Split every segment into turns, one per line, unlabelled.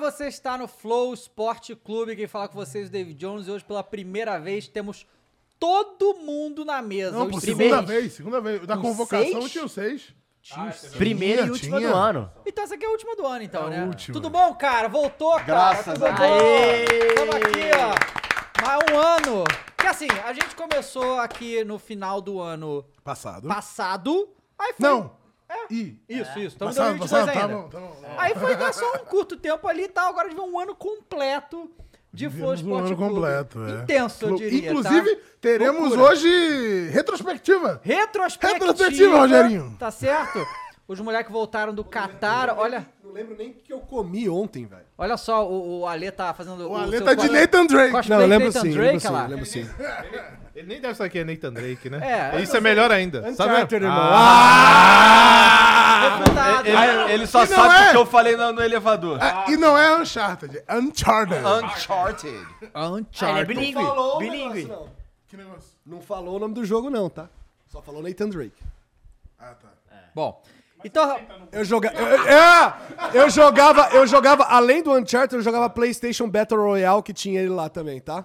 Você está no Flow Sport Clube, quem fala com vocês, é o David Jones, e hoje pela primeira vez temos todo mundo na mesa.
Não,
Os
pô,
primeiros- Ah,
segunda vez, segunda vez. Da
Os
convocação
seis?
tinha os seis.
Tinha os-
Primeira
Tinha,
e última
tinha.
do ano.
é Então essa aqui é a última do ano, então,
É a
né?
última.
Tudo bom, cara? Voltou, cara?
Graças
Tudo
a
bom?
Deus.
Tamo aqui, ó. Mais um ano. Que assim, a gente começou aqui no final do ano
Passado.
passado, aí foi...
Não.
É.
E.
Isso, isso. Estamos em
Passado,
2022
passado,
ainda.
tá bom, tá bom.
Aí foi dar só um curto tempo ali e tal. Agora a gente vê um ano completo de Flow
Vivemos um
Esporte
ano
Clube.
completo, é.
Intenso, eu diria.
Inclusive,
tá?
teremos
Loucura.
hoje retrospectiva.
Retrospectiva.
Retrospectiva, Rogerinho.
Tá certo? Os moleques voltaram do Catar. Olha,
Não lembro nem o que eu comi ontem, velho.
olha só, o, o Ale tá fazendo.
O Ale
seu
tá de
cos-
Nathan Drake.
Cosplay
Não, lembro
Nathan
sim,
Drake,
lembro sim,
olha lá.
lembro sim.
Ele nem deve saber quem é Nathan Drake, né?
É, eu
Isso é melhor ainda. Sabe?
Uncharted, irmão. Ah!
Refutado.
Ele, Ah, ele só
E não
sabe
é?
o que eu falei no, no elevador.
Ah, E não é Uncharted, é Uncharted.
Uncharted.
Ah, ele é
Uncharted.
bilíngue,
o
bilíngue.
negócio, não.
Que negócio?
Não falou o nome do jogo, não, tá? Só falou Nathan Drake.
Ah, tá.
Bom, então.
Eu jogava. É! Eu jogava, eu jogava, além do Uncharted, eu jogava PlayStation Battle Royale, que tinha ele lá também, tá?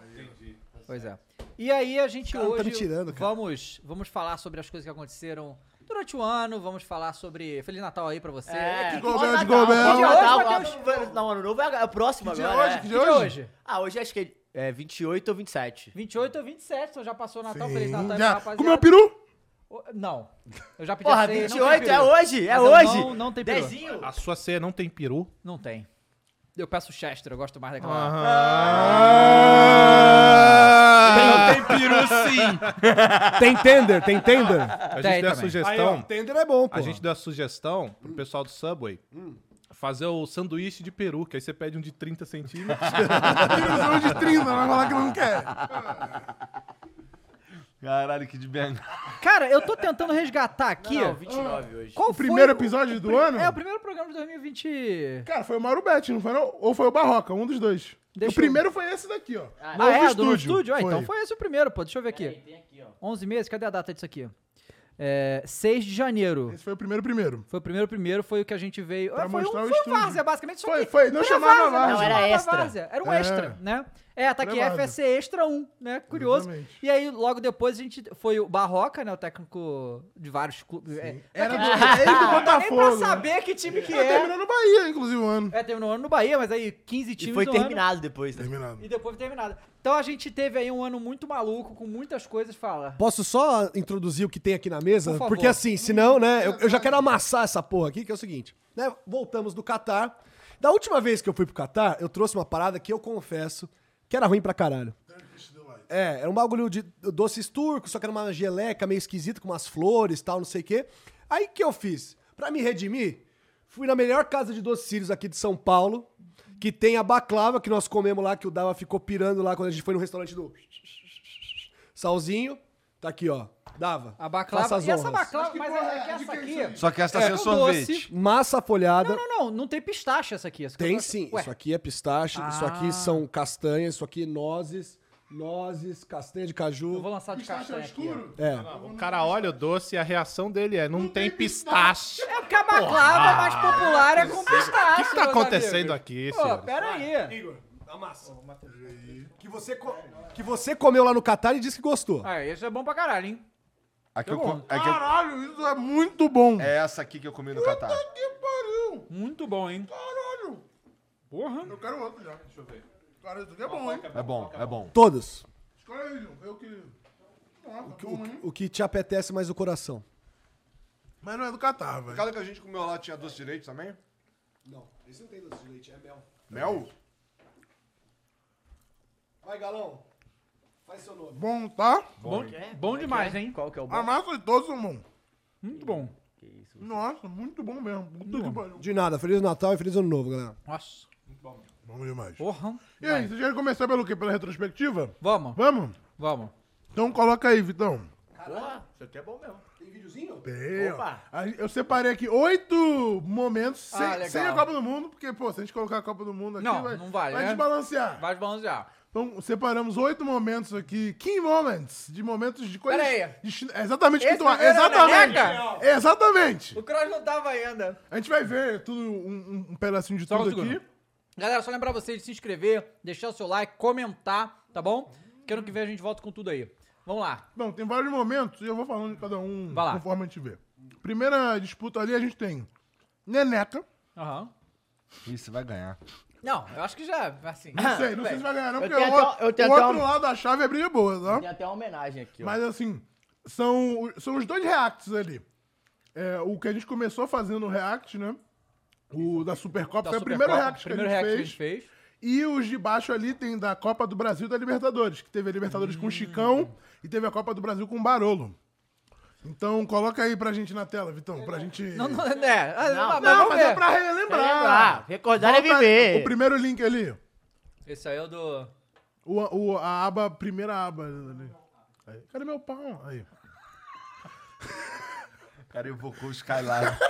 Pois é. E aí a gente
Cara,
hoje
tá me tirando, cara.
vamos vamos falar sobre as coisas que aconteceram durante o ano, vamos falar sobre Feliz Natal aí pra você.
É,
que
gol,
bom
Bel, que
Natal,
gol, Bel.
bom
Que
Natal,
dia hoje,
agora- Não, ano novo é agora, é o próximo
De
agora.
hoje,
é.
que de
dia
hoje?
hoje?
Ah, hoje acho que é é 28 ou 27.
28 ou 27, então já passou o Natal, Feliz Natal aí pra
Já.
rapaziada.
Comeu peru?
O- Não. Eu já pedi
Porra,
a ceia, não tem
28 é
peru.
hoje, é
Mas eu
hoje.
Não, não tem peru.
Dezinho.
A sua ceia não tem peru?
Não tem. Eu peço Chester, eu gosto mais daquela. Ah.
Tem peru sim.
Tem Tender, tem Tender.
A gente
Tem
deu
também.
a
Aí,
sugestão.
ó, Tender é bom, pô.
a gente deu a sugestão pro pessoal do Subway fazer o sanduíche de peru, que aí você pede um de 30 centímetros.
Ah. Piruzão de 30, vai falar que não quer.
Caralho, que de bem.
Cara, eu tô tentando resgatar aqui.
Não, 29 hoje.
Qual
O primeiro
foi
episódio do
pri-
ano?
É, o primeiro programa de 2020.
Cara, foi o Mauro Betti, não foi não? Ou foi o Barroca, um dos dois.
Deixa
o primeiro foi esse daqui, ó.
Ah,
Ah, é? Do Novo estúdio?
Estúdio,
Ah, então
foi.
foi esse o primeiro, pô. Deixa eu ver aqui. 11 meses, cadê a data disso aqui? É, 6 de janeiro.
Esse foi o primeiro primeiro.
Foi o primeiro, primeiro, foi o que a gente veio.
Pra
Ah, foi um,
mostrar o
foi um
estúdio.
várzea, basicamente. Só
Foi,
que
foi, não
era
chamava
várzea,
várzea.
não
Não, era
chamava
extra.
várzea, Era um
É.
extra, né? É, tá
Era
aqui,
várzea.
FSC Extra 1, né? Curioso.
Exatamente.
E aí, logo depois, a gente foi o Barroca, né? O técnico de vários clubes. É,
Era do, era do
não dá nem pra
Botafogo.
saber que time que
Ele
é.
terminou no Bahia, inclusive, o ano.
É, terminou o ano no Bahia, mas aí 15 times
E foi
no ano.
terminado depois, né?
Terminado.
E depois foi terminado. Então a gente teve aí um ano muito maluco, com muitas coisas. Fala.
Posso só introduzir o que tem aqui na mesa?
Por favor.
Porque assim, senão, né, eu, eu já quero amassar essa porra aqui, que é o seguinte, né, voltamos do Catar. Da última vez que eu fui pro Catar, eu trouxe uma parada que eu confesso que era ruim pra caralho. É, era um bagulho de doces turcos, só que era uma geleca meio esquisita, com umas flores e tal, não sei o quê. Aí o que eu fiz? Pra me redimir, fui na melhor casa de doces sírios aqui de São Paulo, que tem a baclava que nós comemos lá, que o Dava ficou pirando lá quando a gente foi no restaurante do... Salzinho, tá aqui, ó. Dava.
A baclava.
Faça as
E essa
honras.
baclava, mas é, é que essa aqui.
Só que essa
É,
sem
é um
sorvete.
doce.
Massa
Não,
folhada.
não, não. Não tem pistache essa aqui. Essa que eu
Tem
tô-
sim.
Ué,
Isso aqui é pistache, isso
Ah.
aqui são castanhas, isso aqui é nozes, nozes, castanha de
eu vou
caju.
lançar de castanha aqui. ó.
É.
o cara olha o doce e a reação dele é: não, tem pistache.
É porque a baclava mais popular é
Ah,
com pistache. O
que tá acontecendo aqui,
Pô,
senhores?
pera aí.
Que, você co- que você comeu lá no Catar e disse que gostou.
Ah, esse é bom pra caralho, hein?
Aqui É eu, com- aqui eu-
Caralho, isso é muito bom.
é essa aqui que eu comi no Catar.
Que pariu.
Muito bom, hein?
Caralho.
Porra.
Eu quero outro já. Deixa eu ver. Cara, isso aqui é bom, hein?
É bom, é bom.
Todos.
Escolhe aí, João. Eu que... Nossa,
O,
bom, hein?
o que te apetece mais o coração.
Mas não é do Catar, velho.
Cada que a gente comeu lá tinha doce de leite também?
Não, esse não tem doce de leite, é mel.
Mel?
Vai, galão. Faz seu nome.
Bom, tá?
Bom, bom demais, hein?
Qual que é o
A
bom?
massa de todos, irmão. é?
Muito bom.
Nossa, muito bom mesmo. Puta que pariu.
De nada, Feliz Natal e Feliz Ano Novo, galera.
Nossa.
Bom demais.
Porra.
E aí, vocês querem começar pelo quê? Pela retrospectiva?
Vamos,
Vamos?
vamos.
Então coloca aí, Vitão.
Porra, isso aqui é bom mesmo.
Tem videozinho?
Tem, ó.
Opa.
A gente- Eu separei aqui oito momentos sem,
Ah, legal.
sem a Copa do Mundo, porque, pô, se a gente colocar a Copa do Mundo aqui,
Não,
vai,
não vale,
vai
né?
desbalancear.
Vai balancear.
Então, separamos oito momentos aqui, key moments, de momentos de coisas...
Pera aí.
de- é exatamente o que
Esse
tu acha.
primeiro é
Exatamente. Exatamente.
O Cross não tava ainda.
A gente vai ver tudo, um, um- um pedacinho de
Só um
tudo
segundo.
aqui.
Galera, só lembrar vocês de se inscrever, deixar o seu like, comentar, tá bom? Que ano que vem a gente volta com tudo aí. Vamos lá.
Bom, tem vários momentos e eu vou falando de cada um
Vai lá.
conforme a gente vê. Primeira disputa ali, a gente tem Neneca.
Aham.
Ih, você vai ganhar.
Não, eu acho que já, assim...
Não sei, não sei se vai ganhar, não,
Eu
porque
tenho
o,
até um- eu tenho
o
até
outro
um-
lado da chave é briga boa, tá?
Tem até uma homenagem aqui, ó.
Mas assim, são, o- são os dois reacts ali. É, o que a gente começou fazendo no react, né? O da Supercopa
da
foi o
Supercopa,
primeiro react que a gente
primeiro react que a
fez.
gente fez.
E os de baixo ali tem da Copa do Brasil e da Libertadores, que teve a Libertadores com o Chicão e teve a Copa do Brasil com o Barolo. Então coloca aí pra gente na tela, Vitão, pra gente.
Não, não, é. ah,
Não,
mas
Não,
vamos
mas é
ver.
pra
Pra
relembrar.
lembrar, recordar é viver.
O primeiro link ali.
Esse aí é o do...
O, o- a aba, primeira aba ali. Aí, Cadê meu pau? Aí.
O cara evocou o Skyline.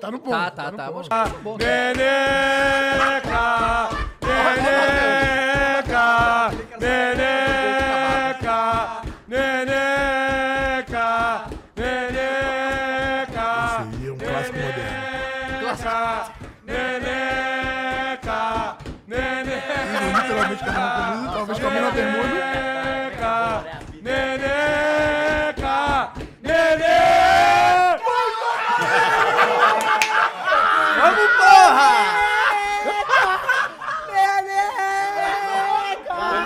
Tá no ponto.
Tá, tá, tá.
no
Mas
ponto.
tá bom.
É!
Esse aí é um clássico moderno. Indo literalmente com a mão comida, talvez com a mão na bermuda.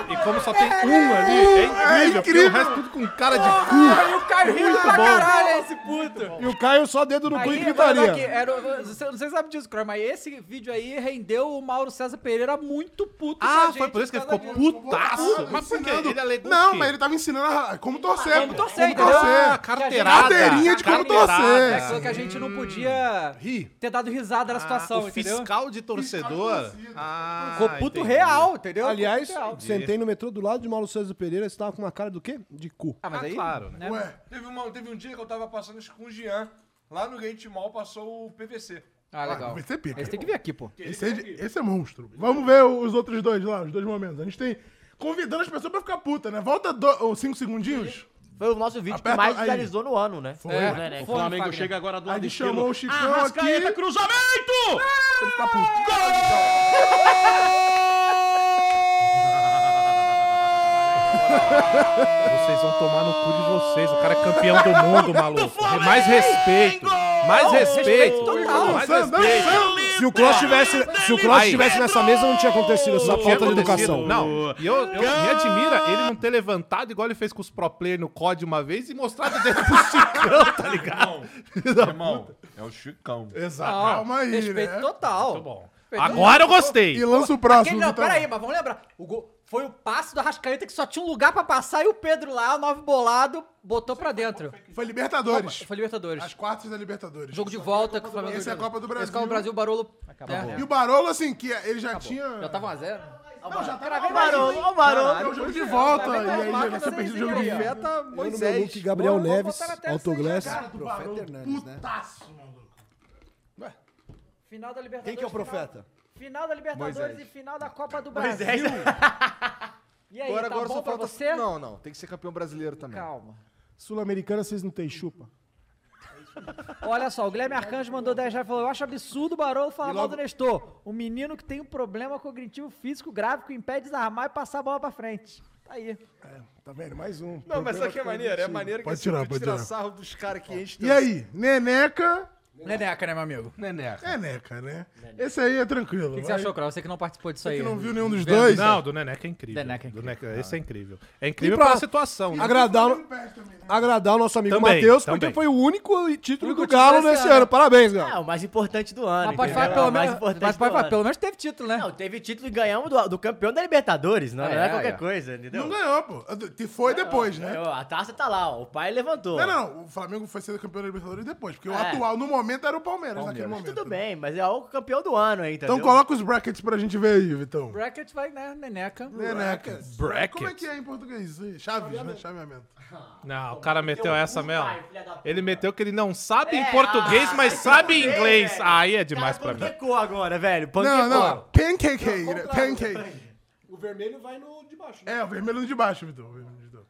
E como só tem um ali, é incrível. porque
incrível.
O resto é tudo com cara
É.
de cu.
Aí Ah, o Caio rindo pra caralho, é esse puto.
E o Caio só dedo no cu e
Aí, vou dar aqui,
gritaria.
era, o- você- não sei se sabe disso, Croy, mas esse vídeo aí rendeu o Mauro César Pereira muito puto com a
Ah,
gente
foi por isso que ele ficou
causa disso.
putaço. Mas por quê? Ele alegou
Não,
o quê?
mas ele tava ensinando a- como torcer.
Como torcer, então.
Como
entendeu?
torcer.
Ah, carteirada.
Carteirinha de como
Carteirada.
torcer.
É, falou que a gente não podia ter dado risada na situação,
o
entendeu?
fiscal de torcedor. Ah,
Ficou puto
entendi.
real, entendeu?
Aliás,
Puto real.
sentei no metrô do lado de Mauro César Pereira, você tava com uma cara do quê? De cu.
Ah, mas
Ah,
aí...
claro,
né?
Ué,
teve, uma, teve um dia que eu tava passando isso com o Jean. Lá no Gate Mall passou o PVC.
Ah, legal.
vai ser pica.
Esse tem que ver aqui, pô.
Esse, é, de- esse é monstro. Vamos ver os outros dois lá, os dois momentos. A gente tem convidando as pessoas pra ficar puta, né? Volta do, ou cinco segundinhos.
Foi o nosso vídeo
Aperta
que mais
aí.
viralizou no ano, né? Foi.
É,
né?
foi,
O Flamengo
Fagner.
chega agora do
Aí
lado
ele
esquerdo.
chamou o
Ah,
Chicão aqui.
tá
Arrascaeta, cruzamento!
Ele fica puto.
Vocês vão tomar no cu de vocês. O cara é campeão do mundo, maluco. É Mais respeito. Mais respeito.
total.
Mais
Dançando,
respeito.
dançando.
Se o Cross tivesse, se o Cross tivesse nessa mesa, não tinha acontecido essa
Tinha
falta
acontecido.
de educação.
Não, e eu, eu- me admira ele não ter levantado igual ele fez com os pro player no COD uma vez e mostrado o dedo pro Chicão, tá ligado?
Irmão, é o Chicão.
Exato.
Não,
Calma aí,
Respeito
né?
total.
Tá bom.
Respeito
Agora eu
E
gostei.
lança o
Quem,
próximo. então.
não,
Vitão.
peraí, mas vamos lembrar. O gol- foi o passe do Arrascaeta que só tinha um lugar pra passar e o Pedro lá, o nove bolado, botou pra dentro.
Foi Libertadores.
Foi Libertadores.
As quartas da Libertadores.
Jogo de volta que o Flamengo.
Brasil. Essa é a Copa do Brasil.
Esse Copa do Brasil, o Barolo. É.
E o Barolo, assim, que ele já tinha.
Já tá tava 1x0.
Não, já tava
Ó o Barolo, ó o Barolo.
É o jogo de volta.
Tá vendo
E
é
aí
as
já-
marcas
já perdido o jogo
aí,
de
ó.
volta.
Eu no meu look, Gabriel
Tá, Vamos- vamos
Neves,
botar na tela isso aí,
Autoglass.
cara,
do Barolo,
um
né?
Putaço, maluco.
Final da Libertadores.
Quem que é o profeta?
Final da Libertadores
Moisés.
e final da Copa do Brasil. E aí,
Agora,
tá
agora
bom
só
pra
falta.
você?
Não, não. Tem que ser campeão brasileiro também.
Calma.
Sul-Americana, vocês não têm chupa.
Olha só, o Guilherme Arcanjo mandou 10 reais e falou: Eu acho absurdo o Barolo falar mal do Nestor. Um menino que tem um problema cognitivo físico grave que o impede de desarmar e passar a bola pra frente. Tá aí.
Tá vendo? Mais um.
Não, mas sabe o que é maneiro? É maneiro
Pode
esse
tirar,
vídeo
pode
tira
tirar.
sarro dos caras que enchem.
E aí, Neneca.
Neneca, né, meu amigo? O que
Neneca.
Neneca, né? Esse aí é tranquilo.
você achou, Crow? Você que não participou disso aí.
que não viu né? nenhum dos dois?
Não, do Neneca é incrível.
Neneca é
Do Neneca- esse é incrível. É incrível
E pra-
pela situação. né?
Agradar, o-
Ah,
agradar o nosso amigo
Também,
Matheus,
também.
porque foi o único título
Único
do Galo
título
nesse
desse
ano.
ano.
Parabéns,
É,
Galo.
o mais importante do ano.
Mas pode
entendeu? É
falar pelo
O mais
menos.
importante
Mas pode
do
falar,
ano.
pelo menos teve título, né?
Não, teve título e ganhamos do, do campeão da Libertadores, não,
É,
não é
é,
qualquer
é.
coisa, entendeu?
Não ganhou, pô. E Ah, foi depois, né?
Eu- A taça tá lá, ó, o pai levantou.
Não, não, não. O Flamengo foi ser campeão da Libertadores depois. Porque o
É.
atual, no momento, era o Palmeiras, naquele
Mas
momento. né?
tudo bem, mas é o campeão do ano aí, entendeu?
Então coloca os brackets pra gente ver aí, Vitão.
Bracket vai, né? Neneca.
Neneca.
Brackets.
Como é que é em português? isso aí? Chaves, né? Chaveamento.
Não, o cara meteu essa mesmo.
vai, filha da puta.
Ele meteu que ele não sabe
É,
em português,
ah,
mas
vai se
sabe em
fuder,
inglês.
velho.
Aí é
O
demais pra
cara
mim.
Panquecou agora, velho. Panquecou.
Não, não. Pancake, né? Pancake.
O vermelho vai no de baixo. né?
É, o vermelho de baixo, Vitor. o vermelho de baixo.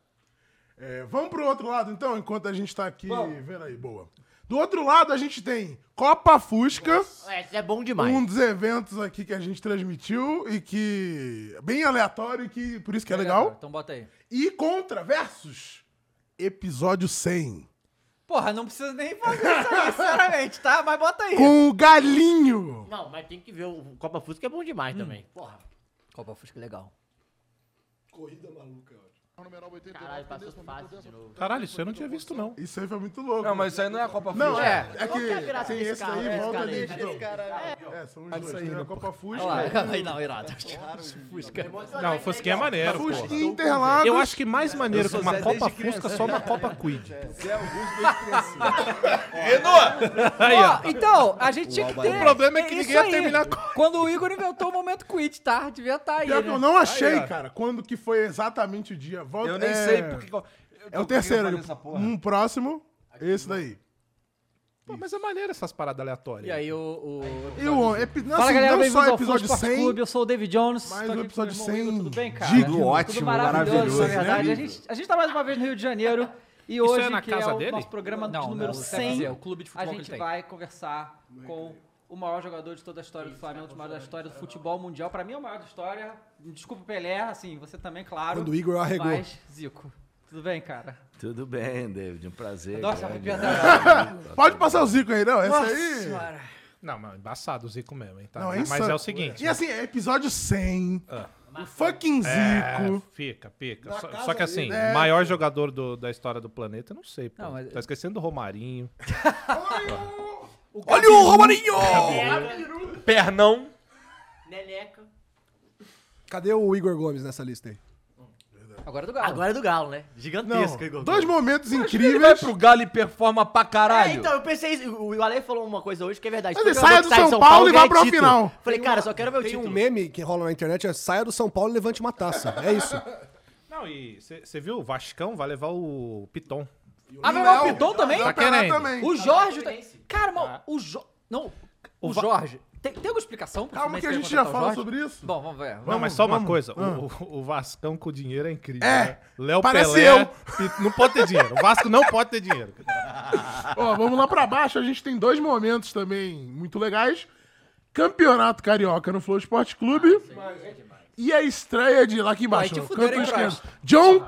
É, vamos pro outro lado, então, enquanto a gente tá aqui. Vendo aí, boa. Do outro lado, a gente tem Copa Fusca.
É, isso é bom demais.
Um dos eventos aqui que a gente transmitiu e que. é bem aleatório e que. por isso que é legal.
Então bota aí.
E Contra versus episódio 100.
Porra, não precisa nem fazer isso aí, sinceramente, tá? Mas bota aí.
Com o Um Galinho.
Não, mas tem que ver. O Copa Fusca é bom demais também. Porra.
Copa Fusca, legal.
Corrida maluca, ó.
Caralho, passou fácil de novo.
Caralho, isso eu não tinha visto, não.
Isso aí foi muito louco.
Não, mas isso aí não é a Copa
Não,
Fusca.
é. É,
Qual que é a
que.
graça
Tem
desse
esse
carro?
daí,
É,
volta
cara,
ali.
esse
de novo. É, são os dois. Tem a Copa né? Fusca.
Aí não, irado.
Fusca. Não, Fusquinha é maneiro,
Fusca
tá
porra.
um
e Interlagos.
Eu acho que mais maneiro que uma
Zé
Copa
desde criança.
Fusca, é só uma Copa Quid.
Renan!
Aí, ó.
Ó, então, a gente tinha que ter.
O problema é que ninguém ia terminar
com. Quando o Igor inventou o momento quit, tá? Devia estar aí.
Pior que
né?
eu não achei,
ó.
cara, quando que foi exatamente o dia. Volta,
Eu nem
é-
sei porque.
É o terceiro.
ali.
ele- Um próximo, esse daí.
Pô, mas é maneiro essas paradas aleatórias.
E aí o. o-
E o epi... não,
Fala
assim,
galera,
não
bem-vindos
só
ao
episódio
Fusco
100.
Clube. Eu sou o David Jones.
Mais
tô
um
aqui com
episódio
meu irmão Igor,
100.
Tudo bem, cara?
Digno,
Tudo
ótimo,
na
maravilhoso,
verdade. A
incrível.
gente, a gente tá mais uma vez no Rio de Janeiro. E
Isso
hoje,
é na
que
casa
é o
dele?
nosso programa de número
o
100,
CFC, é o clube de
a
futebol que
gente
ele tem.
vai conversar com o maior jogador de toda a história do Flamengo, o maior da história do futebol mundial. Pra mim é o maior da história. Desculpa o Pelé, assim, você também, claro.
Quando o Igor arregou.
Mas, Zico, tudo bem, cara?
Tudo bem, David, um prazer.
Nossa,
grande.
arrepia até
Pode passar o Zico aí, não. Essa aí.
Não, mas embaçado o Zico mesmo, hein? Tá?
Não, é
mas
insano.
é o seguinte. Ah.
E assim, é episódio 100. O fucking
É,
Zico.
fica, pica. Só,
casa
só que assim,
dele,
né?
maior jogador do- da história do planeta, eu não sei, pô.
Não, mas-
Tá esquecendo do Romarinho.
Olha o Romarinho!
Pernão.
Neneca.
Cadê o Igor Gomes nessa lista aí?
Agora é do Galo.
Agora é do Galo, né?
Não,
Gigantesco, Igor.
dois momentos
Ele vai
incríveis.
pro Galo e performa pra
É,
caralho.
então, eu pensei, isso. o o Ale falou uma coisa hoje que é verdade.
Ele
Todo
sai
jogador
do
que de
São Paulo e
ganha
vai pra
título.
final.
Falei, cara, só quero ver o
Tem
título.
um meme que rola na internet, é saia do São Paulo e levante uma taça. É isso.
Não, e você viu? O Vascão vai levar o Piton.
Ah, vai levar o Piton também?
Vai
Tá querendo.
também.
O Jorge. tá- Cara, mas o Jorge. Não, o
Va-
Jorge. Tem, tem alguma explicação é pro
Calma
Fluminense
que a
querer
gente já
contratar o
fala
Jorge?
sobre isso.
Bom, vamos ver.
não,
Vamos.
mas só uma coisa. o- O, o Vascão com dinheiro é
Ah.
incrível.
É,
né? Léo
parece
Pelé.
eu.
Pi- Não pode ter dinheiro. O Vasco não pode ter dinheiro.
Ó, vamos lá pra baixo. A gente tem dois momentos também muito legais. Campeonato Carioca no Flow Esporte Clube. e a estreia de lá aqui embaixo.
Ah, te
ó,
fuderam,
canto
hein,
esquerdo.
Cross? Tá
John
na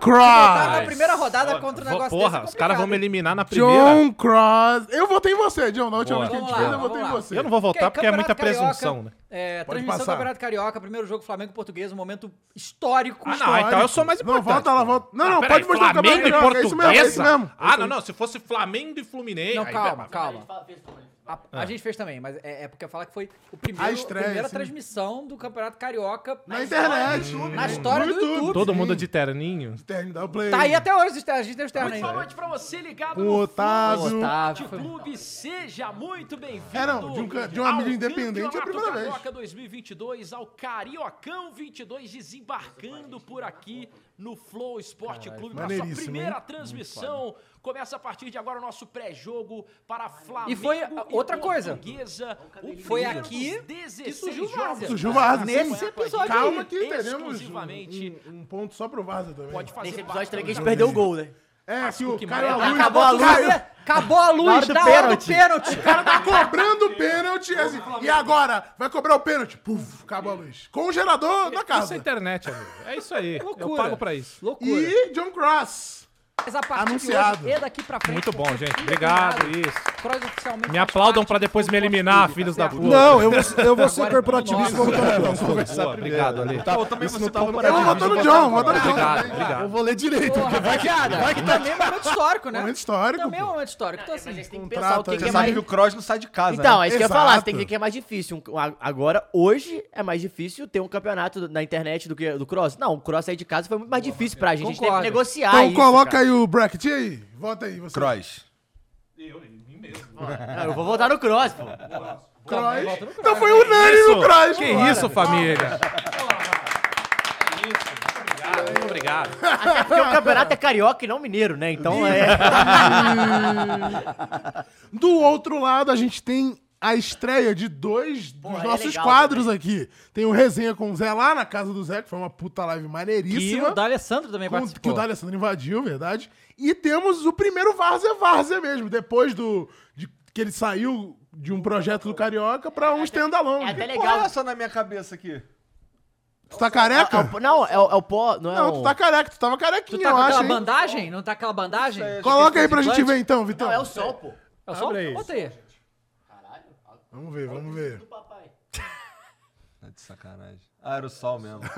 Cross.
primeira rodada contra o
Vou-
negócio
Porra,
desse é
os caras vão me
complicado, hein?
eliminar na primeira.
John Cross. Eu votei em você, John. Na última vez
Boa.
que a gente
Vamos lá,
fez, eu votei em
vamos lá.
você.
Eu não vou votar porque é muita
Campeonato
presunção, né?
Carioca, É,
Pode
transmissão do
passar.
Campeonato Carioca, primeiro jogo Flamengo e Português, um momento histórico.
Ah, não,
histórico.
então eu sou mais
Não,
importante.
volta lá, volta. Não, não,
Ah, Peraí,
pode mostrar o
Flamengo
cabelo.
e
carioca, É isso mesmo, é isso
Portuguesa?
mesmo.
Ah, não, não. Se fosse Flamengo e Fluminense.
Não,
aí,
calma,
pera-
calma. A, a gente fez também, mas é, é porque eu falo que foi o primeiro,
A estreia,
primeira
sim.
transmissão do Campeonato Carioca
Na internet.
Na história do YouTube.
Todo mundo de terninho.
Terno, dá o play. um,
Tá aí até hoje, a gente tem os ternos ainda.
noite pra você ligado
Com o Otávio.
Otávio, foi-
Clube, seja muito bem-vindo.
É, não, de um ca- de uma
ao
mídia independente é a
Campeonato
primeira vez.
Carioca 2022 ao Cariocão 22 desembarcando por aqui no Flow Esporte Clube. Nossa
maneiríssimo,
primeira
hein?
transmissão. Começa a partir de agora o nosso pré-jogo para Flamengo.
E foi a- outra coisa.
Portuguesa. O
Foi
primeiro
aqui
dos
que
16
surgiu o
jogos.
Várzea.
Surgiu o Várzea.
Nesse episódio
Calma
aí.
que teremos
Exclusivamente.
um, um ponto só pro Vaza também.
Pode fazer
Nesse
parte
episódio também que a gente
da
perdeu o gol, né?
É, que o é-
que
Caio
mais-
Aluz-
Acabou a luz.
Caio-
Acabou a luz na hora do, pênalti. O cara tá
cobrando o pênalti. assim, e agora? Vai cobrar o pênalti. Puf, acabou a luz. Com o gerador na
Isso é
casa.
internet, amigo. É isso aí. Eu
Loucura.
pago pra isso.
Loucura.
E John Cross.
Mas a partir
anunciado.
de hoje e daqui pra frente.
Muito bom,
porque
gente.
é
Obrigado,
eliminado.
isso.
Cross oficialmente
Me
faz
aplaudam
parte
pra
do
depois me
Futebol
eliminar,
Clube,
filhos
tá
da
certo?
puta.
Não, eu vou, eu vou ser
Agora-
corporativista e vou votar no Cross.
Boa, obrigado, Ale.
Eu também você tava
Eu vou votar no John, vou votar no John.
Obrigado,
também.
obrigado.
vou ler direito.
Vai que também é um momento histórico, né?
Momento histórico.
Também é um
pô.
momento histórico. Então,
Mas a
assim,
gente tem que
contrato,
pensar o que,
você
que é
sabe
mais...
que o Cross não sai de casa.
Então,
né?
é isso que eu ia
Exato.
falar. Você tem que ver que é mais difícil. Um- a- Agora, hoje, é mais difícil ter um campeonato na internet do que do Cross. Não, o Cross sair de casa foi muito mais difícil pra gente. A gente teve que
Concordo.
negociar
Então
Tá isso,
coloca
cara.
aí o bracket. E aí? Vota aí, você.
Cross.
Ah, Eu vou votar no Cross, pô.
Cross. Então foi unânime o Cross.
Que
pô.
isso, família? Obrigado, obrigado.
Até porque o campeonato é carioca e não mineiro, né? Então é...
Do outro lado, a gente tem a estreia de dois
Porra,
dos
aí é
nossos
legal
quadros aqui. Tem o Resenha com o Zé lá na casa do Zé, que foi uma puta live
E
maneiríssima.
o D'Alessandro também
é com- que
participou.
o D'Alessandro invadiu, verdade. E temos o primeiro Várzea Várzea mesmo, depois do de- que ele saiu de um projeto do Carioca pra um stand-alone.
É até
Porra, olha
legal.
essa na minha cabeça aqui.
Tu tá careca?
É o- Não, é o, é o pó. Não, é
não,
o...
tu tá careca, tu tava
Tu
carequinha,
tá
eu
com
acho,
aquela
hein?
bandagem? Não tá com aquela bandagem? É
Coloca aí pra gente ver então, Vitão.
Não, é o sol, pô.
só
Abre aí.
botei.
Vamos ver, vamos ver.
É de sacanagem. Ah, era o sol mesmo.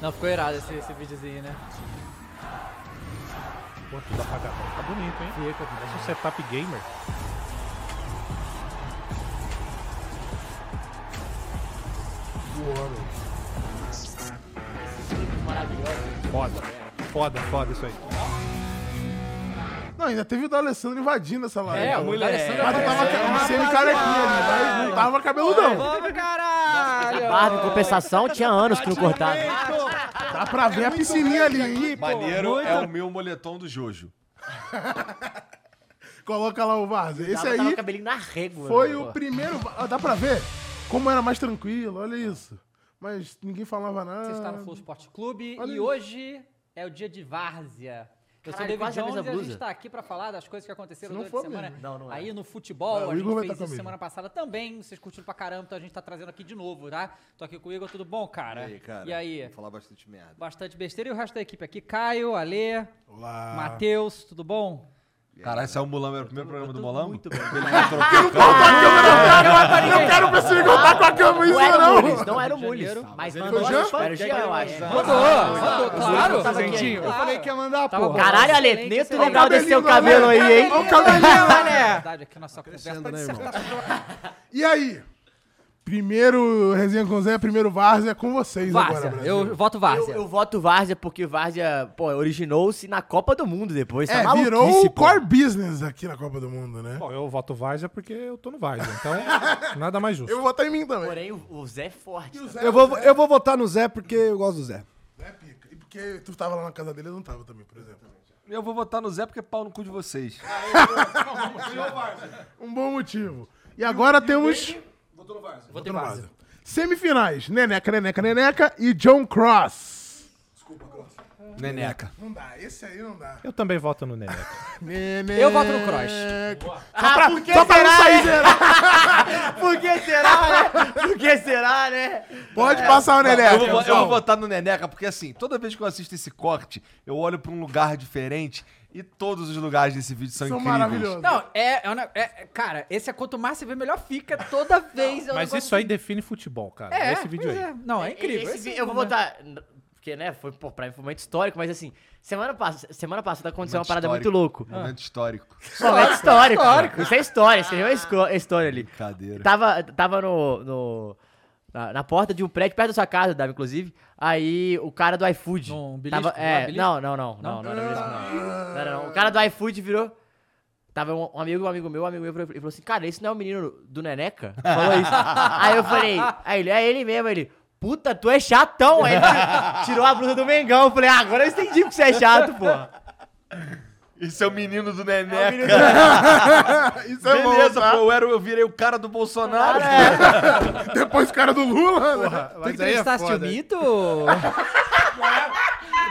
Não, ficou irado esse, esse videozinho, né?
Pô, tudo apagado. Tá bonito, hein? Parece um setup gamer. Foda. Foda, foda isso aí.
Não, ainda teve o D'Alessandro invadindo essa live.
É, o D'Alessandro
Mas tu
apareceu.
tava ca- semi-carequinha ali, mas não tava cabeludão.
Vamos,
é
caralho!
Barba, em compensação, tinha anos que não cortava.
Dá pra ver a piscininha ali, hein?
Maneiro é o meu moletom do Jojo.
Coloca lá o Várzea. Esse
Tava- Tava o
aí
cabelinho na régua.
Foi
meu,
o
pô.
primeiro. ah, Dá pra ver como era mais tranquilo, olha isso. Mas ninguém falava nada.
Você está no Flow Sport Clube
Ah. Olha
e
isso.
hoje é o dia de várzea. Eu sou David
Caralho, quase a
Jones
mesma
e a gente
blusa.
está aqui para falar das coisas que aconteceram
Se não
durante a
for
semana.
mesmo.
Não, não é.
Aí no futebol,
Ah, o
a gente
Igor vai
fez
tá
isso
comigo.
semana passada também. Vocês curtiram pra caramba, então a gente tá trazendo aqui de novo, tá? Tô aqui com o Igor, tudo bom, cara? E aí?
Vou falar bastante merda.
Bastante besteira e o resto da equipe aqui. Caio, Alê,
Olá.
Matheus, tudo bom?
Caralho, saiu o Mulambo, era o primeiro programa do Mulambo?
muito
Ele
bem.
entrou
Não quero pra se botar com a cama em
Não
cima,
era o
não!
Mules, não era o Mules. Mas mandou
foi
as
já?
férias, eu acho.
Mandou, mandou, claro. Presentinho. Eu falei que ia mandar, pô.
Caralho, Ale, nem tu legal desse seu
cabelinho
cabelo
do
aí,
Ale.
hein?
Olha o cabelinho,
né? Verdade, aqui nossa conversa tá
Crescendo,
pra
né, irmão?
dissertar sobre
E aí? Primeiro resenha com o Zé, primeiro Várzea é com vocês
Várzea.
agora, Brasil.
Eu voto
Eu,
Várzea.
eu voto Várzea porque Várzea, pô, originou-se na Copa do Mundo depois. tá
É,
maluquice,
virou o
pô.
core business aqui na Copa do Mundo, né?
Bom, eu voto Várzea porque eu tô no Várzea, então nada mais justo.
Eu vou votar em mim também.
Porém, o, o Zé é forte. tá?
Eu vou, eu vou votar no Zé porque eu gosto do Zé.
É pica. E porque tu tava lá na casa dele, eu não tava também, por exemplo.
Eu vou votar no Zé porque é pau no cu de vocês.
Um bom motivo. E agora temos...
Voto em Várzea.
Semifinais, Neneca, Neneca, Neneca e John Cross.
Neneca.
Não dá, esse aí não dá.
Eu também voto no Neneca.
Neneca.
Eu voto no Kroos.
Ah, por que
Só pra não
será,
sair
né?
zerado.
Por que será, né? Por que será, né?
Pode passar o Neneca.
Eu vou, eu vou votar no Neneca, porque assim, toda vez que eu assisto esse corte, eu olho pra um lugar diferente e todos os lugares desse vídeo são,
São
incríveis.
maravilhosos.
Não, é, é, um ne- é- é- Cara, esse é quanto mais você vê, melhor fica. Toda vez. é um
Mas
negócio-
isso aí define futebol, cara.
É,
Esse vídeo
pois
aí.
é. Não, é incrível.
Esse
Esse
vi- eu vou
momento-
botar. Porque, né, foi, pô, pra mim foi muito histórico, mas assim, semana, pass semana passada aconteceu
Momento
é uma parada
histórico.
muito Ah. louca.
Momento histórico.
Momento histórico. histórico. Isso é história, escreveu a esco- a história ali.
Né?
Brincadeira.
Tava, tava no. no- na, na porta de um prédio, perto da sua casa, Davi, inclusive. Aí o cara do iFood.
Num
tava,
um belisco? Lá,
é,
belisco?
não, não, não, não, não, era belisco, não, não, era não. O cara do iFood virou. Tava um, um amigo, um amigo meu, um amigo meu, ele falou assim: Cara, esse não é o menino do Neneca? Falou isso. aí eu falei: Aí ele, é ele mesmo. Ele, puta, tu é chatão. Aí ele tirou a blusa do Mengão. Eu falei: ah, Agora eu entendi porque você é chato, pô.
Esse é o menino do Neneca.
Isso é bom,
Beleza,
tá?
pô, eu, era, eu virei o cara do Bolsonaro.
Depois o cara do Lula, né?
Tem que
Mas aí é
entrevistar esse
foda.
mito?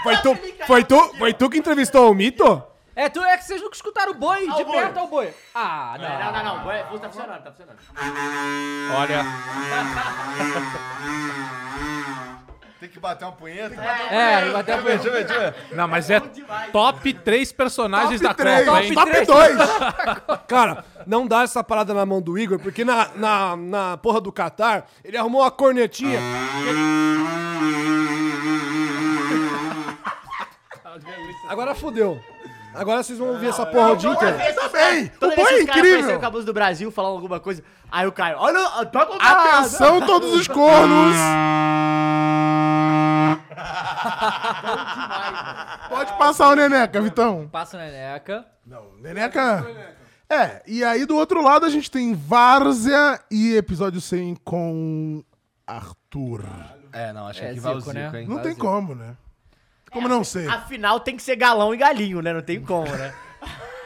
Foi tu, foi tu, foi tu que entrevistou o Mito?
É, tu é que vocês nunca escutaram o boi de
boi.
perto ao boi. Ah, não.
Não, não, não. O tá funcionando, tá funcionando.
Olha,
Tem que bater uma punheta.
É, bateu a punheta.
Deixa eu ver, deixa eu ver.
não, mas é top 3 personagens da
três,
Copa, hein?
top 2.
Cara, não dá essa parada na mão do Igor, porque na, na, na porra do Catar, ele arrumou uma cornetinha. Agora fodeu. Agora vocês vão ouvir essa porra o dia inteiro.
Tá bem.
Então, Toda
O
vez
bom
que
é
os caras apareceram com a
incrível.
blusa do Brasil falando alguma coisa, aí o cara, olha, tá toca o
Atenção todos os cornos. Pode passar o Neneca, Vitão.
Passa o Neneca.
Não, Neneca. É, e aí do outro lado a gente tem Várzea e episódio 100 com Arthur.
É, não, acho
É
que vai o
Zico,
Zico,
né?
hein?
Não tem como, né? Como não sei?
Afinal, tem que ser galão e galinho, né? Não tem como, né?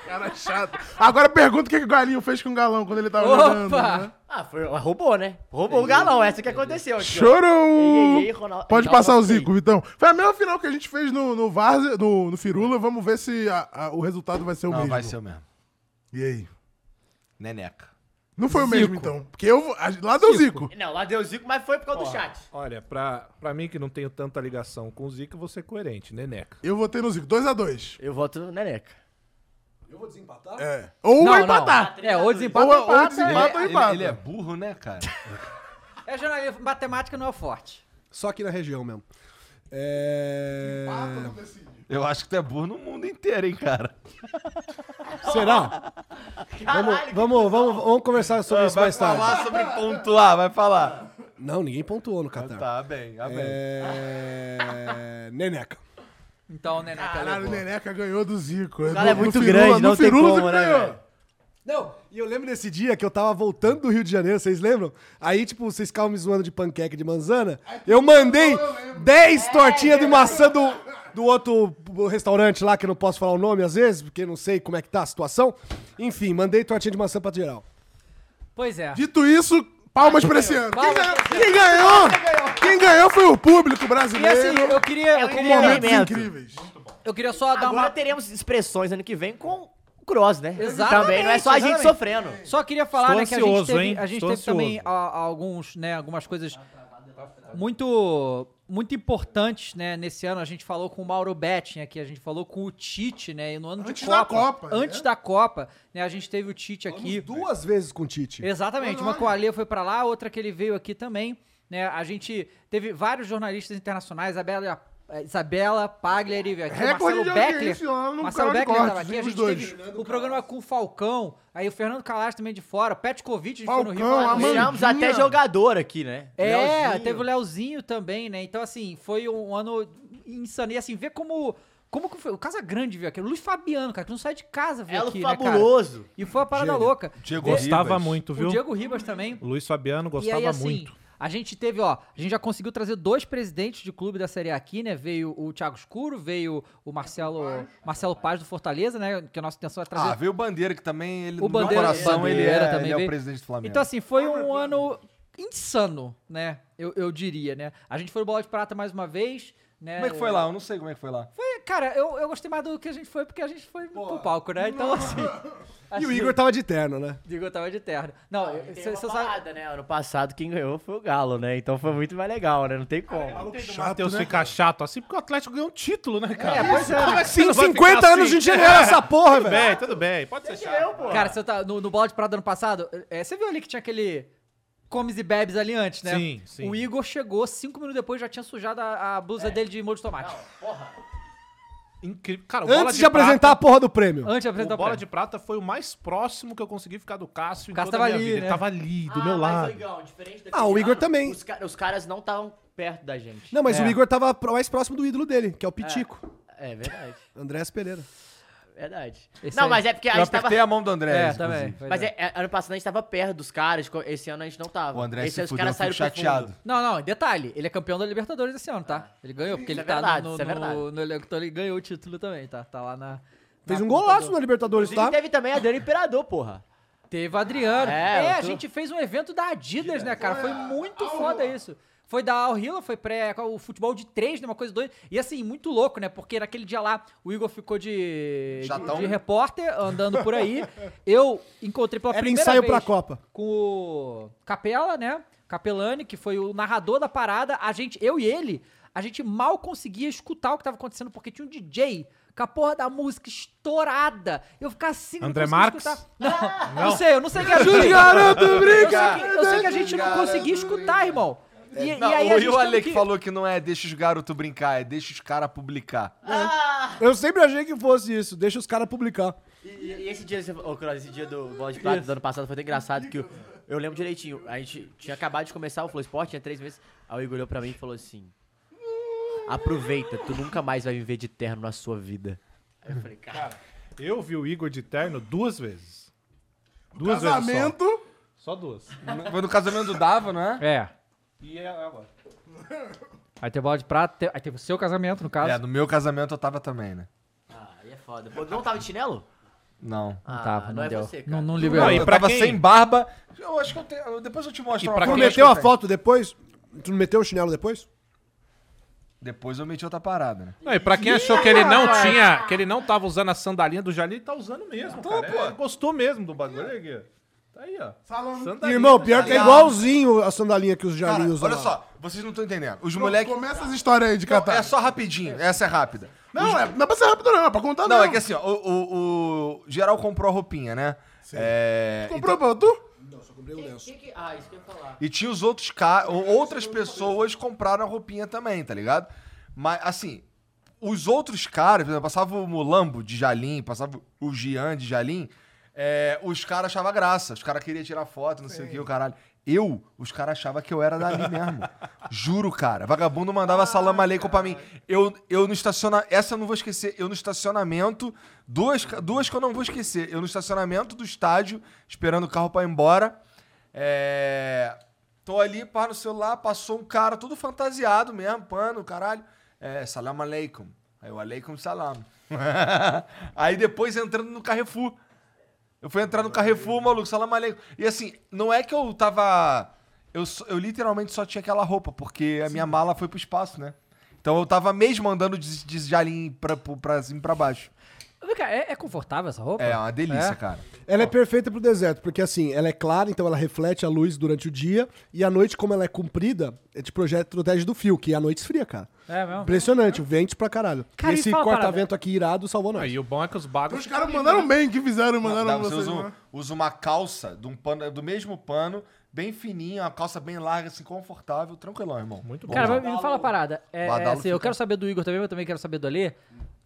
Cara chato. Agora pergunta o que que o Galinho fez com o Galão quando ele tava jogando. Né?
Ah, foi, roubou, né? Roubou o galão, essa que aconteceu. aqui, ó. Ei, ei, ei,
Chorou!
Ronaldo-
Pode
Ronaldo
passar o
Fei.
Zico, Vitão. Foi a mesma final que a gente fez no, no, Varze, no, no Firula. Vamos ver se a- a- o resultado vai ser o
Não,
mesmo.
vai ser o mesmo.
E aí?
Neneca.
Não foi o mesmo, então. Porque eu, a- lá deu Zico.
Não, lá deu Zico, mas foi por causa do chat.
Olha, pra, pra mim que não tenho tanta ligação com o Zico, vou ser coerente, Neneca.
Eu votei no Zico. 2x2.
Eu voto no Neneca.
Eu vou desempatar?
É. Ou vai empatar.
É, ou desempata
Ou-
ou,
ou
empata.
desempata. Mata ou
Ele,
empata?
ele é burro, né, cara?
É, é jornalismo, matemática não é forte.
Só aqui na região mesmo. É...
Eu acho que tu é burro no mundo inteiro, hein, cara?
Será? Vamos, vamos, vamos, vamos conversar sobre isso
Ah, vai
mais tarde.
falar sobre pontuar, vai falar.
Não, ninguém pontuou no Catar.
Tá bem, tá bem.
É... Neneca.
Então, né, né,
Caralho, o Neneca ganhou do Zico. O
cara é muito grande, não tem como, né, velho?
Não, e eu lembro desse dia que eu tava voltando do Rio de Janeiro, vocês lembram? Aí, tipo, vocês ficavam me zoando de panqueca e de manzana. Eu É, mandei 10 tortinhas de maçã do, do outro restaurante lá, que eu não posso falar o nome às vezes, porque eu não sei como é que tá a situação. Enfim, mandei tortinha de maçã pra geral.
Pois é.
Dito isso, palmas pra esse ano. Quem ganhou? Quem ganhou? Quem ganhou foi o público
E assim,
brasileiro.
eu queria, eu
um
queria,
momento-
Momentos
Experimento.
incríveis.
eu queria só dar
Agora
uma...
teremos expressões ano que vem com o Cross, né?
Exatamente,
Também, não é só a gente
exatamente.
sofrendo.
Só queria falar,
Estou
né, que a gente
ansioso,
teve,
hein?
a gente
Estou
teve também
ansioso.
a- a alguns, né, algumas coisas
Tá
muito muito importantes, né, nesse ano. A gente falou com o Mauro Betting aqui, a gente falou com o Tite, né, e no ano
Antes
de Copa.
da Copa,
Antes
né?
da Copa, né, a gente teve o Tite aqui.
Duas vezes com o
Tipo,
Tite.
Exatamente, uma que o Alê foi pra lá, outra que ele veio aqui também. Né? A gente teve vários jornalistas internacionais, Isabela, eh, Isabela Pagliari veio aqui,
Recorde
Marcelo
de
Beckler.
audiência lá no
Marcelo
canal de
Beckler
cortes,
tava aqui, a
os
gente
dois.
teve o programa com o Falcão, aí o Fernando Calas também de fora, o Petkovic, a gente foi no Rio.
Falcão,
falar com ele.
Amanda.
Tiramos até jogador aqui, né?
É,
Leozinho.
teve o Leozinho também, né? Então, assim, foi um ano insano. E assim, ver como. Como que foi? O Casa Grande veio aqui. O Luiz Fabiano, cara, que não sai de casa, veio
Elo
aqui, né, cara?
fabuloso.
E foi uma parada louca.
Diego
Gostava
Ribas.
muito, viu?
O Diego Ribas também.
O Luiz Fabiano
E
gostava
aí, assim,
muito.
a gente teve, ó, a gente já conseguiu trazer dois presidentes de clube da Série A aqui, né? Veio o Thiago Escuro, veio o Marcelo Marcelo Paz do Fortaleza, né? Que a nossa intenção é trazer.
Ah, veio o Bandeira, que também, ele,
O
no meu
Bandeira-
coração, ele
Bandeira
é,
também
ele é o
veio.
presidente do Flamengo.
então, assim, foi um ano insano, né? Eu, eu diria, né? A gente foi no Bola de Prata mais uma vez, né?
como é que foi lá? Eu não sei como é que foi lá.
Foi, cara, eu, eu gostei mais do que a gente foi, porque a gente foi pro palco, né? Então, assim...
E o
assim,
Igor tava de terno, né?
Digo, eu tava de terno. Não, eu-
Tem
cê-
uma
cê sabe-
parada, né? Ano passado quem ganhou foi o Galo, né? Então foi muito mais legal, né? Não tem como.
Matheus fica chato assim porque o Atlético ganhou um título, né, cara?
pois é, né?
Como é que você
Tem
não vai
50
ficar
anos
assim?
de general essa porra,
Tudo
velho.
bem, tudo bem. Pode ser chato.
Eu, pô.
Cara, você tá, no, no bola de prata do ano passado, é, você viu ali que tinha aquele comes e bebes ali antes, né?
Sim, sim.
O Igor chegou, cinco minutos depois já tinha sujado a, a
É.
blusa dele de molho de tomate.
Incrível. Cara, o Bola
Antes de apresentar a
prata,
porra do prêmio.
Antes de
o
apresentar
Bola
prêmio.
de Prata foi o mais próximo que eu consegui ficar do Cássio em
Cássio
toda a
tava
minha
ali,
vida. Ele
né?
tava ali, do
Ah,
meu
mas,
lado.
Igão, diferente daquele
Ah, o Igor
ano,
também.
Os, ca- os caras não estavam perto da gente.
Não, mas
É.
o Igor tava pro- mais próximo do ídolo dele, que é o Pitico.
É verdade,
Andrés Pereira.
verdade.
Esse
não,
aí.
mas é porque a
Eu
gente tava...
apertei a mão do André,
É,
inclusive.
também. pois
Mas
é.
é, é, ano passado a gente tava perto dos caras, co- esse ano a gente não tava.
O André
esse
se
ano os
fudeu, eu
caras
fico
saíram pro
chateado.
fundo.
Não, não, detalhe, ele é campeão da Libertadores esse ano, tá? Ele ganhou, porque
Isso
ele
é
tá
verdade,
no,
isso é verdade.
no, no elenco, então ele ganhou o título também, tá? Tá lá na...
Fez
na
um
conta
golaço
do-
na Libertadores,
Inclusive
tá?
teve também a Dani Imperador, porra.
Teve o Adriano.
É,
É, a
eu tô-
gente fez um evento da Adidas, né, cara?
É,
Foi muito foda isso. Foi da Al Hila, foi pré o futebol de três, né? Uma coisa doida. E assim, muito louco, né? Porque naquele dia lá, o Igor ficou de, de,
Chatão.
né?
de repórter, andando por aí. Eu encontrei pela
Era
primeira
ensaio
vez
pra Copa.
com o Capela, né? Capelani, que foi o narrador da parada. A gente, eu e ele, a gente mal conseguia escutar o que tava acontecendo, porque tinha um DJ com a porra da música estourada. Eu ficava assim, não
André
conseguia
Marques?
escutar. Não, não, sei, eu não sei o que era. Eu sei que, eu sei que a gente não conseguia escutar, irmão. E, e
É, Não,
aí
o-
a
e
gente
o
teve
Ale que falou que não é deixa os garotos brincar, é deixa os caras publicar.
Eu sempre achei que fosse isso. Deixa os caras publicar.
E, e- e esse dia, ô, Cross, esse dia do Bola de Prata do ano passado foi tão engraçado que eu, eu lembro direitinho. A gente tinha acabado de começar o Flow Sport, tinha três meses. Aí o Igor olhou pra mim e falou assim: Aproveita, tu nunca mais vai me ver de terno na sua vida. Aí eu falei, cara.
Eu vi o Igor de terno duas vezes. Duas vezes
Casamento.
só. Só duas.
Foi no casamento do Dava, não é?
É.
E é agora.
Aí teve bola de prata, te- aí teve o seu casamento, no caso.
É, no meu casamento eu tava também, né?
Ah, aí é foda. Pô, não tava de chinelo?
Não.
Não
Ah,
tava, não,
não é
deu.
você, cara.
não, não
Não,
liberou.
Não, e
eu
pra
tava
quem?
sem barba. Eu acho que eu tenho. Depois eu te mostro
E
uma
pra
Tu
foto
não
quem?
que eu
meteu a
tenho.
foto depois? Tu não meteu o chinelo depois?
Depois eu meti outra parada, né?
Não, e pra quem achou que ele não tinha, que ele não tava usando a sandalinha do Jalim, ele tá usando mesmo, cara.
pô.
Ele gostou mesmo do bagulho, olha aqui. Tá aí, ó.
Tá
Sandalinha.
Irmão, pior que é
Aliás.
igualzinho a sandalinha que os
Cara,
Jalinhos usam.
olha
lá.
só, vocês não estão entendendo. Os
Moleque...
moleques.
Começa as histórias aí de Catar.
É só rapidinho, essa é rápida.
Não, é, não é pra ser rápido, não. É pra contar,
Não, é que assim, ó, o, o, o geral comprou a roupinha, né? É,
Comprou pra tu?
Ah, isso que eu ia falar.
E tinha os outros caras, outras pessoas compraram a roupinha também, tá ligado? Mas, assim, os outros caras, por exemplo, passava o Mulambo de Jalim, passava o Gian de Jalim, é, os caras achavam graça, os caras queriam tirar foto, não sei o que, o caralho. Eu, os caras achavam que eu era dali mesmo. Juro, cara. Vagabundo mandava salam aleikum pra mim. Eu, eu no estacionamento. Essa eu não vou esquecer. Eu no estacionamento. Duas, ca- duas que eu não vou esquecer. Eu no estacionamento do estádio, esperando o carro pra ir embora. É. Tô ali, paro no celular, passou um cara todo fantasiado mesmo, pano, caralho. É, salam aleikum. Aí eu, aleikum salam. Aí depois entrando no Carrefour. Eu fui entrar no Carrefour, maluco, salam aleikum. E assim, não é que eu tava. Eu, só- eu literalmente só tinha aquela roupa, porque a minha mala foi pro espaço, né? Então eu tava mesmo andando de, de jalim pra, pro- pra cima e pra baixo.
Vem cá, é, é confortável essa roupa?
É uma delícia,
É?
cara.
Ela é perfeita pro deserto, porque assim, ela é clara, então ela reflete a luz durante o dia, e à noite, como ela é comprida, é de projeto protege do fio, que à noite esfria, cara.
É mesmo?
Impressionante, o vento pra caralho.
Cara,
E
e
esse
fala uma
corta-vento aqui irado salvou nós.
Aí o bom é que os bagos.
Os caras mandaram bem que fizeram,
Não,
mandaram
dá, você
vocês.
usa, um-
né?
usa uma calça de um pano, do mesmo pano, bem fininha, uma calça bem larga, assim, confortável, tranquilão, irmão.
Muito bom.
Cara, mas me fala a parada. É, é
Badalo
assim, eu
fica-
quero saber do Igor também, mas eu também quero saber do Alê.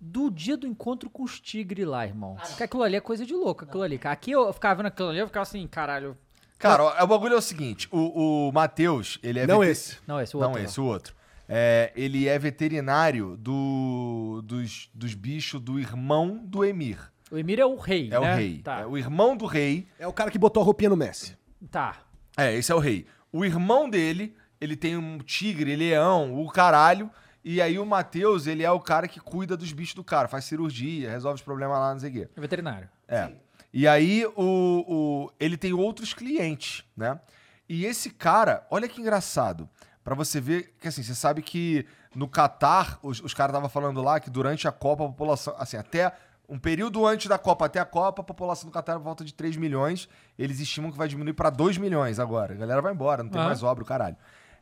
Do dia do encontro com os tigres lá, irmão. Porque aquilo ali é coisa de louco, aquilo ali. cara. Aqui eu ficava vendo aquilo ali, eu ficava assim, caralho.
Cara, ó, o bagulho é o seguinte: o, o Matheus, ele é.
Não
vete-
esse.
Não, esse outro.
Não, esse, o outro. É, ele é veterinário do, dos, dos bichos do irmão do Emir.
O Emir é o rei,
É o
né?
rei.
Tá.
É o irmão do rei.
É o cara que botou a roupinha no Messi.
tá.
É, esse é o rei. O irmão dele, ele tem um tigre, leão, o caralho. E aí o Matheus, ele é o cara que cuida dos bichos do cara, faz cirurgia, resolve os problemas lá, não sei o quê.
É veterinário.
É. E aí o, o- ele tem outros clientes, né? E esse cara, olha que engraçado. Pra você ver que assim, você sabe que no Catar, os, os caras estavam falando lá que durante a Copa a população, assim, até um período antes da Copa até a Copa, a população do Catar é volta de 3 milhões, eles estimam que vai diminuir pra 2 milhões agora. A galera vai embora, não tem
Ah.
mais obra, o caralho.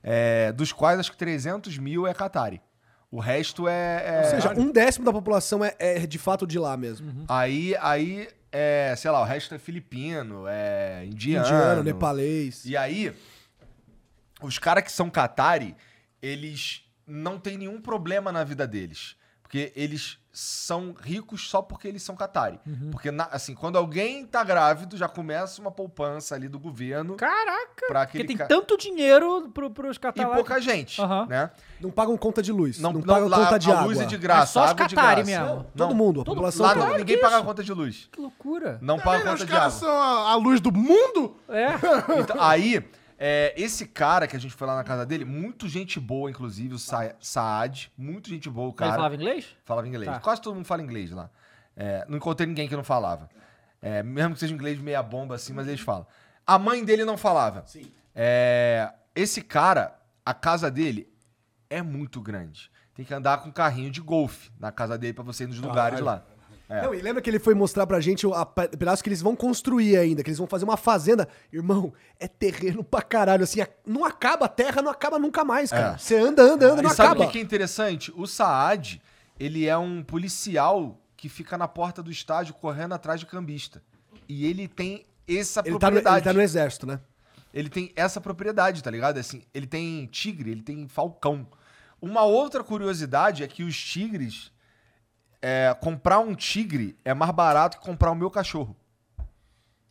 É, dos quais acho que 300 mil é Qatari. O resto é- é Uhum.
Ou seja, um décimo da população é, é de fato de lá mesmo.
Aí, aí, é, sei lá, o resto é filipino, é indiano.
Indiano, nepalês.
E aí, os caras que são catari, eles não têm nenhum problema na vida deles. Porque eles são ricos só porque eles são catari.
Uhum.
Porque, na- assim, quando alguém tá grávido, já começa uma poupança ali do governo
Caraca!
pra
Porque
aquele
tem
ca-
tanto dinheiro pro, pros
E
catalanos.
pouca gente,
Aham.
né?
Não pagam conta de luz. Não,
Não, não,
pagam
lá,
conta de
a
água.
luz é de graça,
É só os
a água é de
catari
graça.
mesmo.
Não,
Todo mundo, a população
Lá
toda.
não, ninguém paga a conta de luz.
Que loucura.
Não paga a
Tá né? Os
conta de
caras
água.
são a, a luz do mundo?
É.
Então, aí, é, esse cara que a gente foi lá na casa dele, muito gente boa, inclusive, o Sa Saad, muito gente boa, o
Mas Ele
cara.
falava inglês?
Falava inglês.
Tá.
Quase todo mundo fala inglês lá. É, não encontrei ninguém que não falava. É, mesmo que seja um inglês meia bomba assim, mas eles falam. A mãe dele não falava. É, esse cara, a casa dele é muito grande. Tem que andar com um carrinho de golfe na casa dele pra você ir nos lugares lá. É.
Não, e lembra que ele foi mostrar pra gente o a pe- pedaço que eles vão construir ainda, que eles vão fazer uma fazenda. Irmão, é terreno pra caralho. Assim, a- não acaba a terra, não acaba nunca mais, cara.
É.
Você anda, anda, anda,
E
não
sabe o
acaba.
que que é interessante? O Saad, ele é um policial que fica na porta do estádio correndo atrás de cambista. E ele tem essa
Ele tá, no,
é propriedade.
ele tá no exército, né?
Ele tem essa propriedade, tá ligado? Assim, ele tem tigre, ele tem falcão. Uma outra curiosidade é que os tigres. é, comprar um tigre é mais barato que comprar o meu cachorro.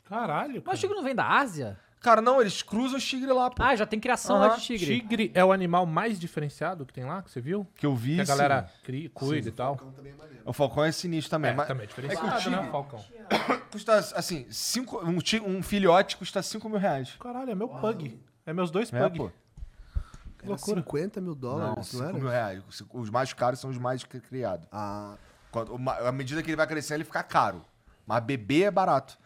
Caralho.
Mas o
Cara.
tigre não vem da Ásia?
Cara, não, eles cruzam os tigres lá, pô.
Ah, já tem criação lá
Aham,
de tigre.
Tigre é o animal mais diferenciado que tem lá, que você viu?
que eu vi.
Que a
sim.
galera cria, cuida e tal.
O falcão é sinistro também.
É,
mas
também é
é que
diferenciado,
o
né,
tigre
o Falcão?
custa, assim, cinco, um, ti- um filhote custa 5 mil reais.
Caralho, é meu pug. É meus dois
É,
pug.
pô.
Era 50 mil
Não,
dólares, não,
5
era?
mil reais. Os mais caros são os mais cri- criados.
Ah,
Quando- uma- à medida que ele vai crescendo, ele fica caro. Mas bebê é barato.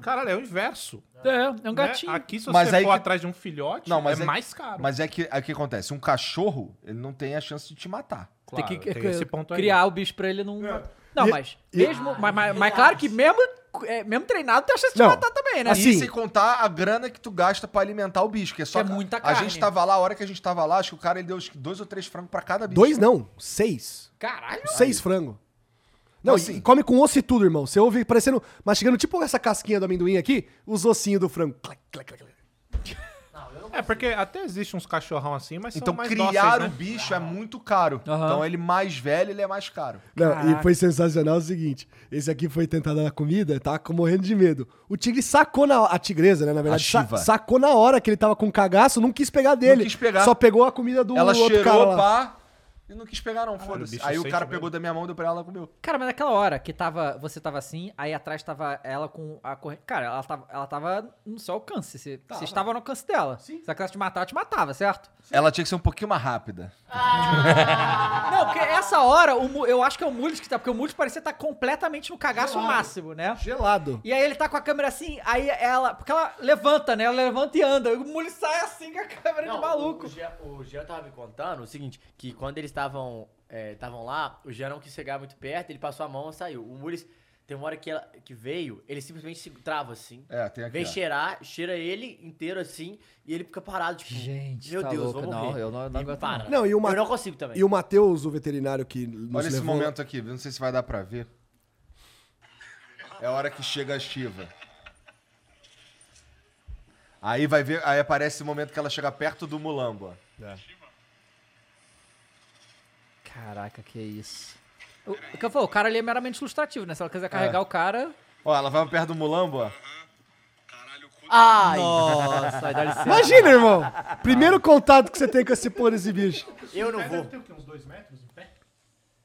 Caralho, é o inverso.
É, é um
né?
gatinho.
Aqui, se
Mas
você
aí
for
que-
atrás de um filhote,
Não, mas
é,
é-
mais caro.
Mas é que é o que acontece? Um cachorro, ele não tem a chance de te matar.
Claro,
tem que
tem esse ponto aí.
criar o bicho pra ele não. Não, mas
e-
mesmo. mas, mas, mas claro que mesmo, é, mesmo treinado tem a chance de
Não,
matar também, né?
assim-
E sem contar a grana que tu gasta pra alimentar o bicho, que é só.
É muita
a
carne.
gente tava lá, a hora que a gente tava lá, acho que o cara ele deu acho que dois ou três frangos pra cada bicho.
dois não, seis.
Caralho.
Seis frango. Não,
Assim.
e come com osso e tudo, irmão. Você ouve parecendo, mastigando tipo essa casquinha do amendoim aqui, os ossinhos do frango. Clac, clac, clac, clac.
É, porque até existe uns cachorrão assim, mas são
Então
mais
criar
dóceis,
o
né?
bicho é muito caro.
Aham.
Então ele mais velho, ele é mais caro.
Não, e foi sensacional o seguinte: esse aqui foi tentar dar na comida, tava com- morrendo de medo. O tigre sacou na a tigresa, né? Na verdade, sa-
Shiva.
sacou na hora que ele tava com um cagaço, não quis pegar dele.
quis pegar.
Só pegou a comida do
ela
outro cara.
cheirou,
lá.
pá, e não quis pegar, não, foda-se.
bicho
Aí o
sente
cara
mesmo.
pegou da minha mão, deu pra ela, ela comeu.
Cara, mas naquela hora que tava, você tava assim, aí atrás tava ela com a corrente. Cara, ela tava, ela tava no seu alcance. Você, você estava no alcance dela. Sim. Se ela quisesse te matar, ela te matava, certo?
Ela tinha que ser um pouquinho mais rápida.
Não, porque essa hora, o Mu- eu acho que é o Mules que tá, porque o Mules parecia estar completamente no cagaço máximo, né?
Gelado.
E aí ele tá com a câmera assim, aí ela. Porque ela levanta, né? Ela levanta e anda. O Mules sai assim com a câmera de maluco.
O Jean, o Jean tava me contando o seguinte, que quando eles estavam é, estavam lá, o Jean não quis chegar muito perto, ele passou a mão e saiu. O Muris, tem uma hora que, ela, que veio, ele simplesmente se trava assim.
É, tem aqui,
Vem
ó.
cheirar, cheira ele inteiro assim, e ele fica parado, tipo,
Gente,
meu
tá
Deus,
louco.
vou
Não,
morrer.
eu não- não
E
aguento
para.
Não, e o Ma-
Eu não consigo também.
E o Matheus, o veterinário que nos
Olha esse
levou-
momento aqui, viu? não sei se vai dar pra ver. É a hora que chega a Shiva. Aí vai ver, aí aparece o momento que ela chega perto do Mulambo. ó.
Caraca, que isso. O, o que eu falo, o cara ali é meramente ilustrativo, né? Se ela quiser carregar o cara.
Ó, ela vai perto do Mulambo, ó.
Ai,
Nossa, dá licença.
Imagina, irmão. Primeiro contato que você tem com esse porra desse bicho.
eu não vou.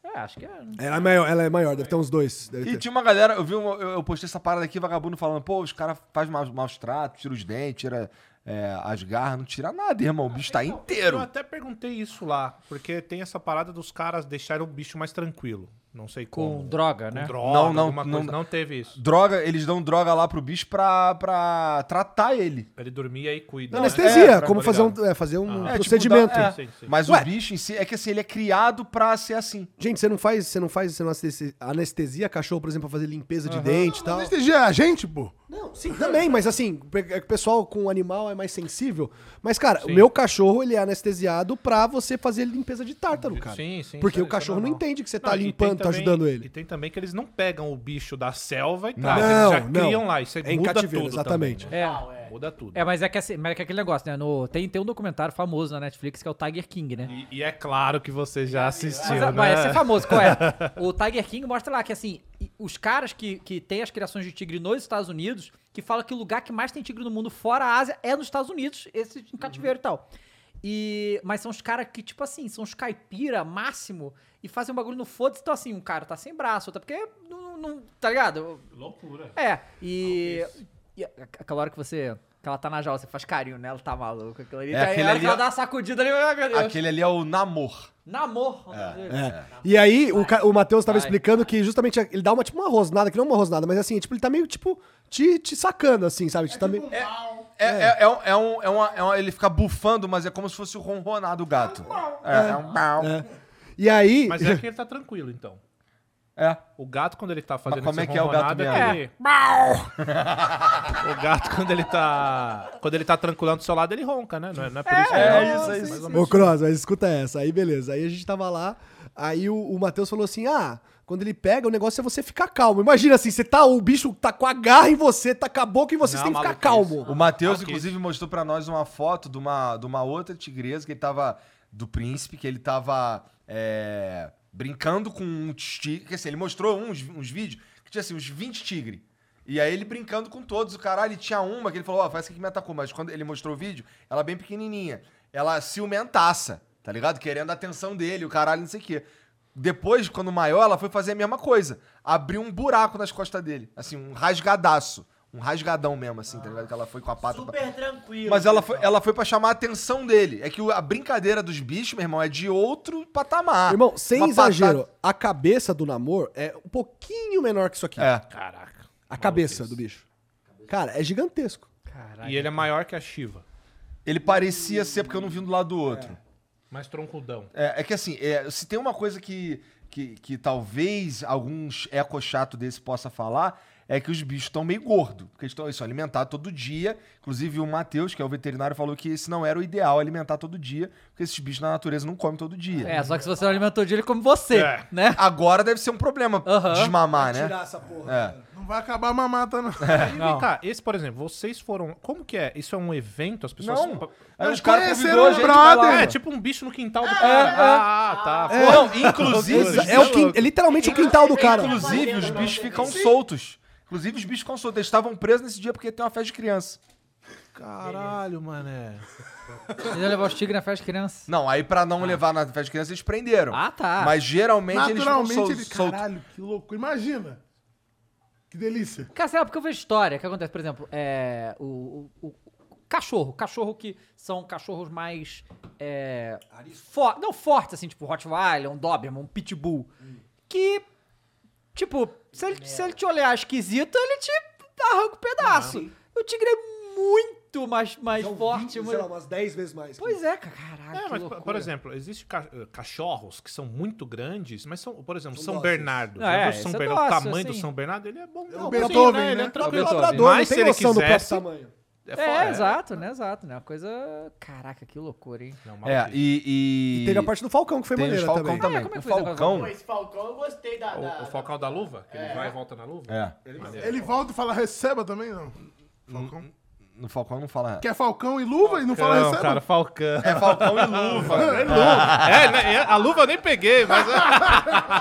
É, acho que é. né?
Ela é maior, ela é maior deve ter uns dois. deve
E
ter.
tinha uma galera, eu vi uma- eu, eu postei essa parada aqui, vagabundo falando, pô, os caras fazem maus, maus tratos, tira os dentes, tira é, as garras, não tira nada, irmão. O bicho tá
Eu
inteiro.
até perguntei isso lá, porque tem essa parada dos caras deixarem o bicho mais tranquilo. Não sei
Com
como.
droga,
Com
né?
droga,
Não, não,
alguma coisa.
não-
Não, teve isso.
Droga, eles dão droga lá pro bicho pra, pra tratar ele.
Pra ele dormir aí cuida.
Não,
né?
anestesia,
é, pra-
como
tá
fazer um,
ligado.
é, fazer um
Ah.
É, tipo,
procedimento.
dá- é.
Sim, sim.
Mas
Ué.
o bicho em si é que assim, ele é criado pra ser assim.
Gente, você não faz, você não faz, você não anestesia, anestesia cachorro, por exemplo, pra fazer limpeza de dente e tal.
Anestesia é a gente, pô.
Não, sim, também, mas assim, pe- é que o pessoal com animal é mais sensível. Mas, cara, o meu cachorro, ele é anestesiado pra você fazer limpeza de tártaro, um cara.
Sim, sim.
Porque
isso
o
é
cachorro não
normal.
entende que você tá
Não, e tem
limpando, tá
também-
ajudando ele.
E tem também que eles não pegam o bicho da selva e
Não,
trazem, eles já
não.
criam lá. Isso aí
É em
muda
cativeiro,
tudo
exatamente.
também,
É.
né? Muda tudo.
É, mas é que, assim, mas é que aquele negócio, né? No, tem, tem um documentário famoso na Netflix que é o Tiger King, né?
E, e é claro que você já assistiu,
Mas,
né?
mas esse é famoso, qual é? O Tiger King mostra lá que, assim, e- os caras que, que têm as criações de tigre nos Estados Unidos, que falam que o lugar que mais tem tigre no mundo fora a Ásia é nos Estados Unidos, esse em cativeiro e tal. E, mas são os caras que, tipo assim, são os caipira máximo e fazem um bagulho no foda-se. Então, assim, um cara tá sem braço, outro porque não, não- Tá ligado? Loucura. É, e. e a- aquela hora que você. Que ela tá na jaula, você faz carinho nela, tá maluco. Aquilo ali.
É,
tá- a
aquele
hora
ali
que ela
é-
dá uma sacudida ali, ai, meu Deus.
Aquele ali é o namor.
Namor.
É. E aí, o, ca- o Matheus tava explicando que justamente ele dá uma, tipo, uma rosnada, que não é uma rosnada, mas assim, tipo, ele tá meio, tipo, te, te sacando, assim, sabe? Te tá meio-
É, é- é um, é um- é uma- é uma- ele fica bufando, mas é como se fosse o ronronar do gato. É, é um mau.
É. E aí...
Mas é que ele tá tranquilo, então.
É.
O gato, quando ele tá fazendo
como
esse
é que é o gato
ronronado,
miado?
ele- O gato, quando ele tá. Quando ele tá tranquilando do seu lado, ele ronca, né? Não é, não é por isso que
é
ele
isso,
ronca,
é
mais
isso.
ou menos.
Ô, Cross, mas escuta essa. Aí, beleza. Aí a gente tava lá, aí o, o Matheus falou assim, ah, quando ele pega, o negócio é você ficar calmo. Imagina assim, você tá, o bicho tá com a garra em você, tá com a boca em você, você
Não,
tem que ficar
maluquice.
calmo.
O Matheus,
Aqui.
inclusive, mostrou pra nós uma foto de uma, de uma outra tigresa que ele tava. Do príncipe, que ele tava. é, brincando com um tigre. Quer dizer, ele mostrou uns, uns vídeos que tinha assim, uns 20 tigres. E aí ele brincando com todos. O caralho, e tinha uma que ele falou, ó, parece que me atacou. Mas quando ele mostrou o vídeo, ela é bem pequenininha. Ela é ciumentaça, tá ligado? Querendo a atenção dele, o caralho, não sei o quê. Depois, quando maior, ela foi fazer a mesma coisa. Abriu um buraco nas costas dele. Assim, um rasgadaço. um rasgadão mesmo, assim, tá ligado? Que ela foi com a pata. pra-
Super tranquilo.
Mas ela foi, ela foi pra chamar a atenção dele. É que o- a brincadeira dos bichos, meu irmão, é de outro patamar.
Ah, Irmão, sem
Uma patada-
exagero, a cabeça do Namor é um pouquinho menor que isso aqui.
É.
Caraca.
A cabeça do bicho. Cara, é gigantesco.
E ele é maior que a Shiva.
Ele parecia ser, porque eu não vi um do lado do outro.
Mais troncudão.
É, é que assim, é, se tem uma coisa que, que, que talvez alguns eco chato desse possa falar, é que os bichos estão meio gordos. Porque eles estão isso, alimentar todo dia. Inclusive o Matheus, que é o veterinário, falou que esse não era o ideal alimentar todo dia, porque esses bichos na natureza não comem todo dia.
É, só que se você não alimentou dia, ele come você,
É.
né?
Agora deve ser um problema
Aham.
desmamar, né?
essa porra.
É.
Não vai acabar a mamata, não.
E vem cá, esse, por exemplo, vocês foram. Como que é? Isso é um evento? As pessoas.
Não. Aí
Eles
os caras
conheceram
convidou a
o
gente, vai lá.
brother.
É tipo um bicho no quintal do cara. Ah, tá. Pô,
Não, inclusive,
É, o quin- é literalmente o quintal do cara.
Inclusive, os bichos ficam soltos. Inclusive, os bichos ficam soltos. Eles estavam presos nesse dia porque tem uma festa de criança.
Caralho, mané.
Ele ia levar os tigres na festa de criança.
Não, aí pra não levar na festa de criança, eles prenderam.
Ah, tá.
Mas geralmente eles ficam
Naturalmente
sol
ele.
soltos.
Caralho, que louco. Imagina. Que delícia.
Cara, sei lá, porque eu vejo história que acontece, por exemplo, é, o, o- o- o cachorro, cachorro que são cachorros mais, é, for- não fortes, assim, tipo Rottweiler, um Doberman, um Pitbull,
Hum.
que, tipo, se ele, se ele te olhar esquisito, ele te arranca um pedaço. O tigre é muito mais, mais forte.
É um sei
muito-
lá, umas 10 vezes mais.
Pois é, cara, caralho, que
É, mas, por-
loucura.
por exemplo, existem cachorros que são muito grandes, mas são, por exemplo, São,
dóceis.
Bernardo.
Ah,
Já
é,
viu São
esse é
Bernardo, o
dócil,
tamanho do
assim.
São Bernardo, ele é bom.
o
bonzinho,
Beethoven,
Ele
né?
é
É o
tranquilo.
labrador,
Mas
não
se
tem
ele
noção do próprio
quisesse,
tamanho.
é
É,
foda.
exato, né? Exato, né? Uma coisa. Caraca, que loucura, hein?
Não,
É,
maldito.
e.
E teve a parte do Falcão, que foi
tem os
maneira
Falcão
também.
também.
também.
Ah, como é
o
que foi esse
Falcão.
Esse Falcão eu gostei da. da-
O, o focal da luva, que ele vai e volta na luva.
É.
Ele volta e fala receba também, não. Falcão.
No Falcão não fala.
Hum. Quer Falcão e luva e não fala receba?
Falcão.
É Falcão e luva.
É, luva. É, né, é, a luva eu nem peguei, mas. é.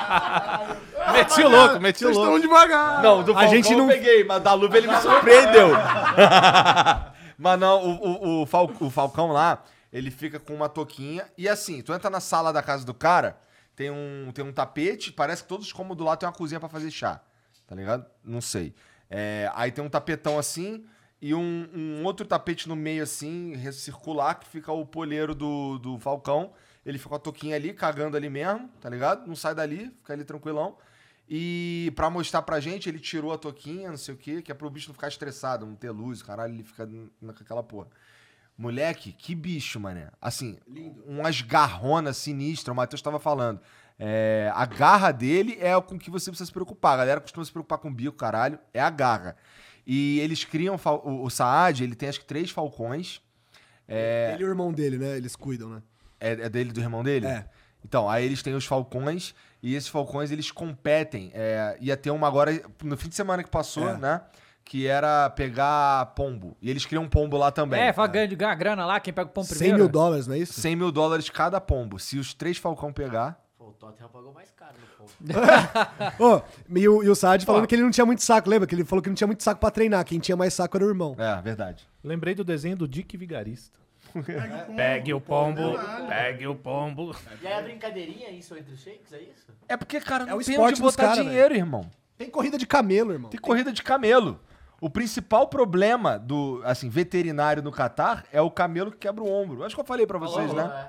meti o louco, meti o
Vocês
louco.
estão devagar.
Não, do Falcão
gente não-
eu peguei, mas da luva ele me surpreendeu. mas não, o, o- o Fal- o Falcão lá, ele fica com uma touquinha. E assim, tu entra na sala da casa do cara, tem um, tem um tapete, parece que todos os cômodos lá tem uma cozinha pra fazer chá. Tá ligado? Não sei. É, aí tem um tapetão assim e um, um outro tapete no meio assim, re- circular, que fica o poleiro do, do Falcão. Ele fica com a touquinha ali, cagando ali mesmo, tá ligado? Não sai dali, fica ali tranquilão. E pra mostrar pra gente, ele tirou a toquinha, não sei o quê, que é pro bicho não ficar estressado, não ter luz, caralho, ele fica n- com aquela porra. Moleque, que bicho, mané. Assim, umas garronas sinistras, o Matheus tava falando. É, a garra dele é com que você precisa se preocupar. A galera costuma se preocupar com bico, caralho, é a garra. E eles criam, fal- o, o Saad, ele tem acho que três falcões.
Ele e o irmão dele, né? Eles cuidam, né?
É, é dele, do irmão dele?
É.
Então, aí eles têm os falcões, e esses falcões, eles competem. É, ia ter uma agora, no fim de semana que passou,
É.
né? Que era pegar pombo. E eles criam um pombo lá também.
é, vai ganhar ganhar grana lá, quem pega o pão
100
primeiro. né?
mil dólares, não é isso?
100 mil dólares cada pombo. Se os três falcão pegar...
Pô, o Tottenham pagou mais caro no povo.
Ô, e o, e o Saad falando que ele não tinha muito saco, lembra? Que ele falou que não tinha muito saco pra treinar. Quem tinha mais saco era o irmão.
É, verdade.
Lembrei do desenho do Dick Vigarista.
É.
Pegue o pombo, pegue o pombo.
E aí a brincadeirinha é isso entre os shakes, é isso?
É porque, cara, não
o
tem
esporte
onde
dos
botar
cara,
dinheiro, irmão.
Tem corrida de camelo, irmão.
Tem corrida de camelo. O principal problema do, assim, veterinário no Catar é o camelo que quebra o ombro. Acho que eu falei pra vocês, né?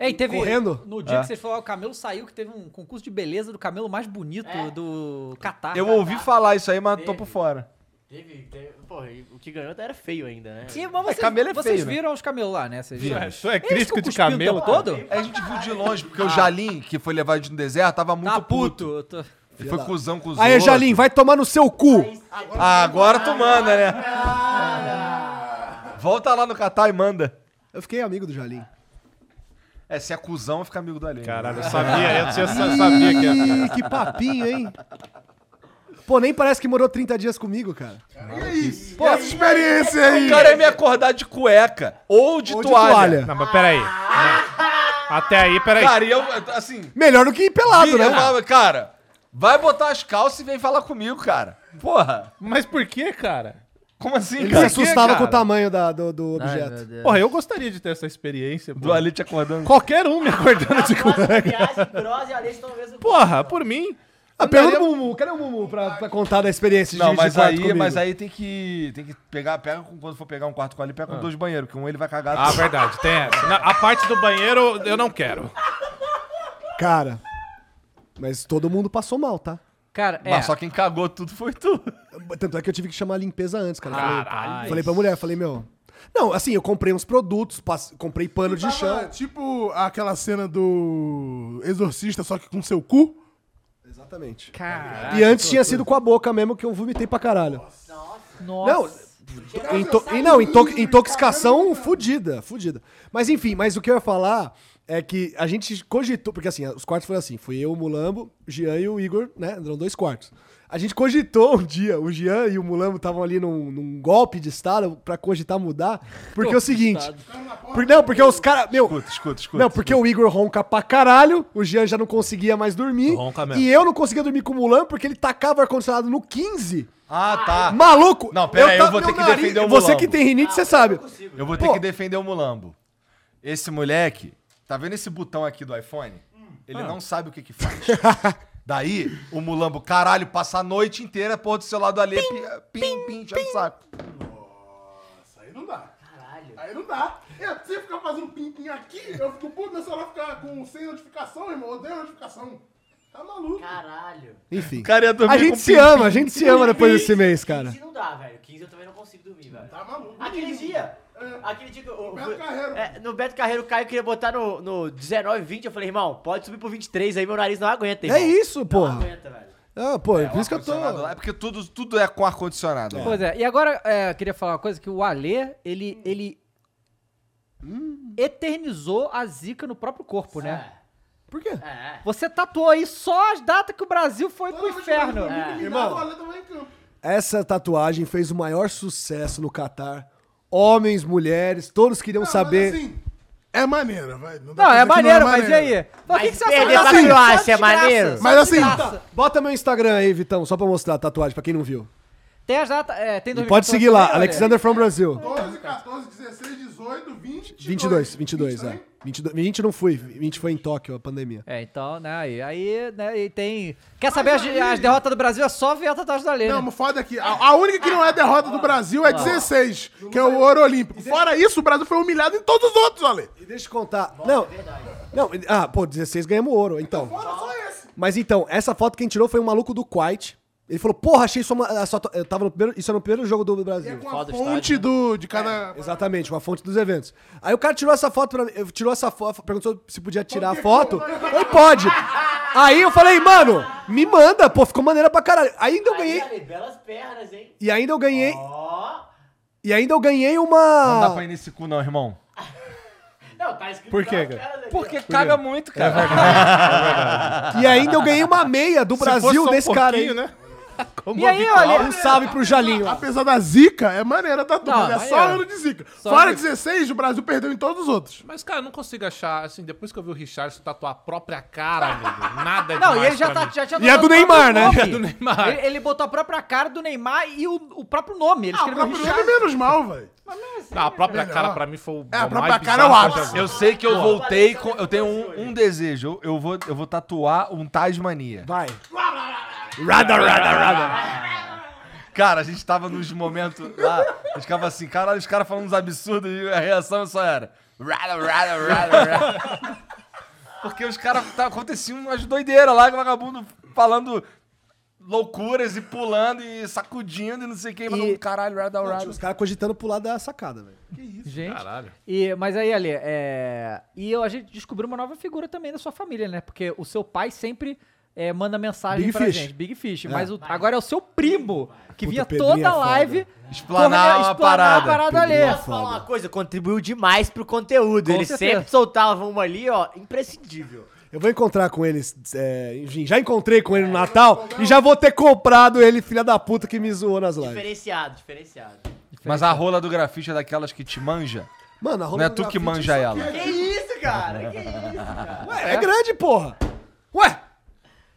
Ei, teve.
Correndo?
No dia
É.
que vocês falaram, o camelo saiu, que teve um concurso de beleza do camelo mais bonito do Catar.
Eu ouvi falar isso aí, mas tô por fora.
Teve, teve.
Porra, e o que ganhou até era feio ainda, né?
E, mas vocês,
camelo é
vocês
feio, né?
viram os camelos lá, né? Vocês viram?
Isso é
Eles ficam
crítico de
cuspindo o
camelo.
tempo
cara.
todo?
A gente viu de longe,
Ah.
porque o Jalim, que foi levado de no deserto, tava muito
Tá
puto.
puto. eu tô-
Ele foi cuzão com os
Aí,
outros.
Jalim, vai tomar no seu cu.
Ah, agora tu manda, né? Volta lá no Catar e manda.
Eu fiquei amigo do Jalim.
É, se é cuzão, fica amigo do Aline.
Caralho, eu sabia, eu tinha- sabia que era.
Ih, que papinho, hein? Pô, nem parece que morou 30 dias comigo, cara.
E aí? essa experiência aí?
O cara ia me acordar de cueca ou de,
Ou de
toalha.
toalha.
Não, mas peraí. Até aí, peraí.
Cara, e eu, assim,
Melhor do que ir pelado,
eu
né?
falava, cara, vai botar as calças e vem falar comigo, cara. Porra,
Mas por que, cara?
como assim,
Ele se
cara?
quê,
assustava
cara?
com o tamanho da- do, do
Ai,
objeto.
meu Deus.
Porra, eu gostaria de ter essa experiência.
Do
Porra.
Ali te acordando.
Qualquer um me acordando de
Próxima
cueca.
viagem, Gross e Alex estão no mesmo
Porra, por mim.
Ah, pergunta pro Mumu. Cadê o Mumu pra, pra contar da experiência de
Não,
dividir
mas
quarto
aí,
comigo?
mas aí tem que. Tem que pegar. Pega com- quando for pegar um quarto com ele,
Ah.
pega com dois banheiros, que um ele vai cagar.
Ah, verdade, tem essa. Na- A parte do banheiro eu não quero.
Cara, mas todo mundo passou mal, tá?
Cara, é.
Mas só quem cagou tudo foi tu.
Tanto é que eu tive que chamar a limpeza antes, cara. Eu falei-
Caralho.
Falei pra mulher, falei, meu... Não, assim, eu comprei uns produtos, passe- comprei pano de
Tava,
é chão.
tipo aquela cena do Exorcista, só que com seu cu.
Exatamente.
Cara,
E antes tinha sido com a boca mesmo, que eu vomitei pra caralho.
nossa.
Não, into- e não, into- intoxicação fudida, fudida. Mas enfim, mas o que eu ia falar é que a gente cogitou, porque assim, os quartos foram assim, fui eu, o Mulambo, o Jean e o Igor, né, eram dois quartos. A gente cogitou um dia, o Jean e o Mulambo estavam ali num, num golpe de estado pra cogitar mudar, porque é o seguinte, por- não, porque os caras, meu,
Escuta, escuta, escuta.
não, porque o Igor ronca pra caralho, o Jean já não conseguia mais dormir,
Ronca mesmo.
e eu não conseguia dormir com o Mulambo porque ele tacava o ar-condicionado no 15
Ah, tá.
Maluco!
Não, pera aí, eu
ta-
vou
meu
ter que
nariz-
defender o
Você
Mulambo.
que tem rinite, você sabe.
Eu vou ter
Pô.
que defender o Mulambo. Esse moleque, tá vendo esse botão aqui do iPhone? Ele não sabe o que que faz. Daí, o Mulambo, caralho, passa a noite inteira, porra do celular do Ale, pim, pim, pim, já saco.
Nossa, aí não dá. Caralho. Aí não dá. É, você ficar fazendo pintinho aqui, eu fico puto, meu celular ficar com, sem notificação, irmão. Eu odeio notificação. Tá maluco.
Caralho.
Enfim.
Cara, ia dormir
A gente
com
se
pim,
ama, a gente se ama depois desse mês, cara.
15 não dá, velho. 15 eu também não consigo dormir, velho.
Tá maluco.
Aquele dia.
É.
Aquele dia que eu. eu-
Beto Carreiro.
É, no Beto Carreiro, o Caio queria botar no, no 19, 20. Eu falei, irmão, pode subir pro 23, aí meu nariz não aguenta, irmão.
É isso,
Não
porra.
aguenta, velho.
Ah, pô, é por isso que eu tô.
ar-condicionado lá. É porque tudo, tudo é com ar-condicionado. lá.
Pois é, e agora é, eu queria falar uma coisa, que o Alê, ele, ele eternizou a zica no próprio corpo, né?
Por quê?
É.
Você tatuou aí só as datas que o Brasil foi pro inferno.
Irmão.
Irmão. Também em campo.
Essa tatuagem fez o maior sucesso no Catar. Homens, mulheres, todos queriam
Não,
saber.
mas assim, é maneira, vai. dá
Não,
pra
é
dizer que
maneiro,
é
mas e aí? Mas o que,
Mas
que você acha da
perder
pra
tatuagem?
Croácia
Só de
é maneiro?
graça, só
Mas
de
assim,
graça.
Bota meu Instagram aí, Vitão, só pra mostrar a tatuagem, pra quem não viu.
Tem as datas, é, tem
E pode seguir lá, Alexander from Brasil.
12, 14, 16, 18, 20.
22, 22, é. 22, 20 não fui, 20 foi em Tóquio, a pandemia.
É, então, né, aí, aí né, e tem... Quer saber as, as derrotas do Brasil? É só ver a tatuagem do Alê,
Não,
né?
mas foda aqui. A, a única que não é derrota do Brasil é 16, que é o ouro olímpico. Fora isso, o Brasil foi humilhado em todos os outros, Ale.
E deixa eu contar. não. não, ah, pô, 16 ganhamos ouro, então. Mas então, essa foto quem tirou foi um maluco do Kuwait. Ele falou, porra, achei sua, ma- a sua, to- eu tava no primeiro, isso é no primeiro jogo do Brasil.
Com a fonte do, de cada...
Exatamente, com a fonte dos eventos. Aí o cara tirou essa foto pra mim, eu- tirou essa foto, perguntou se podia tirar a foto. Ele pode. Aí eu falei, mano, me manda, pô, ficou maneira pra caralho. Ainda eu
Aí,
ganhei,
Ale, belas pernas, hein?
e ainda eu ganhei,
Ó.
e ainda eu ganhei
Não dá pra
uma...
ir nesse cu não, irmão.
Não, tá escrito.
Por quê,
belas
cara?
pernas aqui, ó.
Porque caga muito, cara.
E ainda eu ganhei uma meia do
fosse só
Brasil
um
desse cara aí.
pouquinho, né? Como
E aí,
habitual.
olha,
Um salve pro Jalinho. ó.
Apesar da zica, é maneira da turma.
Não,
é só
maneiro.
ano de zica.
Só
Fora
ano de-
16, o Brasil perdeu em todos os outros.
Mas, cara, eu não consigo achar, assim, depois que eu vi o Richardson tatuar a própria cara, amigo, nada
Não,
demais
e ele já,
pra
tá,
mim.
já tinha
E é
tatuado
do
o próprio
Neymar, né?
nome.
E é do Neymar.
Ele, ele botou a própria cara do Neymar e o, o próprio nome. Ele
Ah, o
escreveu
próprio nome é
Richard.
menos mal, velho.
Não, a própria cara pra mim foi o
É, a
o
própria
mais
cara é o
bizarro que
ápice.
já vi.
Eu sei que eu voltei com... Eu tenho um, um desejo. Eu, eu vou, eu vou tatuar um Tasmania.
Vai.
Cara, a gente tava nos momentos lá, a gente ficava assim, caralho, os caras falando uns absurdos e a reação só era. "Rada, rada, rada, rada." Porque os caras tá, aconteciam umas doideiras lá, que o vagabundo falando loucuras e pulando e sacudindo e não sei o que, mas não, caralho, rada, rada.
Os caras cogitando pular da sacada, velho.
Gente,
Caralho.
E, mas aí, Ale, é, e eu- a gente descobriu uma nova figura também da sua família, né? Porque o seu pai sempre é, manda mensagem
Big
pra
Fish.
gente, Big Fish. Mas o- agora é o seu primo, que vinha
Pedrinho é
toda a
foda.
live
Explanar uma
a
parada.
parada ali.
Pedrinho é
Posso falar
foda.
uma coisa? Contribuiu demais pro conteúdo.
Com
Ele
certeza.
sempre soltava uma ali, ó, imprescindível.
Eu vou encontrar com ele, é, enfim, já encontrei com ele no Natal e já vou ter comprado ele, filha da puta, que me zoou nas lives.
Diferenciado, diferenciado.
Mas a rola do grafite é daquelas que te manja,
Mano, a
não
rola
é
do
tu que
grafite-
manja ela.
Que isso, cara? Que isso, cara?
Ué, é grande, porra. Ué,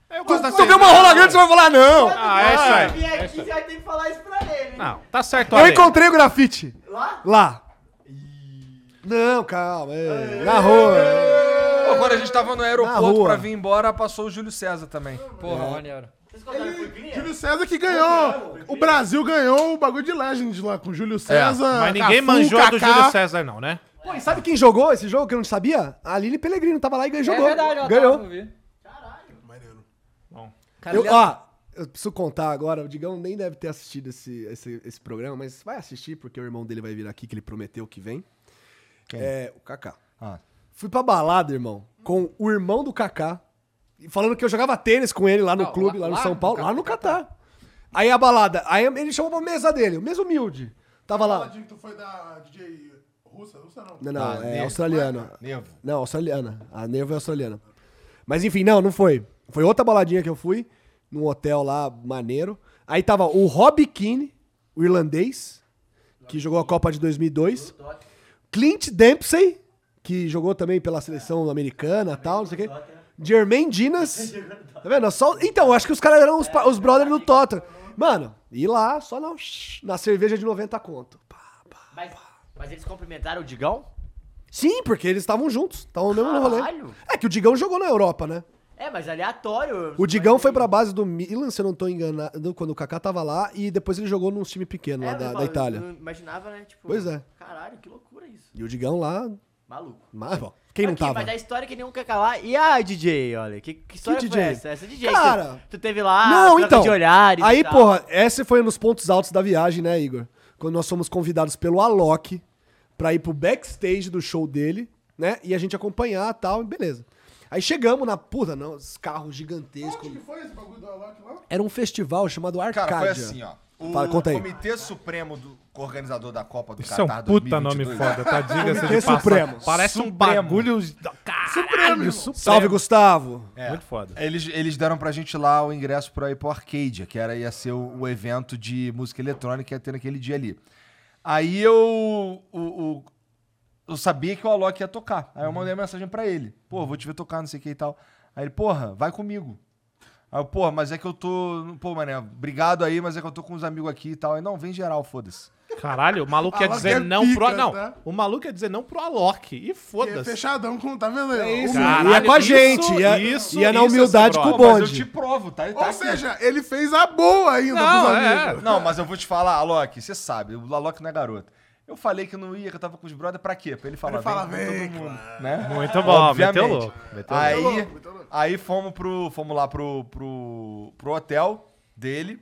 Eu
tu,
gosto da
tu vê uma rola grande, você vai falar, não.
Ah, é isso aí.
Vem aqui, você vai ter que falar isso pra ele. hein?
Não, tá certo,
Eu
Ale.
encontrei o grafite.
Lá?
Lá. Não, calma. ei, Na rua.
Ô, quando a gente tava no aeroporto
rua.
pra vir embora, passou o Júlio César também.
Porra, maneiro.
Júlio César que ganhou. O Brasil ganhou o bagulho de Legends lá com o Júlio César.
Mas ninguém
Cafu,
manjou do
Kaká.
Júlio César, não, né?
Pô, e sabe quem jogou esse jogo que eu não sabia? A Aline Pellegrino tava lá e ganhou.
É
jogou.
verdade, ela
ganhou.
tava no vídeo.
Eu, ó, eu preciso contar agora, o Digão nem deve ter assistido esse, esse, esse programa, mas vai assistir, porque o irmão dele vai vir aqui, que ele prometeu que vem. É, o Kaká.
Ah.
Fui pra balada, irmão, com o irmão do Kaká, e falando que eu jogava tênis com ele lá no
Não,
clube,
lá-
lá, no
lá
São
no
Paulo, lá no Catar. Aí a balada, aí ele chamou pra mesa dele, o mesmo humilde. Tava lá.
Paladinho, tu foi da DJ russa? Russa não.
Não, não,
Ah,
é
negro.
australiano.
Nevo.
Não, australiana. A Nervo é australiana. Mas enfim, não, não foi. Foi outra baladinha que eu fui, num hotel lá maneiro. Aí tava o Rob Keane, o irlandês, que jogou a Copa de 2002. Clint Dempsey, que jogou também pela seleção americana e tal, não sei o quê. Jermaine Dinas. Tá vendo? Só, então, eu acho que os caras eram os, pa- os brothers do Tottenham. Mano, e lá, só na, na cerveja de 90 conto. Pá, pá.
Mas, mas eles cumprimentaram o Digão?
Sim, porque eles estavam juntos, estavam no mesmo rolê.
Caralho!
É que o Digão jogou na Europa, né?
É, mas aleatório.
O Digão foi pra base do Milan, se eu não tô enganado, quando o Kaká tava lá, e depois ele jogou num time pequeno lá
É,
da,
eu
da Itália.
Não imaginava, né? Tipo,
Pois é.
Caralho, que loucura isso.
E o Digão lá,
Maluco.
mas, ó, quem não
Aqui,
tava?
Mas a história é que nenhum quer calar. E a DJ, olha? Que, que história
Que
foi
DJ?
essa? Essa DJ
Cara!
que tu, tu teve lá,
não,
troca
então.
de olhares e
aí,
tal.
porra, esse foi um dos pontos altos da viagem, né, Igor? Quando nós fomos convidados pelo Alok pra ir pro backstage do show dele, né? E a gente acompanhar e tal, e beleza. Aí chegamos na puta, não, os carros gigantescos.
que foi esse bagulho do Alok lá?
Era um festival chamado Arcadia.
Cara, foi assim, ó. O
Fala, conta aí.
Comitê Supremo do organizador da Copa do
Isso é um
Catar
puta
2022.
nome foda, tá? Diga-se
Comitê
de passagem.
Supremo.
Parece um bagulho... Caralho, Supremo.
Salve, Gustavo!
É.
Muito foda.
Eles, eles deram pra gente lá o ingresso pra ir pro Arcadia, que era, ia ser o, o evento de música eletrônica que ia ter naquele dia ali. Aí eu. O, o- eu sabia que o Alok ia tocar.
Uhum.
Aí eu mandei uma mensagem pra ele: pô, vou te ver tocar, não sei o que e tal. Aí ele, porra, vai comigo. Aí eu, porra, mas é que eu tô. Pô, mané, obrigado aí, mas é que eu tô com uns amigos aqui e tal. Aí, não, vem geral, foda-se.
Caralho, o maluco ia
Alok é
dizer não
pica,
pro... Não,
tá?
o maluco ia dizer não pro Alok. E
É
foda-se.
fechadão com, tá vendo?
É
Humilde.
isso.
Caralho,
Ia com a
isso-
gente, ia-
isso-
ia na
isso é
humildade
ser
com o
brother.
Bonde.
Mas eu te provo, tá? tá
Ou
aqui.
seja, ele fez a boa ainda
Não,
pros
é.
amigos.
Não, mas eu vou te falar, Alok, você sabe, o Alok não é garoto. Eu falei que não ia, que eu tava com os brother, pra quê? Pra ele falar,
Ele fala, "Vem,
todo mundo, né?
Muito bom,
Obviamente.
meteu louco. meteu louco.
Aí,
louco, meteu louco.
aí fomos, pro, fomos lá pro, pro, pro hotel dele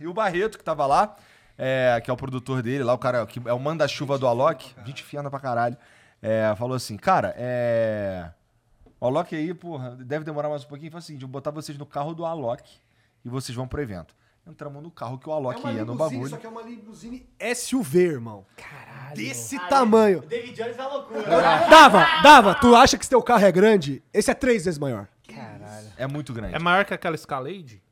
e o Barreto, que tava lá, é, que é o produtor dele, lá o cara que é o manda-chuva do Alok, gente fiana pra caralho, é, falou assim, cara, é... O Alok aí, porra, deve demorar mais um pouquinho. Fala assim, eu vou botar vocês no carro do Alok e vocês vão pro evento. Entramos no carro que o Alok ia no bagulho.
Só que é uma limusine SUV, irmão. Caralho. Desse tamanho.
O David Jones é loucura.
Dava, dava. Tu acha que esse teu carro é grande? Esse é três vezes maior.
É muito grande.
É maior que aquela Escalade?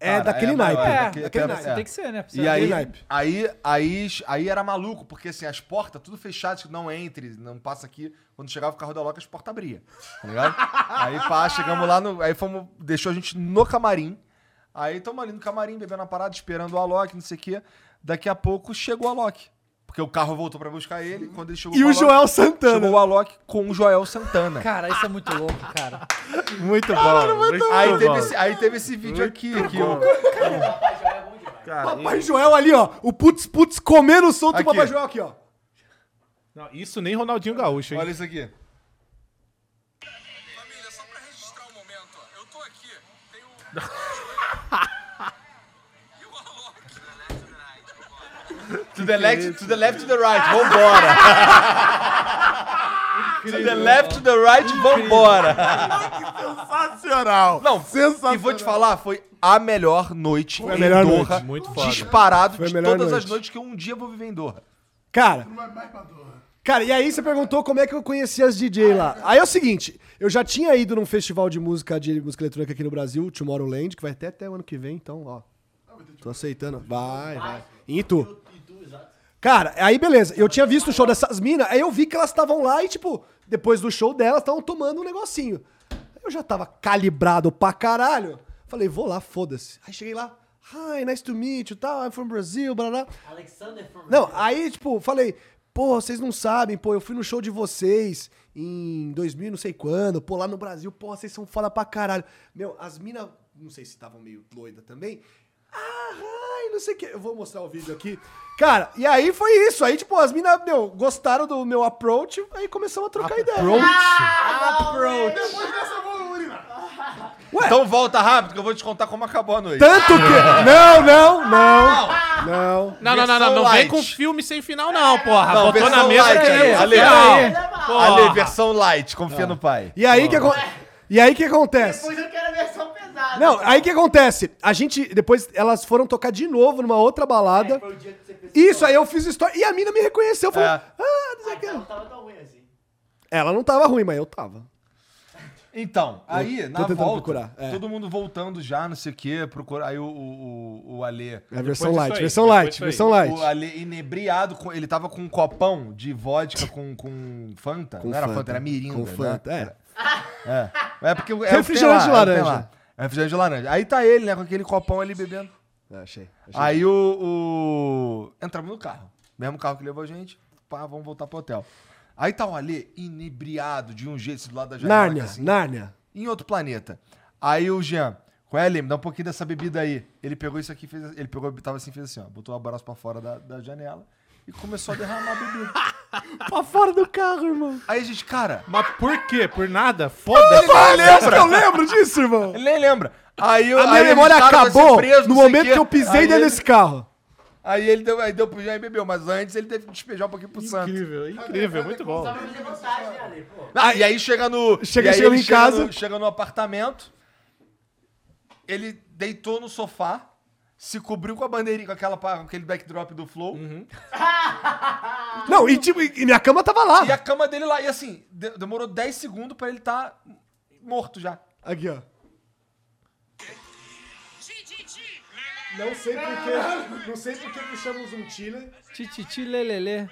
É
Cara,
daquele
é
naipe.
maior,
É,
é
daquele,
daquele- é,
naipe.
Você tem que ser, né?
E aí,
naipe.
aí, aí, aí era maluco, porque assim, as portas tudo fechadas, que não entre, não passa aqui. Quando chegava o carro da Loca, as portas abria. Tá ligado? aí pá, chegamos lá, no, aí fomos, deixou a gente no camarim. Aí estamos ali no camarim, bebendo a parada, esperando o Alok, não sei o quê. Daqui a pouco chegou o Alok. Porque o carro voltou pra buscar ele. Quando ele chegou
E
com
o
Alok,
Joel Santana.
Chegou o Alok com o Joel Santana.
Cara, isso é muito louco, cara.
Muito bom. muito
Aí
bom.
teve, esse, aí teve esse vídeo aqui, que o,
Papai Joel ali, ó. O putz putz comendo o som do
Aqui.
Papai Joel aqui, ó.
Não, isso nem Ronaldinho Gaúcho, hein?
Olha isso aqui. To the left, to the left, to the right, vambora. to the left, to the right, vambora.
Sensacional.
Não,
sensacional.
E vou te falar, foi a melhor noite
a
em
melhor
Doha.
noite,
muito foda.
Disparado
Foi a
de
melhor
todas as
noite.
noites que eu um dia vou viver em Doha.
Cara,
Vai é mais pra dor.
Cara, e aí você perguntou como é que eu conheci as DJ lá. Aí é o seguinte, eu já tinha ido num festival de música de música eletrônica aqui no Brasil, Tomorrowland, que vai até até o ano que vem, então, ó.
Ah,
Tô aceitando. Vai, vai. E tu? Cara, aí beleza. Eu tinha visto o show dessas minas, aí eu vi que elas estavam lá e, tipo, depois do show delas, estavam tomando um negocinho. Eu já tava calibrado pra caralho. Falei, vou lá, foda-se. Aí cheguei lá. Hi, nice to meet you, tal, I'm from Brazil, blá blá. blá.
Alexander from
Não, aí, tipo, falei, pô, vocês não sabem, pô, eu fui no show de vocês em 2000 não sei quando, pô, lá no Brasil, pô, vocês são foda pra caralho. Meu, as minas, não sei se estavam meio doida também. Ah, ai, não sei o que. Eu vou mostrar o vídeo aqui. Cara, e aí foi isso. Aí, tipo, as minas, meu, gostaram do meu approach, aí começamos a trocar ideia.
Então volta rápido que eu vou te contar como acabou a noite.
Tanto que. Não, não, não. Não.
Não, não, não, não, não vem com filme sem final, não, porra.
É. Não,
Botou na
versão
mesa
light,
querendo
Ale,
o
Ale,
final.
Ale, versão light,
Tá.
confia no pai.
E aí que acon- E aí que acontece?
Depois eu quero a versão pesada.
Não, aí que acontece? A gente. Depois elas foram tocar de novo numa outra balada.
Foi o dia que você fez
Isso, aí eu fiz história. E a mina me reconheceu. Falou, ah, não sei o
Ah, não
que.
tava tão ruim assim.
Ela não tava ruim, mas eu tava. É
Então, aí, na
tentando
volta,
procurar, é.
todo mundo voltando já, não sei o quê, procura. Aí o, o, o- o Ale.
É a versão
disso
light,
aí,
versão
depois
light,
disso aí.
versão light.
O Ale inebriado, com- ele tava com um copão de vodka com, com Fanta.
Com
não era Fanta,
Fanta,
era Mirinda.
Com
né?
Fanta, é.
É. É porque é o que tem
Refrigerante
lá, é o que tem
laranja.
lá. É refrigerante de laranja. Aí tá ele, né, com aquele copão ali bebendo.
Ah, achei. achei.
Aí o, o- Entramos no carro. Mesmo carro que levou a gente. Pá, vamos voltar pro hotel. Aí tá o Alê inebriado de um jeito do lado da janela.
Nárnia,
assim,
Nárnia.
Em outro planeta. Aí o Jean. Qual é, Ale? Me dá um pouquinho dessa bebida aí. Ele pegou isso aqui, fez, ele pegou, tava assim, fez assim, ó. Botou o abraço pra fora da, da janela e começou a derramar a bebida.
Pra fora do carro, irmão.
Aí a gente, cara,
Mas por quê? Por nada? Foda-se.
Parece que eu lembro disso, irmão.
ele nem lembra. Aí, eu-
A minha
aí
memória
eles, cara, vai ser
acabou
preso,
no
não sei
momento
quê.
que eu pisei
Aí
dentro
ele-
desse carro.
Aí ele deu, aí deu pro Jean e bebeu, mas antes ele teve que despejar um pouquinho pro Santos.
Incrível, incrível, muito bom.
Só pra fazer vantagem, né, Ale? Pô.
Ah, e aí chega no.
Chega-
e aí
chega
ele
em casa.
no- chega no apartamento. Ele deitou no sofá, se cobriu com a bandeirinha, com, aquela, pa- com aquele backdrop do Flow.
Não, e tipo, e minha cama tava lá.
E a cama dele lá. E assim, de- demorou 10 segundos pra ele estar tá morto já.
Aqui, ó. Não sei porque. Não sei porque que chamamos um Chile.
Tititi lelele.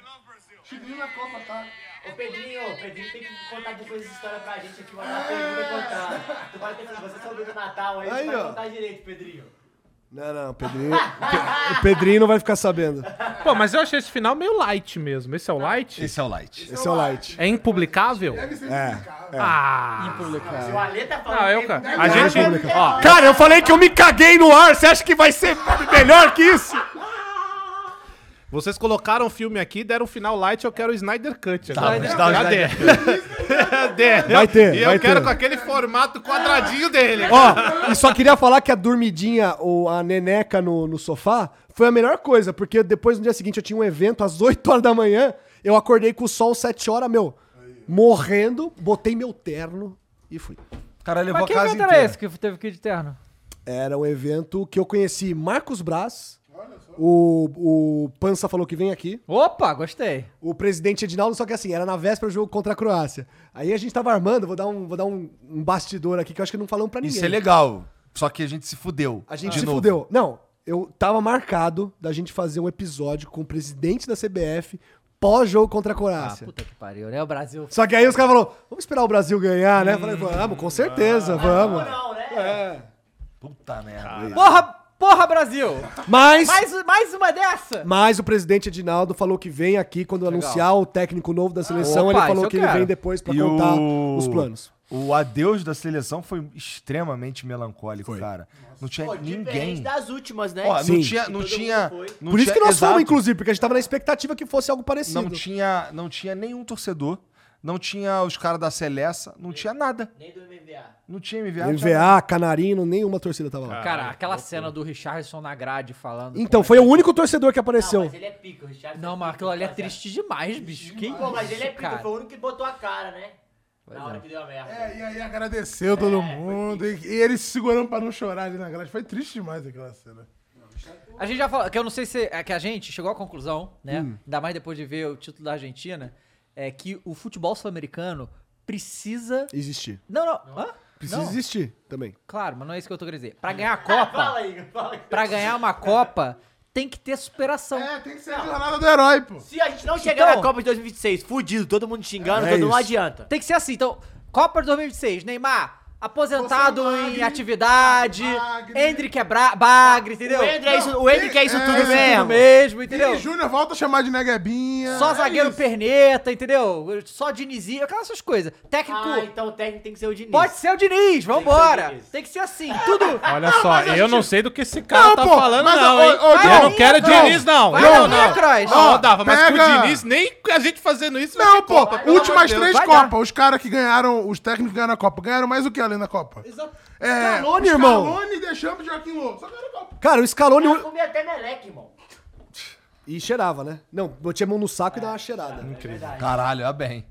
Ô, Pedrinho, ô, Pedrinho tem que contar depois essa história pra gente aqui, mandar uma pergunta contar. Tu vai ter que você soube do Natal aí,
Aí,
tu vai
ó.
contar direito, Pedrinho.
Não, não, o Pedrinho. o Pedrinho não vai ficar sabendo.
Pô, mas eu achei esse final meio light mesmo. Esse é o light?
Esse é o light.
Esse é o Light.
É impublicável? Ah.
Se o Ale tá falando.
Não, eu,
que
cara.
tem-
A gente. Ó,
Cara, eu falei que eu me caguei no ar. Você acha que vai ser melhor que isso?
vocês colocaram o filme aqui, deram um final light, eu quero o Snyder Cut. agora.
mas dá o
Cadê? Cadê?
Vai ter,
E eu
vai
quero
ter.
com aquele formato quadradinho dele.
Ó, e só queria falar que a dormidinha ou a neneca no, no sofá foi a melhor coisa, porque depois no dia seguinte eu tinha um evento às 8 horas da manhã, eu acordei com o sol 7 horas, meu, morrendo, botei meu terno e fui.
Cara, levou
Mas
a
que
casa
evento
inteira.
era esse que teve que ir de terno?
Era um evento que eu conheci Marcos Braz, o, o Pança falou que vem aqui,
Opa, gostei.
o presidente Edinaldo, só que assim, era na véspera do jogo contra a Croácia. Aí a gente tava armando, vou dar um, vou dar um, um bastidor aqui que eu acho que não falamos pra ninguém.
Isso é legal. Só que a gente se fudeu.
A gente
De
se
novo.
fudeu. Não, eu tava marcado da gente fazer um episódio com o presidente da CBF pós-jogo contra a Croácia.
Puta que pariu, né? O Brasil.
Só que aí os caras falaram, vamos esperar o Brasil ganhar, né? Eu Falei, vamos, com certeza, vamos. É.
Não, né?
Puta merda.
Porra, porra, Brasil!
Mas, mas,
Mais, mais uma dessa!
o presidente Edinaldo falou que vem aqui quando anunciar o técnico novo da seleção.
Opa,
ele falou
isso eu
que ele
quero.
vem depois pra
E
contar
o-
os planos.
O adeus da seleção foi extremamente melancólico, cara. Não tinha ninguém.
Diferente das últimas, né?
Ó,
Sim.
não tinha, não
todo
tinha,
mundo foi.
não
Por isso
tinha-
que nós fomos,
exato.
inclusive, porque a gente tava na expectativa que fosse algo parecido.
Não tinha, não tinha nenhum torcedor, não tinha os caras da Celessa, não tinha nada,
Nem do MVA.
não tinha MVA. tinha-
MVA, Canarino, nenhuma torcida tava lá.
Cara, aquela cena do Richardson na grade falando. é
Então, foi o único torcedor que
Não,
apareceu.
mas ele é pica, o Richard.
Não, mas aquilo ali é triste demais, bicho. Que
Pô, mas ele é
isso,
pica,
cara.
foi o único que botou a cara, né? Na hora que deu a merda.
É, e aí agradeceu todo mundo. E, e eles se segurando pra não chorar ali na grade. Foi triste demais aquela cena.
A gente já falou, que eu não sei se. É que a gente chegou à conclusão, né?
Hum.
Ainda mais depois de ver o título da Argentina, é que o futebol sul-americano precisa.
Existir.
Não, não. Hã?
Precisa
Não,
existir também.
claro, mas não é isso que eu tô querendo dizer. Pra ganhar a
Fala
Copa,
aí, fala aí.
pra ganhar uma Copa, tem que ter superação.
É, tem que ser a jornada do herói, pô.
Se a gente não chegar
Chegar
Então-
na Copa de 2026, fudido, todo mundo xingando,
É
todo mundo não
isso.
adianta.
Tem que ser assim. Então, Copa de 2026, Neymar, aposentado
Você é magre,
em atividade,
magre.
Hendrick é bra- bagre, entendeu?
O Hendrick é isso, o Hendrick é isso tudo
Tudo
mesmo.
mesmo, entendeu?
Vini Júnior volta a chamar de neguebinha.
Só
É
zagueiro
isso.
perneta, entendeu? Só Dinizinho, aquelas essas coisas. Técnico,
Ah, então o técnico tem que ser o Diniz.
pode ser o Diniz, vambora. Tem que ser, assim, tudo...
Olha só, eu não sei do que esse cara
Não,
tá
pô,
falando,
mas,
não,
ô,
hein?
ô,
eu
John,
não quero
John,
Diniz, não.
vai
não,
na minha
não.
atrás.
Não, dava, mas com
Pega.
o Diniz, nem a gente fazendo isso. vai
Não,
ter
pô,
Copa, pelo amor
últimas
de Deus.
vai
três Copas. Os caras que ganharam, os técnicos que ganharam a Copa. Ganharam mais o que além da Copa?
Exato.
É,
Scaloni, irmão.
Scaloni deixamos de Joaquim Lobo. Só ganharam a Copa.
Cara, o Scaloni...
Eu comi até meleque, irmão.
E cheirava, né? Não, botia a mão no saco e
É,
dava uma cheirada.
Caralho, é bem.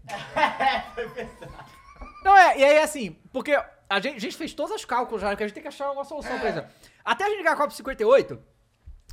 Não, é, e aí assim, porque a gente, a gente fez todos os cálculos já, porque a gente tem que achar uma solução
É.
pra isso. Até a gente ganhar a Copa 58,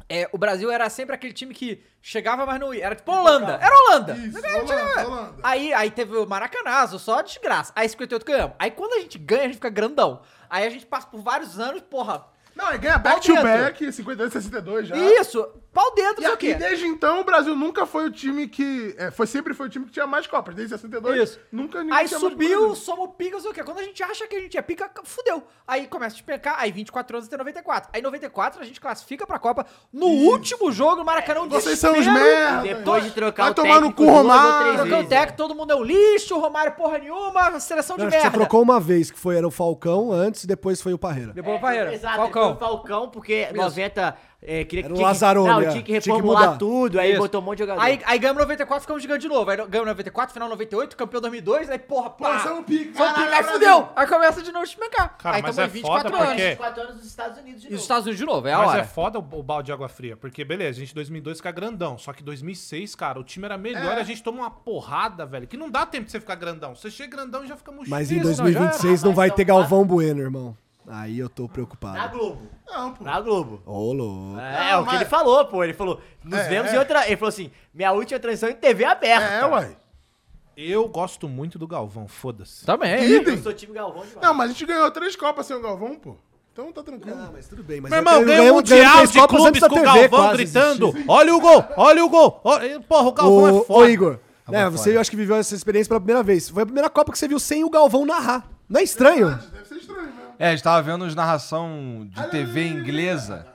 é, o Brasil era sempre aquele time que chegava, mas não ia. Era tipo a Holanda. Era a Holanda.
Isso,
Não ganhava,
Holanda,
chegava.
Holanda.
Aí, aí teve o Maracanazo, só desgraça. Aí 58 ganhamos. Aí quando a gente ganha, a gente fica grandão. Aí a gente passa por vários anos, porra.
Não, ele ganha back to
dentro.
back, 52, 62 já.
Isso, pau dentro, não
E
sei o
aqui,
quê.
desde então, o Brasil nunca foi o time que. é, foi, sempre foi o time que tinha mais Copas. Desde 62,
Isso.
nunca
Aí
tinha mais
subiu,
Brasil.
somou pica, não sei o quê. Quando a gente acha que a gente é pica, fudeu. Aí começa a despencar, aí 24 anos até 94. Aí 94 a gente classifica pra Copa no último jogo, no Maracanã. um
Vocês são os
desespero.
merda.
Depois de trocar
Vai
o
tomar no
técnico
cu,
duas ou
Romário.
três
Trocando
vezes.
o técnico, todo mundo é um lixo, o Romário porra nenhuma, a seleção de
Não, acho que
merda.
você trocou uma vez, que foi, era o Falcão antes e depois foi o Parreira.
Depois o
É,
Parreira,
Exato, Falcão.
Falcão.
Foi o Falcão, porque 90 é, queria que
Era o
tinha que-
Lazzaroni,
Não,
é.
tinha que
Tinha que
reformular
mudar.
tudo, aí
Isso.
botou um monte de jogador.
Aí, aí ganhamos 94, ficamos gigante de novo. Aí ganhamos 94, final 98, campeão 2002, aí porra, pá.
Pô, é um são pica.
São pica, aí fudeu. Aí começa de novo a despencar.
Cara,
aí
mas
estamos
é
em 24
foda
anos.
porque-
24 anos nos Estados Unidos de
E os
novo.
Estados Unidos de novo, é a
Mas
hora.
é foda o, o balde de água fria, porque beleza, a gente em 2002 fica grandão, só que 2006, cara, o time era melhor,
É.
a gente toma uma porrada, velho, que não dá tempo de você ficar grandão. Você chega grandão e já fica murcho.
Mas em
Isso, não, já
2026
era,
não vai
mas
ter
então-
Galvão Bueno, irmão. Aí eu tô
Na
preocupado.
Globo.
Não, pô.
Na Globo.
Ô, louco.
É,
Não,
o que
mas-
ele falou, pô. Ele falou, nos
É,
vemos
é.
em outra... Ele falou assim, minha última transição em TV aberta.
É, uai.
é. Eu gosto muito do Galvão, foda-se.
É
Também.
Eu
Idem.
sou time Galvão demais.
Não, mas a gente ganhou três Copas sem o Galvão, pô. Então tá tranquilo.
Ah, mas tudo bem. Mas
Meu irmão,
eu-
ganha o
eu- ganhamos
Mundial
três
de
Copas
Clubes
antes da
com o
TV
Galvão
quase
gritando.
existir.
Olha o gol, olha o gol. olha- Porra, o Galvão é
Ô,
foda.
ô, Igor, né,
Galvão é
você eu acho que viveu essa experiência pela primeira vez. Foi a primeira Copa que você viu sem o Galvão narrar. Não é estranho?
Deve ser estranho mesmo.
É, a gente tava vendo as narração de TV inglesa.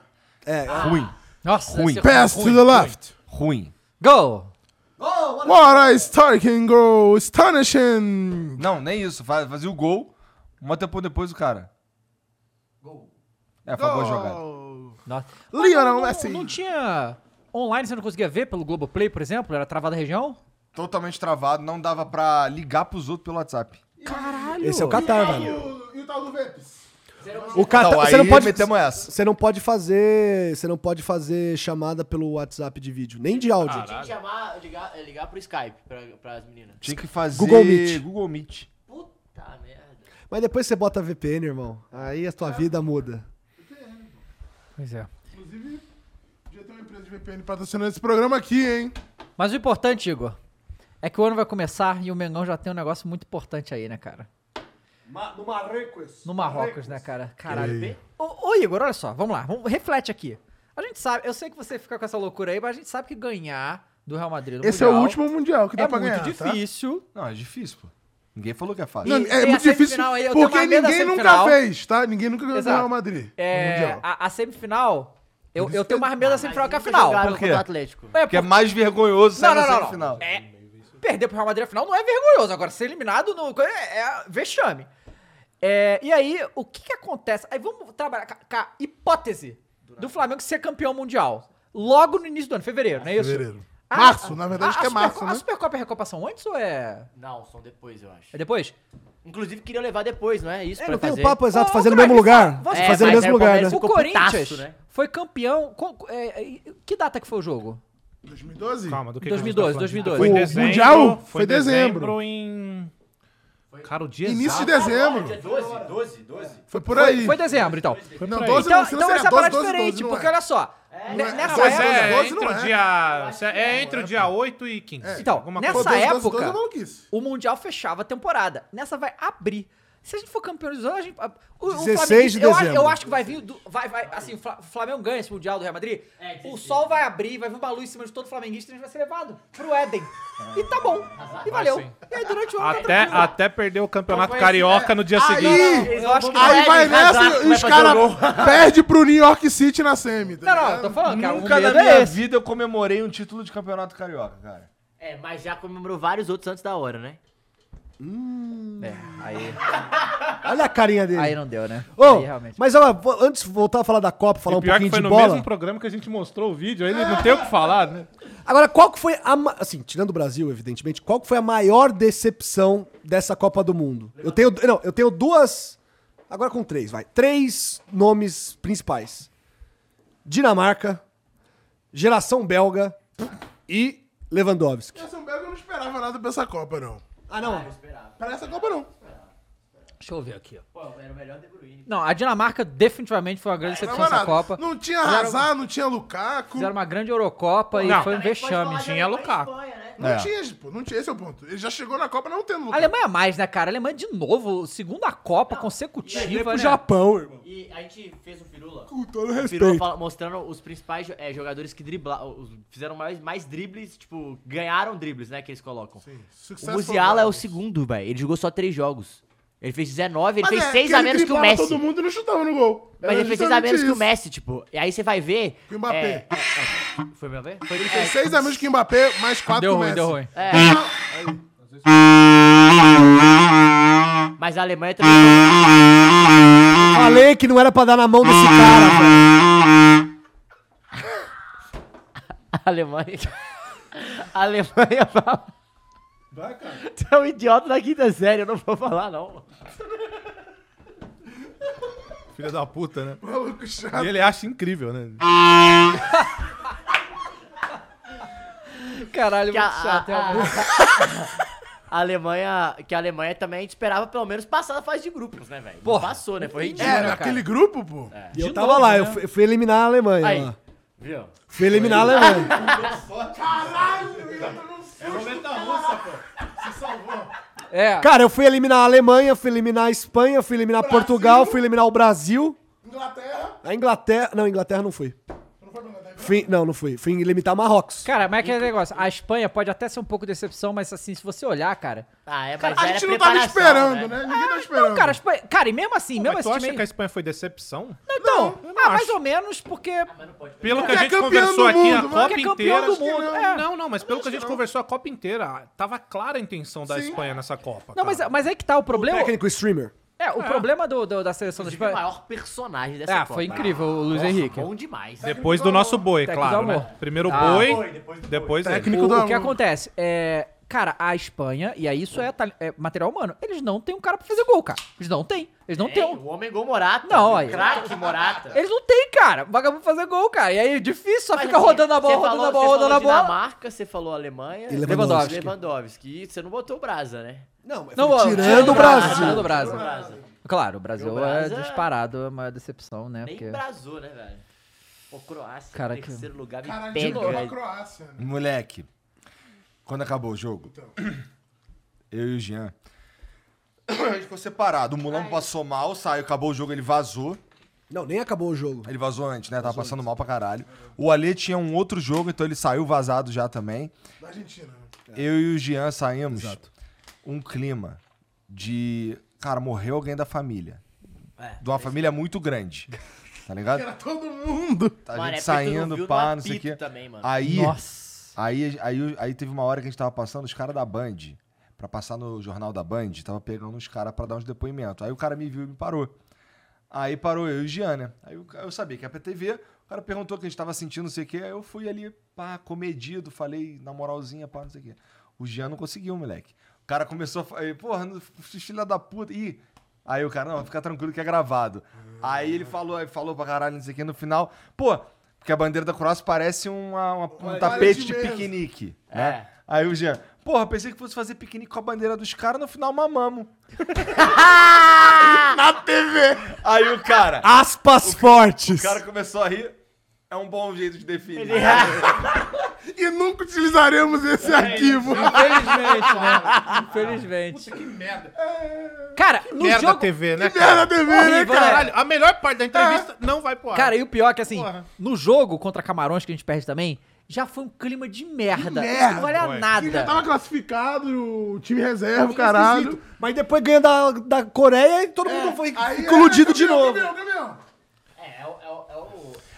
É,
Ruim,
Nossa,
Ruim.
esse-
Pass to the left.
ruim.
Go!
What a striking goal, astonishing.
Não, nem isso. Fa- Fazia o gol, um tempo depois o cara. Gol. É, foi uma boa jogada.
Nossa.
Lionel
não,
Messi.
Não tinha online, você não conseguia ver pelo Globoplay, por exemplo? Era travada a região?
Totalmente travado, não dava pra ligar pros outros pelo WhatsApp.
esse é o Qatar, velho.
E o tal do Vepes?
O Qatar,
Então,
tá, você não
aí
pode
metemos essa.
Você não pode fazer, você não pode fazer chamada pelo WhatsApp de vídeo, nem de áudio.
Tinha que chamar, ligar, é, ligar pro Skype, pra, pras meninas.
Tinha que fazer
Google Meet.
Google Meet.
Puta merda.
Mas depois você bota VPN, irmão. Aí a tua vida muda.
Pois é.
Inclusive, podia ter uma empresa de VPN patrocinando esse programa aqui, hein?
Mas o importante, Igor, é que o ano vai começar e o Mengão já tem um negócio muito importante aí, né, cara?
no Marrocos.
No Marrocos, né, cara? Caralho. Ô, ô, Igor, olha só, vamos lá, vamos, reflete aqui. A gente sabe, eu sei que você fica com essa loucura aí, mas a gente sabe que ganhar do Real Madrid no
Esse é o
Mundial
último Mundial que dá
é
pra
muito
ganhar, tá?
difícil.
Não, é difícil, pô. Ninguém falou que é fácil.
Não,
E
é
tem a
muito difícil
semifinal aí, eu tenho
porque
uma medo da
ninguém nunca
semifinal.
fez, tá? Ninguém nunca ganhou do
Exato.
Real Madrid no
É,
Mundial. Ah,
a, a semifinal, eu, eu tenho mais medo da semifinal que a
Nunca
final.
jogaram
por quê?
contra o Atlético.
É,
Porque é mais
Não,
vergonhoso sair
não,
na
não,
semifinal.
não. É, perder pro Real Madrid na final não é vergonhoso. Agora, ser eliminado no, é, é vexame. É, e aí, o que que acontece? Aí vamos trabalhar com a- com a hipótese do Flamengo ser campeão mundial. Logo no início do ano, fevereiro, não é isso?
Fevereiro.
A-
Março, na verdade, que é
Superco-
março, né?
A Supercopa é recopação antes ou é,
Não, são depois, eu acho.
é depois?
Inclusive, queriam levar depois, não é? Isso
É,
pra
não tem o
fazer.
papo exato
Ô,
fazer no
Craig,
mesmo lugar.
você-
Você
É,
fazer no
mas
mesmo
aí o
lugar, né?
Palmeiras-
O
ficou putaço,
Corinthians
né?
foi campeão... com- é, é, que data que foi o jogo?
2012?
Calma, do que
2012,
que a gente
2012.
tá falando? Foi em
O
dezembro.
Mundial
foi
foi
em dezembro.
dezembro.
em... Cara, o dia
Início de
exato.
dezembro.
12, 12, 12.
Foi por aí.
Foi dezembro, então.
Não,
por aí.
12
Então,
não, se não
então essa é
seria
a
12,
parada
12,
diferente,
12,
porque
não é.
olha só, ne- nessa
Mas
época...
é,
12
entre
não
o
é.
dia... É entre o dia 8 e 15.
Então,
Alguma
nessa
Pô,
coisa.
12, 12,
época-
12 é maluquice.
O Mundial fechava a temporada. Nessa vai abrir. Se a gente for campeão dos anos, a gente. a- O, o
16 de
Flamengo- eu acho- Eu,
dezembro.
acho que vai vir. do- vai, vai, assim, o Fla- o Flamengo ganha É, um esse Mundial do Real Madrid. o sol vai abrir, vai vir uma luz em cima de todo flamenguista e a gente vai ser levado pro Éden.
É.
e tá bom. E valeu.
sim.
E aí durante o ano tá
Até,
tranquilo.
até perder o campeonato carioca no dia seguinte.
Aí,
Eu acho que
aí vai
Vai
nessa
dar,
e os
vai fazer
caras
o
perdem pro New York City na semi. tá
Não, não, eu
ligado?
tô falando, cara.
Nunca
o
na
medo
minha
é esse.
vida eu comemorei um título de campeonato carioca, cara.
É, mas já comemorou vários outros antes da hora, né? É, aí,
Olha a carinha dele.
Aí não deu, né?
Ô,
aí realmente.
mas olha, vo- antes de voltar a falar da Copa, falar
E
um
pior que
pouquinho
foi
de
no
bola.
mesmo programa que a gente mostrou o vídeo, aí ele não tem o que falar, né?
Agora, qual que foi a. ma- Assim, tirando o Brasil, evidentemente, qual que foi a maior decepção dessa Copa do Mundo? Eu tenho. Não, eu tenho duas. Agora com três, vai. Três nomes principais: Dinamarca, geração belga e Lewandowski.
Essa Belga eu não esperava nada pra essa Copa, não.
Ah, não.
Pra essa Copa, não.
Deixa eu ver aqui, ó. Não, a Dinamarca definitivamente foi uma grande
Não,
decepção
era
nessa
nada.
Copa.
não tinha Hazard, não tinha Lukaku.
Fizeram uma grande Eurocopa e
Não.
foi um vexame.
Tinha Lukaku.
Não
É.
tinha, pô. Não tinha. Esse é o ponto. Ele já chegou na Copa não tendo
A
Lukaku.
Alemanha mais, né, cara? A Alemanha de novo, segunda Copa consecutiva, né?
Japão, irmão.
E a gente fez um firula.
Com todo
Pirou
respeito.
fala- mostrando os principais jo- eh, jogadores que driblaram, fizeram mais, mais dribles, tipo, ganharam dribles, né, que eles colocam. O
Successful
Musiala é o
Belgas.
segundo, velho. Ele jogou só três jogos. Ele fez 19, ele
Mas
fez
é,
6
que
a
ele
menos que o
driblava
Messi.
todo mundo e não chutava no gol.
Mas
Era
ele fez 6 a menos
justamente
que o
isso.
Messi, tipo. E aí você vai ver.
Que o Mbappé.
é, é, é, foi meu ver? Foi
Ele fez seis a menos que o Mbappé, mais quatro
Deu
que o
ruim,
Messi.
deu ruim.
Mas a Alemanha também. é
Falei que não era pra dar na mão desse cara, velho.
A Alemanha. A Alemanha fala. Tu é um idiota da quinta série, eu não vou falar, não.
Filha da puta, né?
Maluco chato.
E ele acha incrível, né?
Caralho,
Que
muito
a,
chato.
a-
realmente.
a- a Alemanha. Que a Alemanha também a gente esperava pelo menos passar da fase de grupos, né, velho? Não
Porra.
Passou, né? Foi ridículo.
É,
né,
naquele grupo, pô.
E eu
De
tava
novo,
lá,
né?
eu fui, fui eliminar a Alemanha.
Aí.
lá.
Viu?
Fui eliminar né, a Alemanha.
É.
Cara, eu fui eliminar a Alemanha, fui eliminar a Espanha, fui eliminar Portugal, fui eliminar o Brasil.
Inglaterra.
A Inglaterra. Não, Inglaterra não fui. Fui, não, não fui. Fui limitar Marrocos.
Cara, mas é aquele negócio. A Espanha pode até ser um pouco decepção, mas assim, se você olhar, cara.
Ah, é, mas
A
era
gente não tava
preparação, Ah,
esperando, né? Ninguém tava esperando.
Não, cara, a Espanha. Cara, e mesmo assim, mesmo
Mas tu
esse
acha
time.
que a Espanha foi decepção?
Então, ah, mais ou menos, porque.
Pelo
Porque
que a
é
gente
campeão
conversou
do
aqui, a
que
mundo,
Copa
é
inteira.
campeão do mundo. é.
Não, não, mas pelo que a gente conversou a Copa inteira, tava clara a intenção da
Sim.
Espanha nessa Copa.
Não,
cara.
mas, mas aí que tá o problema.
Técnico streamer.
É, o problema do, do- da seleção da
Inclusive, o
Espanha.
maior personagem dessa
É,
Copa.
Tipo, foi incrível, o Luiz
Nossa,
Henrique.
Bom demais.
Depois do nosso boi,
Técnico
claro,
do
né?
é- amor.
Primeiro
Ah.
boi, depois é. ele.
Técnico
O,
do
o
amor.
que acontece? É, cara, a Espanha, e aí isso é, tal- é material humano, eles não têm um cara pra fazer gol, cara. Eles não têm. Eles não
Tem,
têm.
o
um-
homem gol Morata.
Não,
o
aí.
Craque Morata.
Eles não têm, cara. O vagabundo fazer gol, cara. E aí é difícil, só
Mas,
fica
assim,
rodando a bola,
você
rodando
falou-
a bola,
você
rodando a
falou
bola.
Dinamarca, você falou Alemanha.
E Lewandowski.
Lewandowski. E você não botou o Brasa, né?
Não, mas
Não,
tirando, o Brasil.
Tirando o Brasil.
Brasa.
Claro, o Brasil
O Brasil
é
é-
disparado a maior decepção, né?
Nem
Porque...
brasou, né, velho? Pô, Croácia,
Cara, que-
terceiro lugar, me
Caralho, de novo a
pega.
Croácia. né?
Moleque, quando acabou o jogo,
Então.
eu e o Jean, a gente ficou separado. O Mulão passou mal, saiu, acabou o jogo, ele vazou.
Não, nem acabou o jogo.
Ele vazou antes, né? Tava passando mal pra caralho. O Alê tinha um outro jogo, então ele saiu vazado já também. É.
Da Argentina. né?
Eu e o Jean saímos. Um clima de. Cara, morreu alguém da família.
É,
de uma família muito grande. Tá ligado? Tá
Era todo mundo.
A
Mano, é porque tu não
gente saindo,
viu
pá,
no
não sei o
apito
quê. Ah,
também, mano.
Aí,
Nossa.
aí, aí, aí teve uma hora que a gente tava passando, os caras da Band, pra passar no jornal da Band, tava pegando uns caras pra dar uns depoimentos. Aí o cara me viu e me parou. Aí parou eu e o Jean, né? Aí eu, eu sabia que é PTV, o cara perguntou o que a gente tava sentindo, não sei o quê. Aí eu fui ali, pá, comedido, falei na moralzinha, pá, não sei o quê. O Jean não conseguiu, moleque. O cara começou a falar, porra, não- filha da puta. Ih, aí o cara, não, fica tranquilo que é gravado. Aí ele falou, aí falou pra caralho, não sei o quê, no final, pô, porque a bandeira da Croácia parece uma- uma- um tapete de
mesmo.
piquenique. né?
É.
Aí o Jean, porra, pensei que fosse fazer piquenique com a bandeira dos caras, no final mamamos.
Na TV.
Aí o cara.
Aspas fortes.
O cara começou a rir. É um bom jeito de definir.
E nunca utilizaremos
É
esse arquivo.
Infelizmente, né? Infelizmente. que merda. Cara, no
Merda
jogo.
TV, né?
Era na
cara?
TV, né,
Horrível,
cara?
Caralho, a
Ah.
melhor parte da entrevista não vai pro ar.
Cara, e o pior é que assim,
Porra.
no jogo contra Camarões, que a gente perde também, já foi um clima de merda.
merda,
não valeu
ué.
Ele já
nada.
tava classificado, o time reserva, o
Caralho. É,
caralho.
Mas depois ganha da, da Coreia e todo mundo foi
é,
coludido de novo.
Campeão, campeão.
É, é, o- é, o- é o.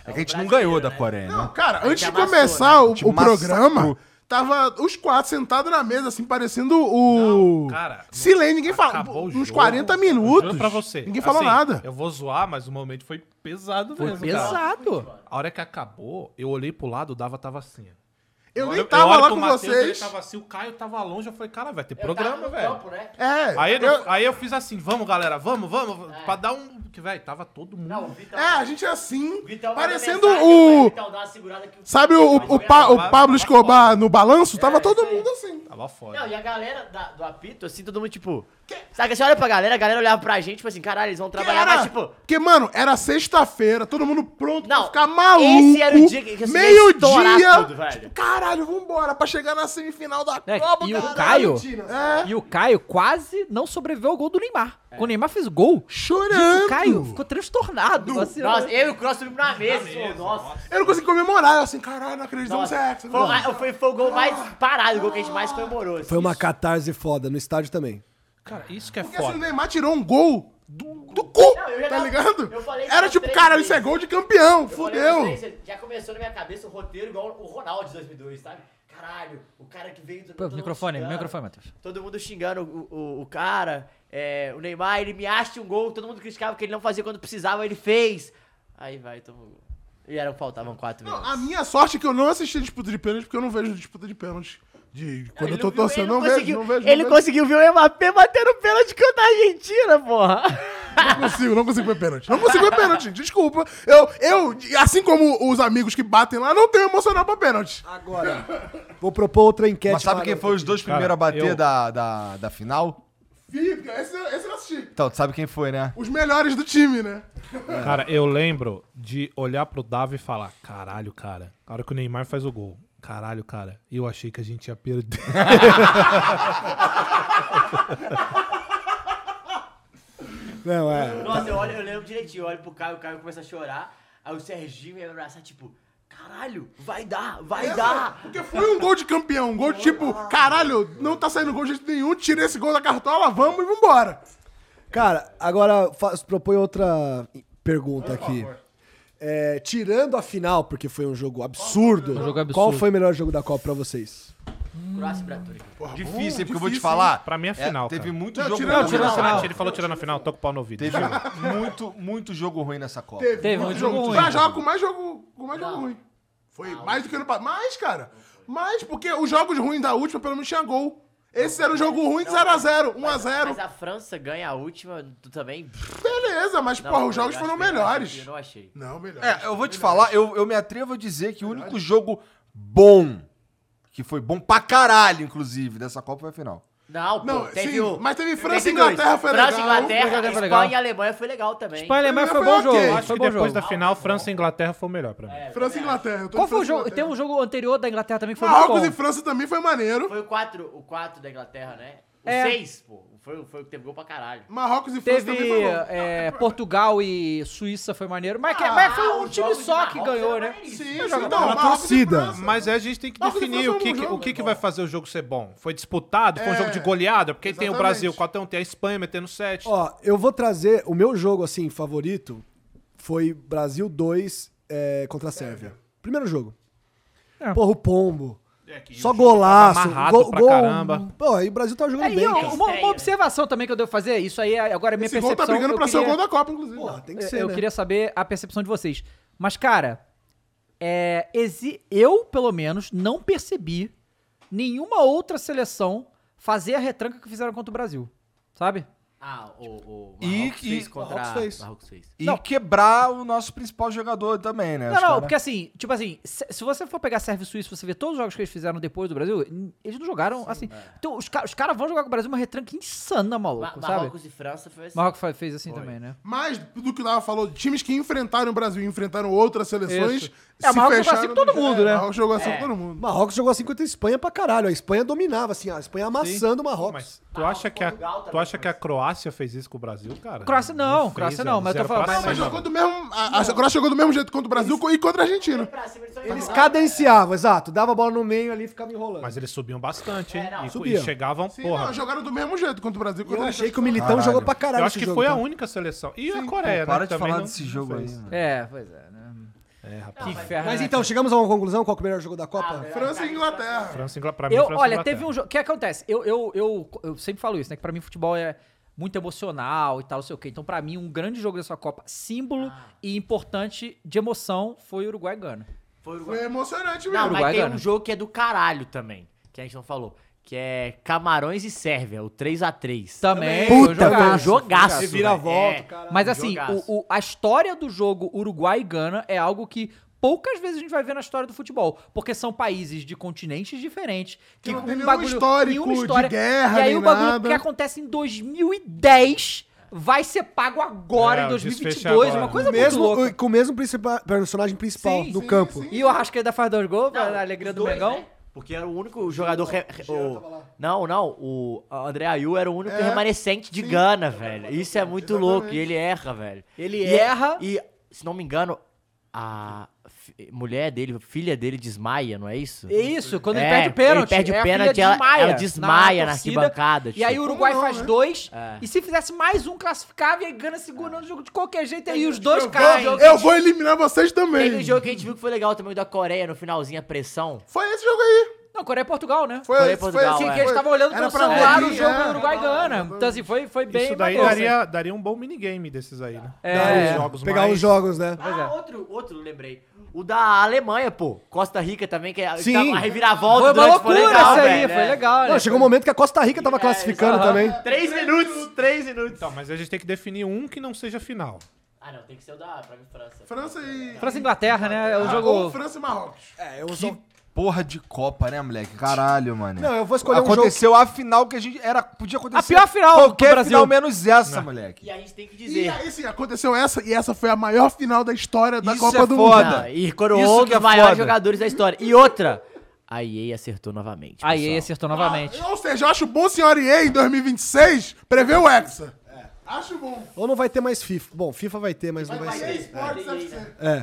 É que a gente não ganhou da Coreia, né?
Não, cara, antes de
amassou,
começar o,
Te
o programa,
massacrou.
tava os quatro sentados na mesa, assim, parecendo o.
cara,
Silênio, ninguém fala.
Acabou o
Uns
jogo,
40
eu
minutos.
juro pra você.
Ninguém falou
Assim,
nada.
Eu vou zoar, mas o momento foi pesado
Foi
mesmo.
é
cara.
pesado.
A hora que acabou, eu olhei pro lado, o Dava tava assim. ó.
Eu,
Olha-
nem tava
olho
lá
pro
com
Matheus, Ele
vocês.
tava assim, o Caio tava longe. Eu falei, cara, vai ter
Eu tava
programa,
no
velho.
campo, né?
É,
Aí,
eu-
eu, aí eu fiz assim, vamos, galera, vamos, vamos. Pra dar um. Que, velho, tava todo mundo.
É. Não, o Vitão.
é, a gente é assim,
Vitão manda
parecendo
mensagem, depois
o.
né? Então
Vitão dá uma segurada que o-
Sabe o,
Mas
o,
foi
Pa-
a-
o Pablo Escobar no balanço? Tava todo mundo assim.
Tava foda.
Não, e a galera da- do
Tô
apito.
assim, todo mundo, tipo. Sabe, você olha pra galera, a galera olhava pra gente, tipo assim, caralho, eles vão trabalhar,
Era-
mas tipo.
Porque, mano, era sexta-feira, todo mundo pronto pra
Não,
ficar maluco.
esse era o dia que- que assim, ia
Meio-dia.
estourar tudo, velho.
Tipo, caralho, vambora, pra chegar na semifinal da
É,
Copa,
e o
caralho.
Caio?
É,
E o Caio quase não sobreviveu ao gol do Neymar. Quando o Neymar fez o gol,
chorando.
o Caio ficou transtornado. assim,
Nossa, eu e o Cross subimos na mesa, pô, nossa.
Eu não consegui comemorar, eu assim, caralho, não acreditamos
Nossa,
sexo.
Foi, ah, foi, foi o gol mais parado, o gol que a gente mais comemorou. assim.
Foi uma catarse foda no estádio também.
Cara, isso que é
Porque assim, o
foda.
Neymar tirou um gol do, do cu,
Não, eu já
tá
tava-
ligado?
eu falei
Era
umas
tipo,
três
cara,
vezes.
isso é gol de campeão,
Eu falei pra
fudeu.
vocês, Já começou na minha cabeça o roteiro igual o Ronaldo de 2002, sabe? Caralho, o cara que veio do.
Pô,
todo mundo
microfone,
xingando.
microfone, Matheus.
Todo mundo xingando o, o, o cara, é, o Neymar, ele me acha um gol, todo mundo criticava que ele não fazia quando precisava, ele fez. Aí vai, tomou gol. E eram, faltavam um quatro
Não,
minutos.
a minha sorte é que eu não assisti disputa de pênalti, porque eu não vejo disputa de pênalti. De, quando
Ele
eu tô
não viu,
torcendo,
ele
não, vejo,
conseguiu-
não vejo.
Ele
não, vejo.
conseguiu ver o Mbappé batendo pênalti contra a Argentina, porra.
não consigo, não consigo ver pênalti. Não consigo ver pênalti, desculpa. Eu, eu, assim como os amigos que batem lá, não tenho emocional pra pênalti.
Agora, vou propor outra enquete.
Mas sabe
Mara.
quem foi os dois primeiros a bater
eu-
da, da, da final?
Fica, esse, esse eu não assisti.
Então, tu sabe quem foi, né?
Os melhores do time, né?
Cara, eu lembro de olhar pro Dava e falar: caralho, cara, a hora que o Neymar faz o gol. Caralho, cara, eu achei que a gente ia perder.
Não, é.
Nossa, eu, olho, eu lembro direitinho, eu olho pro Caio, o Caio começa a chorar, aí o Serginho me abraçar, tipo, caralho, vai dar, vai dar.
Porque foi um gol de campeão, um gol de tipo, caralho, não tá saindo gol de jeito nenhum, tira esse gol da cartola, vamos e vambora.
Cara, agora faz, propõe outra pergunta aqui. É, tirando a final, porque foi um jogo absurdo,
Um jogo absurdo.
qual foi o melhor jogo da Copa pra vocês?
Croácia e Bratura.
Difícil, hein, porque eu vou te
difícil,
falar.
Pra mim é final,
Teve
cara.
muito
Não,
jogo
tirando-
ruim.
tirando-
nessa-
final.
Ele falou tirando a final, toca o pau no ouvido.
Teve muito, muito jogo ruim nessa Copa.
Teve muito jogo ruim.
Vai jogar com mais jogo, com mais jogo ruim. Foi mais do que ano passado. Mais, cara. Mais, porque os jogos ruins da última pelo menos tinha gol. Esse era um jogo ruim de 0x0,
Mas
1x0.
a França ganha a última, tu também?
Beleza, mas, porra, os jogos
eu
foram
achei-
melhores.
Eu não achei.
Não, melhor.
É, eu vou te falar, eu, eu me atrevo a dizer que o único jogo bom, que foi bom pra caralho, inclusive, dessa Copa foi a final.
Não, pô,
Não,
teve
sim,
o...
mas teve
teve
França e
dois.
Inglaterra, foi
França,
legal.
Inglaterra,
Inglaterra foi
Espanha e
legal.
Alemanha foi legal também.
Espanha e Alemanha foi bom
Foi ok.
jogo.
Acho
Foi
que
bom
depois
jogo.
da final, França e Inglaterra foi o melhor pra mim.
França e Inglaterra. eu tô
Qual
de
foi o
França e
jogo? Tem
Inglaterra.
um jogo anterior da Inglaterra também que foi muito
Marrocos e
bom.
França também foi maneiro.
Foi o 4, o 4 da Inglaterra, né? O
É.
6, pô, foi, foi o que teve gol pra caralho.
Marrocos e França
Teve
também foi bom.
é, Portugal e Suíça foi maneiro. Mas, que- mas foi
Ah,
um
os
time
jogos de
só que
Marrocos
ganhou, né?
eram maneiríssimos.
Sim, sim, então,
pela
Marrocos e
torcida.
França.
Mas aí a gente tem que
Marcos
definir
Defensor
o que,
é um
que-
jogo,
o que, que
é
vai fazer o jogo ser bom. Foi disputado? Foi um
É,
jogo de goleada? Porque aí tem o
exatamente.
Brasil 4 tem a Espanha metendo 7.
Ó, eu vou trazer. O meu jogo, assim, favorito foi Brasil 2 é, contra a Sérvia. Primeiro jogo.
É.
Porra, o Pombo.
É, que
Só golaço.
tava amarrado pra caramba.
Pô, aí o Brasil tá jogando
É,
bem,
e
cara.
uma, uma observação também que eu devo fazer, isso aí é- agora é minha
Esse
percepção.
gol tá brigando
eu
pra ser o
queria-
gol da Copa, inclusive.
Porra, tem que ser,
É, eu
né?
queria saber a percepção de vocês. Mas, cara, é, exi- eu, pelo menos, não percebi nenhuma outra seleção fazer a retranca que fizeram contra o Brasil. Sabe?
Ah, o, o Marrocos
E que-
fez contra...
Marrocos fez.
Marrocos fez.
E
Não.
quebrar o nosso principal jogador também, né?
Não, não, porque assim, tipo assim, se, se você for pegar Sérvia e Suíça, você vê todos os jogos que eles fizeram depois do Brasil, n- eles não jogaram assim. Então, os, ca- os caras vão jogar com o Brasil uma retranca insana, maluco,
Ma-
sabe?
Marrocos e França foi assim.
Marrocos fa- fez assim também, né?
Mais do que o Dava falou, times que enfrentaram o Brasil e enfrentaram outras seleções.
Isso. É, Marrocos jogou assim com todo mundo, né?
Marrocos jogou assim com todo mundo.
Marrocos jogou assim contra a Espanha pra caralho. A Espanha dominava, assim, a Espanha amassando o Marrocos.
Mas tu acha que a,
Portugal também
tu acha que a Croácia fez isso com o Brasil, cara.
Croácia não, Croácia
fez,
não,
é,
mas eu tô
zero pra
falando- mas-
Mas
cima.
jogou do mesmo. A, a Croácia jogou do mesmo jeito contra o Brasil co- e contra a Argentina.
Eles cadenciavam, exato. Dava a bola no meio ali e ficava enrolando.
Mas eles subiam bastante,
É,
hein? e,
Subiam.
e chegavam,
Sim,
porra.
não, jogaram do mesmo jeito contra o Brasil. e
eu
Contra a
achei
Argentina.
que o Militão
Caralho.
jogou pra caralho
eu acho
esse
que
jogo,
foi a
tá?
única seleção. E a Coreia, né?
Para de
Também
falar
não-
desse
não
jogo aí,
fez.
mano.
É, pois é, né? É, rapaz. Que ferro,
Mas
né?
então, chegamos a uma conclusão? Qual que é o melhor jogo da Copa?
França e Inglaterra.
França, e Ingl- pra mim,
Eu,
França e
olha,
Inglaterra.
teve um jogo. O que acontece? Eu, eu, eu, eu sempre falo isso, né? Que pra mim futebol é muito emocional e tal, não sei o quê. Então, pra mim, um grande jogo dessa Copa, símbolo
Ah.
e importante de emoção, foi Uruguai e Gana.
Foi emocionante
Não,
mesmo.
Uruguai
mas tem
ganha.
um jogo que é do caralho também, que a gente não falou, que é Camarões e Sérvia, o 3x3.
Também. foi
Puta,
um
foi um
jogaço.
jogaço.
Revira a
velho.
volta,
É.
caralho.
Mas assim,
Jogaço.
o- o- a história do jogo Uruguai e Gana é algo que poucas vezes a gente vai ver na história do futebol, porque são países de continentes diferentes, que,
Que não
com
tem
um
nenhum
bagulho
histórico
nenhuma
de
história,
guerra,
e aí
nem
o bagulho
nada.
que acontece em 2010 vai ser pago agora
É,
em
o desfecho
2022,
agora.
uma
Com
coisa
o mesmo-
muito louca.
com o mesmo principal- personagem principal
Sim,
no
sim,
campo.
E o Arrascaeta faz dois gols,
Não,
é a alegria
os
do
dois,
Mengão.
né? Porque era o único jogador. re- re- o- Não, não. O André Ayu era o único
É,
remanescente de Gana, velho. Isso é muito louco. E ele erra, velho.
Ele
E- é-
erra.
E, se não me engano, a fi- mulher dele, a filha dele, desmaia, não é isso?
É isso, quando ele
É,
perde o pênalti.
ele perde o
é, a filha
pênalti, ela-
desmaia
ela desmaia na
torcida,
arquibancada,
E
tipo.
aí o Uruguai
Como não,
faz
né?
dois.
É.
E se fizesse mais um, classificava e aí Gana segurando o jogo de qualquer jeito. E aí os dois
Eu
caras.
vou, eu vou eliminar vocês
Teve um
também.
jogo que a gente viu que foi legal também, o da Coreia, no finalzinho, a pressão.
Foi esse jogo aí.
Não, Coreia e Portugal, né?
Foi,
Coreia e
esse- foi
Portugal,
esse-
Sim,
é.
que eles estavam olhando
Era
pelo
pra ver
celular o
aqui,
jogo
é.
do Uruguai e Gana. Então, assim, foi, foi bem.
Isso daí
maneiro.
daria, daria um bom minigame desses aí, né?
É.
Dar
Pegar
mais-
os jogos, né?
Ah, outro, outro, lembrei. O da Alemanha, pô. Costa Rica também, que é
Sim.
a reviravolta
Foi uma
durante-
loucura
legal,
essa aí,
velho,
foi
é.
legal.
Não,
né?
chegou um momento que a Costa Rica tava classificando também.
Três minutos, três minutos.
Então, Mas a gente tem que definir um que não seja final.
Ah, não, tem que ser o da pra mim, França.
França e.
França e Inglaterra, né? É o
Ah, ou
jogo.
França e Marrocos.
É, eu
Que porra de Copa, né, moleque? Caralho, mano.
Não, eu vou escolher um jogo-
Aconteceu a final que a gente era podia acontecer.
A pior final do
qualquer
Brasil.
final menos essa, moleque.
E a gente tem que
E
dizer.
aí, sim, aconteceu essa, e essa foi a maior final da história da
Isso
Copa
é
do
foda.
Mundo.
Não, e coroou
Isso
um
que é
dos maiores
foda.
jogadores da história. E outra, a EA acertou novamente.
Aí ele
pessoal.
acertou novamente.
Ah, Ou seja, eu acho bom o senhor EA em 2026 prever o Hexa. É, Acho bom.
Ou não vai ter mais FIFA. Bom, FIFA vai ter, mas não vai
EA
ser.
É,
Sports FC.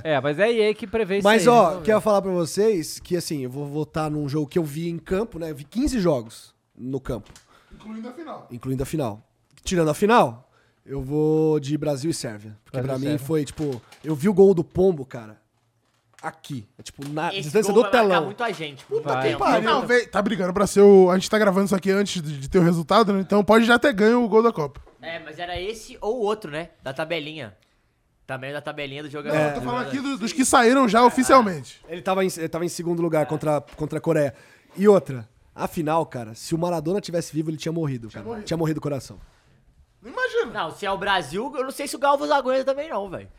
É, mas é EA que prevê isso.
Mas
aí, né?
ó, quero falar pra vocês que assim, eu vou votar num jogo que eu vi em campo, né? Eu vi 15 jogos no campo,
Incluindo a final.
incluindo a final. Tirando a final, eu vou de Brasil e Sérvia. Porque pra mim foi tipo, eu vi o gol do Pombo, cara, aqui. É, tipo, na
Esse
distância
gol
do
vai marcar
telão.
muito a gente.
Vai.
Vai.
Pariu. Talvez- tá brigando pra ser o. A gente tá gravando isso aqui antes de, de ter o resultado, né? Então pode já ter ganho o gol da Copa.
É, mas era esse ou outro, né? Da tabelinha. Também é da tabelinha do jogador.
Eu tô falando aqui do- dos que saíram já oficialmente.
Ele tava em, ele tava em segundo lugar contra, contra a Coreia. E outra, a final, cara, se o Maradona tivesse vivo, ele tinha morrido, cara. Tinha morrido do coração.
Não imagina.
Não, se é o Brasil, eu não sei se o Galvas aguenta também não, velho.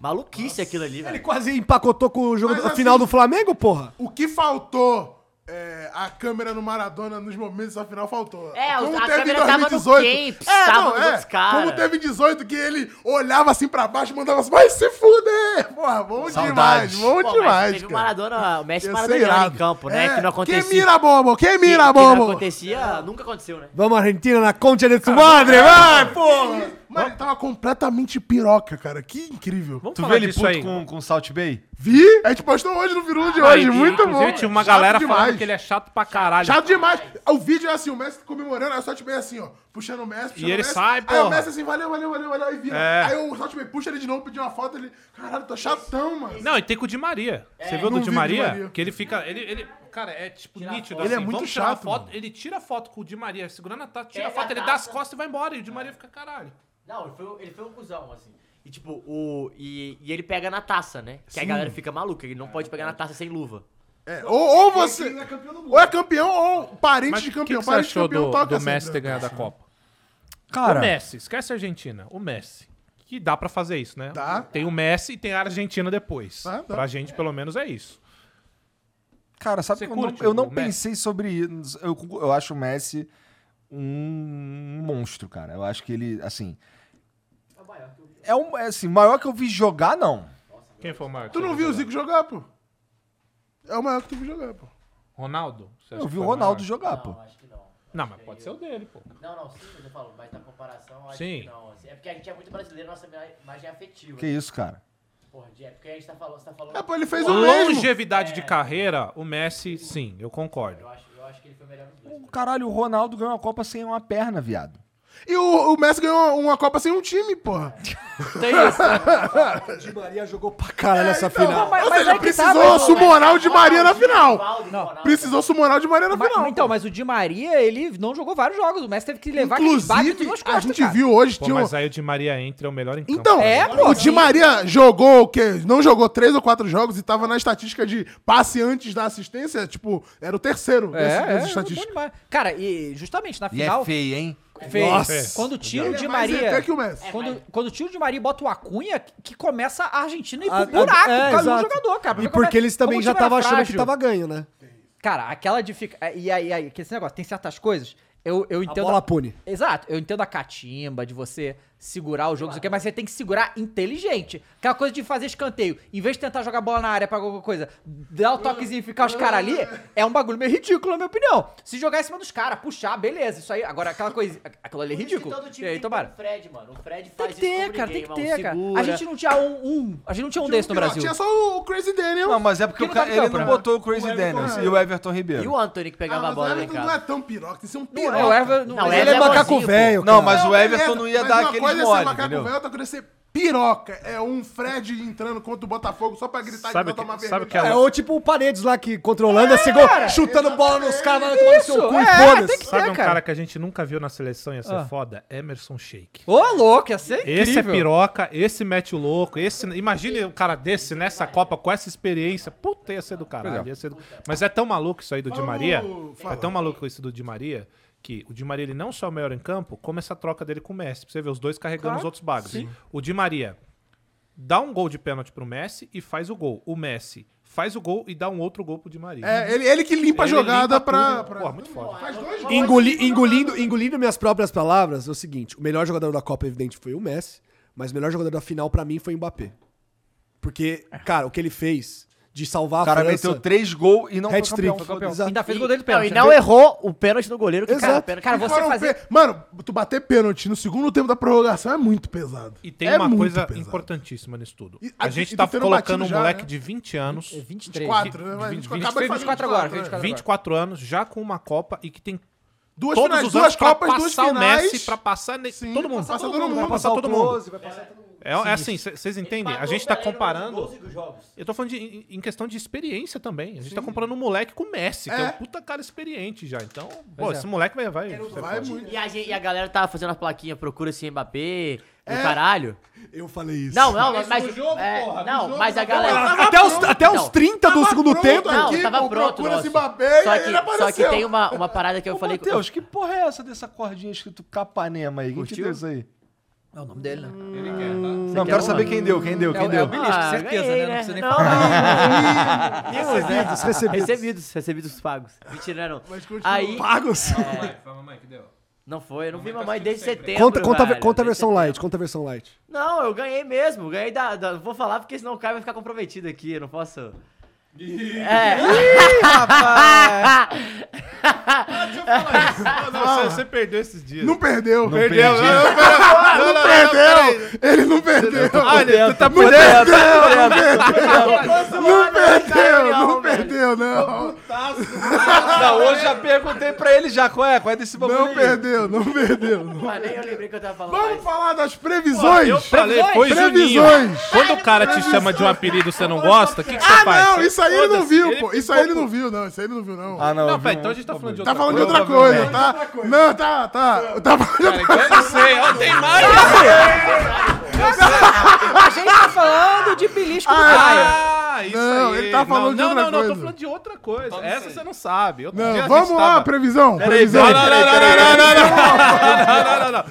Maluquice aquilo ali, velho.
Quase empacotou com o jogo
Mas
da final
assim-
do Flamengo, porra.
O que faltou é, a câmera no Maradona nos momentos da final faltou.
É, a câmera tava no Kempis, tava nos outros caras.
É, Como teve em 18 que ele olhava assim pra baixo e mandava assim, vai se fuder! Porra, bom
Saudades.
demais, bom
Pô, mas
demais,
teve o
cara.
Maradona, o Messi
Ia ser
Maradona
irado.
em campo, né?
É,
Que não acontecia.
Quem mira bombo? Quem
que-
mira
que não
bombo?
acontecia, nunca aconteceu, né?
Vamos, Argentina, na Concha de su madre, vai, porra!
Mano, ele tava completamente piroca, cara. Que incrível.
Vamos
Tu
falar
viu ele
disso
puto
aí.
com, com o Salt Bay?
Vi? A gente postou hoje no Viru de
Não,
hoje,
e-
muito
inclusive,
bom.
Tinha uma
Chato
galera
demais.
falando que ele é chato pra caralho.
Chato demais. O vídeo é assim, o Messi comemorando, aí o Salt Bay assim, ó, puxando o Messi, puxando
E ele
o Messi.
sai,
aí
porra.
o Messi assim, valeu, valeu, valeu, valeu, aí vira.
É.
Aí o Salt Bay puxa ele de novo, pediu uma foto, ele, caralho, tô chatão, mano.
Não, e tem com o Di Maria. Você viu
É, Não
do Di
vi o Di
Maria?
Maria.
Que ele fica. Ele, ele, cara, é tipo nítido.
foto. Ele é
assim,
muito
vamos tirar uma
chato,
Foto,
mano. É
ele tira a foto com o Di Maria, segurando a taça, tira a
Pega
foto,
a
ele dá as
taça.
costas e vai embora. E o Di Maria fica caralho.
Não, ele foi, ele foi um cuzão, assim. E tipo, o. E, e ele pega na taça, né? Que a galera fica maluca, ele não pode pegar na taça sem luva.
É, ou, ou você. Ou é campeão, ou parente
Mas
de
o que, que
campeão.
você
parente de
achou
campeão
do,
toca assim, né?
do
sempre.
Messi ter ganhado a Copa? O
Cara,
Messi, esquece a Argentina. O Messi. Que dá pra fazer isso, né?
Dá.
Tem o Messi e tem a Argentina depois.
Ah, dá.
pra gente, pelo menos, é isso.
cara, sabe
Você
que eu não,
curte
eu
o
não
Messi?
pensei sobre isso. Eu, eu acho o Messi um monstro, cara. Eu acho que ele, assim. É um, é assim, maior que eu vi jogar, não.
Quem foi o maior? que
Tu
você
não viu o Zico jogar, pô? É o maior que tu viu jogar, pô.
Ronaldo? Você acha
Eu
que
vi o
foi maior?
Ronaldo jogar, pô.
Acho que não.
Não, mas pode ser o dele, pô.
Não, não, sim, mas eu falo, mas na comparação, eu acho
Sim.
que não. assim. É porque a gente é muito brasileiro, nossa imagem é afetiva.
Que isso, cara?
Porra, de- é porque a gente tá falando, você tá falando.
É, pô, ele fez o mesmo.
Longevidade de carreira, o Messi, sim, eu concordo.
Eu acho, eu acho que ele foi melhor
é
no dois.
O Caralho, o Ronaldo ganhou a Copa sem uma perna, viado.
E o, o Messi ganhou uma Copa sem um time, porra.
Tem isso.
O Di Maria jogou pra caralho nessa
Não,
final.
mas,
Ou
mas
seja,
é que tá,
precisou
mas-
sumorar o Di Maria na final.
Valdo, Ronaldo,
Precisou sumorar o Di Maria na
mas-
final.
Então,
pô.
mas o Di Maria, ele não jogou vários jogos. O Messi teve que levar aqueles bagos
Inclusive,
nas
a
costas,
gente
cara.
viu hoje...
Pô,
tinha um-
mas aí o Di Maria entra, é o melhor em campo.
Então,
É, pô,
o Di
sim.
Maria jogou o quê? Não jogou três ou quatro jogos e tava na estatística de passe antes da assistência. Tipo, era o terceiro
É,
desse-
é,
dessas
é bom
estatísticas.
demais. Cara, e justamente na
E
final,
é feio, hein?
fez,
Nossa.
quando tira o
Ele
Di
é mais
Maria...
ET que o Messi.
Quando, quando o tio de Maria bota o Acunha, que começa a Argentina ir
A- a-
pro buraco,
é,
é, caiu o
exato.
jogador, cara.
E porque eles também
como
já
o time era
estavam achando que
frágil.
tava ganho, né?
Cara, aquela de ficar. E aí, aí, que esse negócio, tem certas coisas. Eu, eu entendo.
bola pune.
Exato, eu entendo a catimba de você segurar o jogo, não sei o quê, mas você tem que segurar inteligente. Aquela coisa de fazer escanteio. Em vez de tentar jogar bola na área pra qualquer coisa, dar o toquezinho e ficar os caras ali, é um bagulho meio ridículo, na minha opinião. Se jogar em cima dos caras, puxar, beleza. Isso aí, agora aquela coisa. Aquilo ali é
Por isso que
ridículo.
Todo time
E aí,
tem que ter
tomara.
o Fred, mano. O Fred
Tem
faz
que
isso
ter,
como
cara, tem
ninguém,
que
irmão.
ter, cara.
Segura.
A gente não tinha um, um- A gente não tinha um desse no
Não,
Brasil.
Tinha só o Crazy Daniel.
Não, mas é porque
Quem não
o ca-
tá no
ele
campo,
não
né?
botou o Crazy Daniels e o Everton
E
Ribeiro.
o Anthony que
Ah,
pegava a
mas
bola,
o
né,
Everton não é
cara?
tão piroca, tem que ser um
Não,
piroca. é
é, o Ever- não,
Não,
mas
é
ele
Ele é
é
bonzinho,
macaco
pô.
velho, cara.
Não, mas o Everton não ia
mas
dar
uma
aqueles
coisa é ser
mole,
macaco
entendeu?
velho, outra coisa é ser piroca. É um Fred entrando contra o Botafogo só pra gritar
Sabe
e pra
que-
tomar
sabe
vermelho.
que é
É,
o-
ou tipo o Paredes lá que controlando, esse gol, chutando bola nos caras, vai tomar no seu cu e
é, tem
foda-se.
que-
Sabe
É,
um
cara.
cara que a gente nunca viu na seleção ia ser
Ah.
foda? Emerson Sheik.
é- Ô, louco, ia ser incrível.
Esse é piroca, esse mete o louco, esse. Imagine um cara desse nessa Copa com essa experiência. Puta, ia ser do caralho. Ia ser do- Mas é tão maluco isso aí do Di Maria. É tão maluco isso do Di Maria que o Di Maria ele não só é o melhor em campo, como essa troca dele com o Messi. Pra você ver, os dois carregando os outros bagos. O Di Maria dá um gol de pênalti pro Messi e faz o gol. O Messi faz o gol e dá um outro gol pro Di Maria.
É, ele, ele que limpa a
Ele
jogada
limpa
pra,
tudo.
pra- Então, assim,
Pô, muito foda.
Faz dois gols.
Engoli- engolindo, engolindo minhas próprias palavras, é o seguinte: o melhor jogador da Copa, evidente, foi o Messi, mas o melhor jogador da final pra mim foi o Mbappé. Porque, cara, o que ele fez de salvar
O cara
a França...
meteu três gols e não foi
Hat-trick.
campeão.
Exato.
Ainda fez o
E-
gol dele
não,
pênalti.
e não
né?
errou o pênalti do goleiro. Que
Exato.
Cara, o
Cara,
pênalti-
você
Foram
fazer...
pe- Mano, tu bater pênalti no segundo tempo da prorrogação é muito pesado.
E tem
É
uma
muito
coisa
pesado.
importantíssima nisso tudo.
E-
a
e-
gente
e
tá
tu tendo
colocando
batido
um
já,
moleque
né?
de 20 anos.
23.
24, né? Mas
20,
acabou de fazer
24 agora,
24,
24.
né?
24 anos, já com uma Copa e que tem
Duas
todos
finais,
os
duas
anos
Copas,
pra
duas
passar o
finais.
Messi, pra passar ne-
Sim,
todo mundo.
passar todo mundo,
vai
vai
passar todo mundo.
vai passar todo mundo.
É, é assim, vocês entendem? A gente tá
né?
comparando... Eu tô falando de, em- em questão de experiência também. A gente tá comparando um moleque com o Messi, que é um
É.
puta cara experiente já. Então,
é.
pô, esse moleque vai... vai,
Vai muito.
E a, gente- e a galera tava fazendo as plaquinhas, procura esse Mbappé, o caralho.
Eu falei isso.
Não, não, mas.
no É. jogo,
é,
porra, no
não,
jogo,
mas a
não.
galera.
Até os, até os
Não.
30 do
Tava
segundo
pronto
tempo...
Não,
aqui,
tava
pô,
pronto.
procura
nossa.
esse Mbappé,
só,
e ele
que, só que
apareceu.
tem uma, uma parada que eu falei.
Matheus, que porra é essa dessa cordinha escrito Capanema aí? Quem que deu isso aí?
É o nome dele, né?
Não, quero saber quem deu, quem deu,
É,
quem
o- é o
deu.
Belisco,
Ah,
certeza,
ganhei,
né? Não precisa nem
Não,
falar.
não, não.
Recebidos, recebidos.
Recebidos, recebidos pagos. Mentira, não.
Mas continua.
Aí,
Pagos.
não foi, eu não vi mamãe desde setembro.
Conta, conta, a ver-
velho, é
conta a
desde
versão
setembro.
light, conta a versão light.
Não, eu ganhei mesmo. Ganhei da. da- não vou falar porque senão o Caio vai ficar comprometido aqui. Eu não posso. É.
Você, perdeu esses dias.
Não perdeu. Não perdeu. Ah,
Perdi.
Não perdeu. Ele não perdeu.
Olha, tu tá
Não perdeu.
né, Não
Não perdeu, não.
Não, hoje já perguntei pra ele já qual é, qual é desse bagulho
Não
aí?
perdeu, não perdeu.
Mas nem eu lembrei que eu tava falando.
Vamos
mais.
falar das previsões.
Eu falei, foi Juninho.
Previsões.
Quando o cara te chama de um apelido que você não gosta, o que, que você faz?
Não, isso aí ele não
Foda-se,
viu, pô. Isso aí ele
ficou
não viu, não. Isso aí ele não viu, não.
Ah, não.
Não,
viu?
peraí, então a gente tá falando de outra
Tá falando de
coisa.
outra coisa, tá? Não, tá, tá. Tá falando de outra coisa.
Eu sei, ó, tem mais.
A gente tá falando de belisco do
é.
Caio.
Ah, isso
Não,
aí.
ele tá falando
não,
de
não,
outra
não, não, eu tô
coisa.
falando de outra coisa.
Então
Essa você não sabe. Outro dia a
Não,
gente
vamos lá,
tava-
previsão. Previsão.
Não, não, não, não, não, não, não, não, não, não, não, não.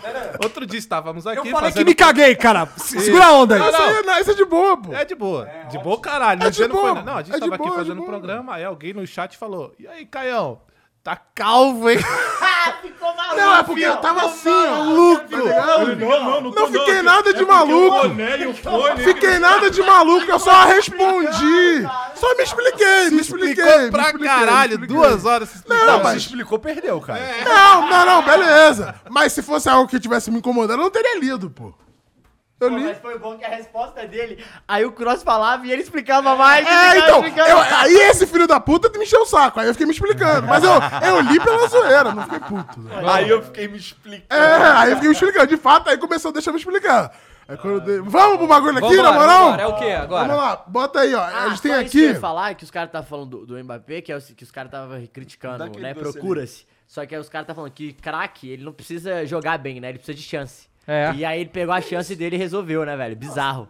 Outro dia estávamos aqui
Eu falei
fazendo...
que me caguei, cara. Se- Segura a onda aí.
Não,
Isso aí não, isso é de bobo.
É de boa. de boa, caralho.
É
Não,
de
sei, não, foi,
boa.
não. não, a gente
É de
tava aqui
boa, é de
fazendo um o
boa.
programa, aí alguém no chat falou, e aí, Caião? Tá calvo, hein?
Ah, ficou maluco!
Não, Ah, porque eu tava assim, ó. Maluco.
Não, não, não tô
Não fiquei
não.
nada de maluco.
O boné e o fone.
Fiquei nada de maluco, eu só respondi. Só me expliquei, me expliquei.
pra
me expliquei,
caralho,
me expliquei.
duas horas se explicando.
Não,
Não, mas
mas- É.
se explicou, perdeu, cara.
Não, não, não, beleza. Mas se fosse algo que tivesse me incomodando, eu não teria lido, pô. Eu li.
Mas foi bom que a
é
resposta dele. Aí o Cross falava e ele explicava mais. e
É,
ficava
então,
explicando.
eu- aí esse filho da puta me encheu o saco, aí eu fiquei me explicando. Mas eu, eu li pela zoeira, não fiquei puto. né?
Aí eu fiquei me explicando.
É, aí eu fiquei me explicando. De fato, aí começou, deixa eu me explicar. Aí quando eu dei- Vamos pro bagulho aqui,
Vambora,
na moral?
vambora. É o que
Vamos
agora?
lá, bota aí, ó.
Ah,
Eles
só
têm
isso que eu
aqui.
ia falar que os caras estavam falando do, do Mbappé, que, é o, que os caras estavam criticando,
Daquele
né?
doce ali.
Procura-se. Só que aí os caras estavam falando que craque, ele não precisa jogar bem, né? Ele precisa de chance.
É.
E aí ele pegou a chance dele e resolveu, né, velho? Bizarro.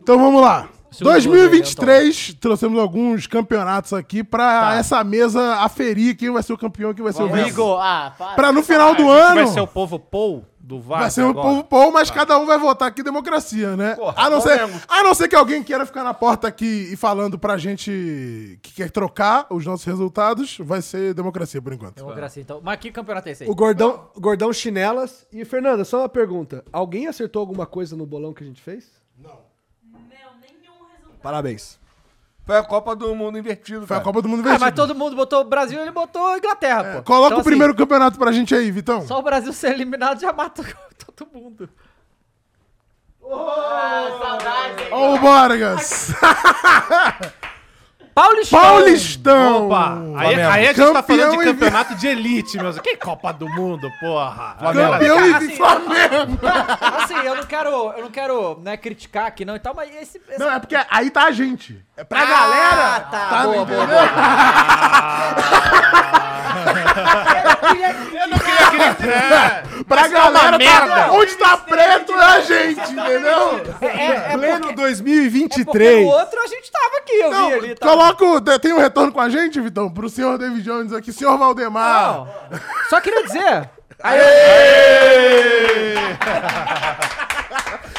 Então vamos lá.
Segundo
2023, trouxemos alguns campeonatos aqui pra essa mesa aferir quem vai ser o campeão, quem vai ser o vice.
Igor, ah, para.
Pra no final do
A gente vai
ano,
ser o povo Paul do Vasco.
vai ser um
agora.
povo bom, mas cada um vai votar aqui democracia, né?
Porra,
a, não ser,
Flamengo.
a não ser que alguém queira ficar na porta aqui e falando pra gente que quer trocar os nossos resultados, vai ser democracia por enquanto.
Democracia, então. Mas que campeonato é esse aí?
O gordão, o gordão chinelas. E, Fernanda, só uma pergunta. Alguém acertou alguma coisa no bolão que a gente fez?
Não, nenhum resultado.
Parabéns.
Foi a Copa do Mundo invertido,
Foi a
cara.
Copa do Mundo
Ah,
Invertido.
mas todo mundo botou o Brasil, ele botou a Inglaterra, pô.
Coloca
Então,
o primeiro campeonato pra gente aí, Vitão.
assim, só o Brasil ser eliminado já mata todo mundo.
Ó o Borgas.
Paulistão!
Paulistão.
Opa! Aí, aí a gente tá
Campeão
falando de
e-
campeonato de elite, meus. Que Copa do Mundo, porra!
Campeão
Cara,
e
assim,
Flamengo.
Assim, eu não quero, eu não quero, né, criticar aqui não e tal, mas esse... esse-
Não, é porque aí tá a gente. É pra
Ah,
galera.
tá,
tá
boa,
me
boa,
entendendo? pra galera. Tá, onde tá preto é a gente, entendeu?
É, é,
Pleno
é porque
2023.
no outro a gente tava aqui, eu vi ali e tal.
Coloca o. te- Tem um retorno com a gente, Vitão? Pro senhor David Jones aqui, senhor Valdemar.
Só queria dizer,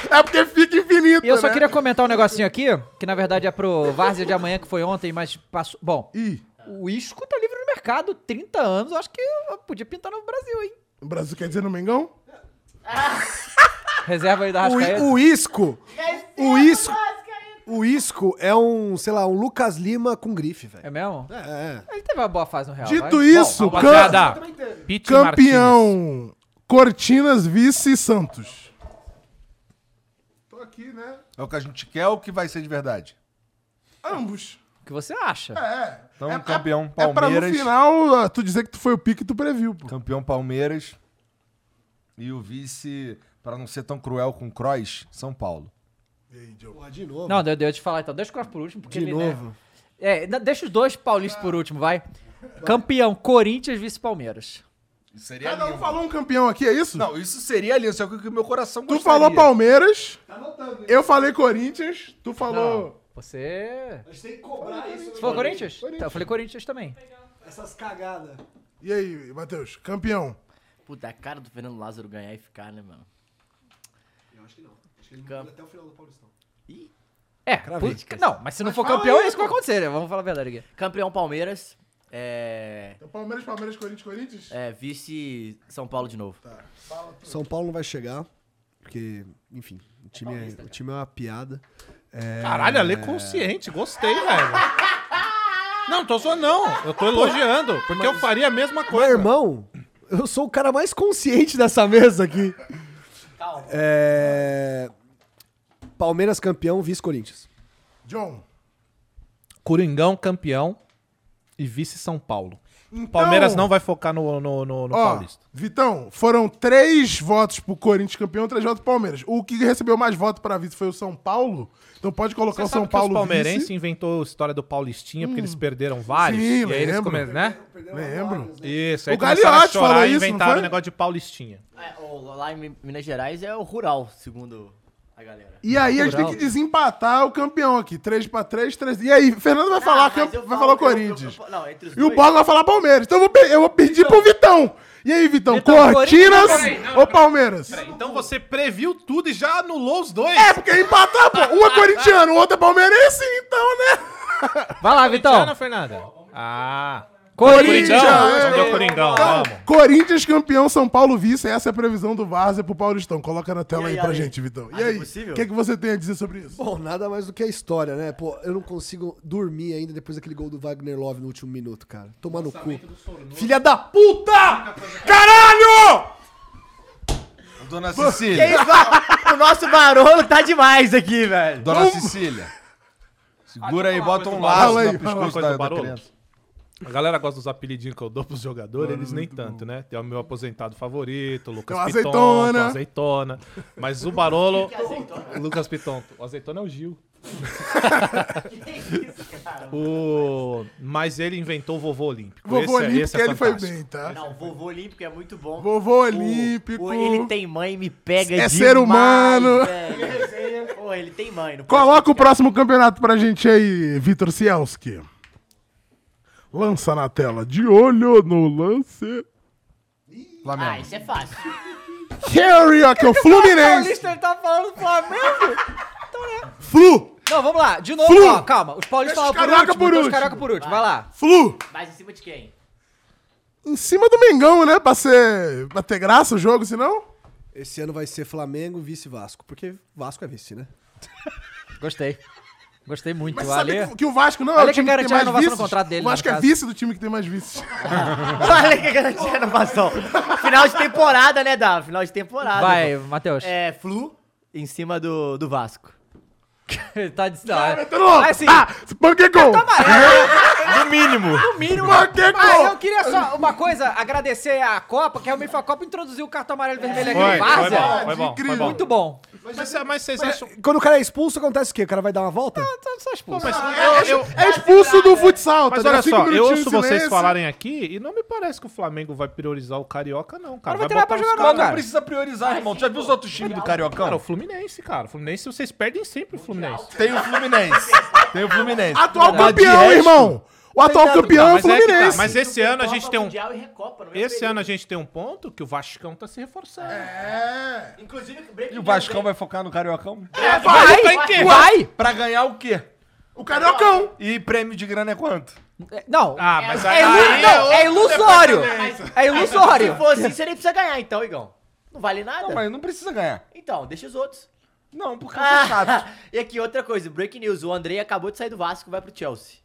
É porque fica infinito.
e eu só
né?
queria comentar um negocinho aqui, que na verdade é pro Várzea de amanhã, que foi ontem, mas passou... Bom,
Ih,
o Isco tá livre no mercado, 30 anos, eu acho que eu podia pintar no Brasil, hein?
o Brasil quer dizer no Mengão?
Reserva aí da
O,
Rascaeta.
i- o isco. O isco. O isco é um, sei lá, um Lucas Lima com grife, velho.
É mesmo?
É.
Ele teve uma boa fase no Real.
Dito
vai.
isso, cam-
Rapaziada, Pete Martinez.
campeão. Cortinas, vice Santos. Tô aqui, né?
É o que a gente quer, é o que vai ser de verdade.
Ambos.
O que você acha?
É.
Então, campeão
É pra no
Palmeiras.
final ah, tu dizer que tu foi o pique e tu previu, pô.
Campeão Palmeiras. E o vice, pra não ser tão cruel com o Kroos, São Paulo.
Porra, de novo.
Não, deu, deu de falar então. Deixa o Cross por último, porque
Tá de
ele, né,
novo.
É, na- deixa os dois paulistas
Tá.
por último, vai. Campeão, Corinthians, vice-Palmeiras.
Isso seria
Cada um falou um campeão aqui, é isso?
Não, isso seria lindo, isso é o que o meu coração
Tu
gostaria.
falou Palmeiras. Eu falei Corinthians. Tu falou.
Você. Você falou Corinthians? Tá, eu falei Corinthians também.
Essas cagadas.
E aí, Matheus? Campeão.
Puta, é a cara do Fernando Lázaro ganhar e ficar, né, mano?
É, putz, não, mas se não for campeão, é isso que vai acontecer, né? Vamos falar a verdade aqui.
Campeão Palmeiras. É.
Então, Palmeiras, Palmeiras, Corinthians, Corinthians?
é, vice São Paulo de novo.
Tá.
São Paulo não vai chegar, porque, enfim, o time é, o time é uma piada. É,
Caralho, ela é consciente, gostei, velho. Não, tô só não. Eu tô elogiando, porque eu faria a mesma
Meu
coisa.
irmão, eu sou o cara mais consciente dessa mesa aqui. É, Palmeiras campeão, vice-Corinthians.
John.
Coringão campeão e vice São Paulo.
Então,
Palmeiras não vai focar no, no, no, no
ó,
Paulista.
Vitão, foram três votos pro Corinthians campeão, três votos pro Palmeiras. O que recebeu mais votos pra vice foi o São Paulo. Então pode colocar o
Você
São
sabe que
Paulo
os palmeirenses
vice. Hum.
inventou a história do Paulistinha, porque eles perderam vários.
Sim,
e aí eles
lembro.
começam, né?
Lembro.
Isso,
O
aí começaram a
Gagliotti falou
chorar e
isso, não
inventaram
foi?
o negócio de Paulistinha.
É, o- lá em Mi- Minas Gerais é o rural, segundo a galera.
E aí a gente tem que desempatar o campeão aqui. Três pra três, três. E aí, Fernando vai falar,
Ah, mas
campe-
eu
vai
falo-
falar o
eu- eu-
Corinthians.
eu- não, entre os
E o
dois-
Borgo vai falar Palmeiras. Então eu vou, pe- eu vou pedir pro Vitão. E aí, Vitão,
Vitão,
Cortinas
Corinthians
ou Palmeiras?
Então você previu tudo e já anulou os dois.
É, porque empatar, pô. Um é corintiano, o outro é palmeirense, então, né?
Vai lá,
Então,
Vitão.
Fernanda. Ah.
Corinthians!
Coringão! Mandou Coringão, vamos.
Corinthians campeão, São Paulo vice. Essa é a previsão do Várzea pro Paulistão. Coloca na tela
E aí,
aí, pra
Ale?
gente, Vitão. E
Ah, é
aí,
possível?
o que, é que você tem a dizer sobre isso?
Bom, nada mais do que a história, né? Pô, eu não consigo dormir ainda depois daquele gol do Wagner Love no último minuto, cara. Tomar no cu. Filha da puta! Caralho!
Dona
Que
Cecília.
isso, va- o nosso barulho tá demais aqui, velho.
Dona Cecília. Segura aí, bota um laço
Fala aí,
no
fala uma
pescoço
coisa
da,
do
da
Barolo.
criança.
A galera gosta dos apelidinhos que eu dou pros jogadores, eles
Hum,
nem tanto, né? Tem o meu aposentado favorito, o Lucas
Tem o
Piton,
É Azeitona.
tem o azeitona. Mas o Barolo. o Lucas Piton. O azeitona é o Gil. o... Mas ele inventou o vovô olímpico.
Vovô
Esse é-
Olímpico,
esse é
ele foi
fantástico.
bem, tá?
Não, vovô olímpico é muito bom.
Vovô
O-
Olímpico.
o ele tem mãe, me pega
É
demais,
ser humano.
velho. Pô, ele tem mãe. Não
Coloca o próximo campeonato pra gente aí, Vitor Cielski. Lança na tela. De olho no lance.
Ah, isso é fácil.
Carioca, é o Fluminense.
Paulista, ele tá falando do Flamengo?
Flu,
Não, vamos lá. De novo,
Flu.
ó, calma. Os paulistas falam
Deixa os
por
carioca
último,
por
então os
último.
carioca por último. Vai lá.
Flu.
Mas em cima de quem?
Em cima do Mengão, né? Pra, ser, pra ter graça o jogo, senão...
Esse ano vai ser Flamengo, vice Vasco. Porque Vasco é vice, né?
Gostei. Gostei muito.
Mas
Mas
você sabe que, que o Vasco não é
Ale
o time
que
que tem
garantiu a
mais
renovação
vices.
no contrato dele,
o Vasco
no
é
caso.
vice do time que tem mais vices.
Olha que garantia a renovação. Final de temporada, né, Dava? Final de temporada.
Vai, Matheus.
É, Flu em cima do, do Vasco.
Ele
É.
tá de cidade.
louco.
Mas assim,
Ah,
Panquecou!
No mínimo.
no mínimo.
Panquecou!
Mas eu queria só uma coisa, agradecer a Copa, que realmente foi a Copa que introduziu o cartão amarelo e vermelho aqui
Foi,
no
foi
Várzea.
bom, foi bom. Foi
incrível.
bom.
Muito bom.
Mas, é, mas vocês acham.
Quando o cara é expulso, acontece o quê? O cara vai dar uma volta?
Então, só
Pô,
expulso.
mas eu- eu-
É expulso
né?
do futsal,
Mas
tá ligado?
olha
Cinco
só, eu
minutinhos
ouço
de
vocês
silêncio.
falarem aqui e não me parece que o Flamengo vai priorizar o Carioca, não, cara.
Mas não vai ter nada
botar
pra
os
jogar,
caras-
não, cara.
precisa priorizar, irmão. Tu já viu os outros times do
Cara, o
Cariocão?
Fluminense, cara. O Fluminense, vocês perdem sempre o Fluminense.
Tem o Fluminense. Tem o Fluminense.
Atual
Mas de
campeão,
resto-
irmão! O atual
nada,
campeão é o
mas é que tá,
Fluminense.
mas esse ano a gente tem um.
Mundial e Recopa, é no mesmo
Esse
período.
ano a gente tem um ponto que o Vascão tá se reforçando.
É.
Inclusive,
E o Vascão vai focar no Cariocão?
Vai,
tá em quê?
vai.
Pra ganhar o quê?
O Cariocão!
E prêmio de grana é quanto?
É, Não,
Ah, mas
é,
aí.
ilu-
aí
não, é
é outro
ilusório.
departamento.
É
Se
ilusório.
fosse isso, você nem precisa ganhar, então, Igão. Não vale nada.
Não, mas não precisa ganhar.
Então, deixa os outros.
Não, porque eu sou chato.
Ah, e aqui, outra coisa. Breaking news. O Andrei acabou de sair do Vasco vai pro Chelsea.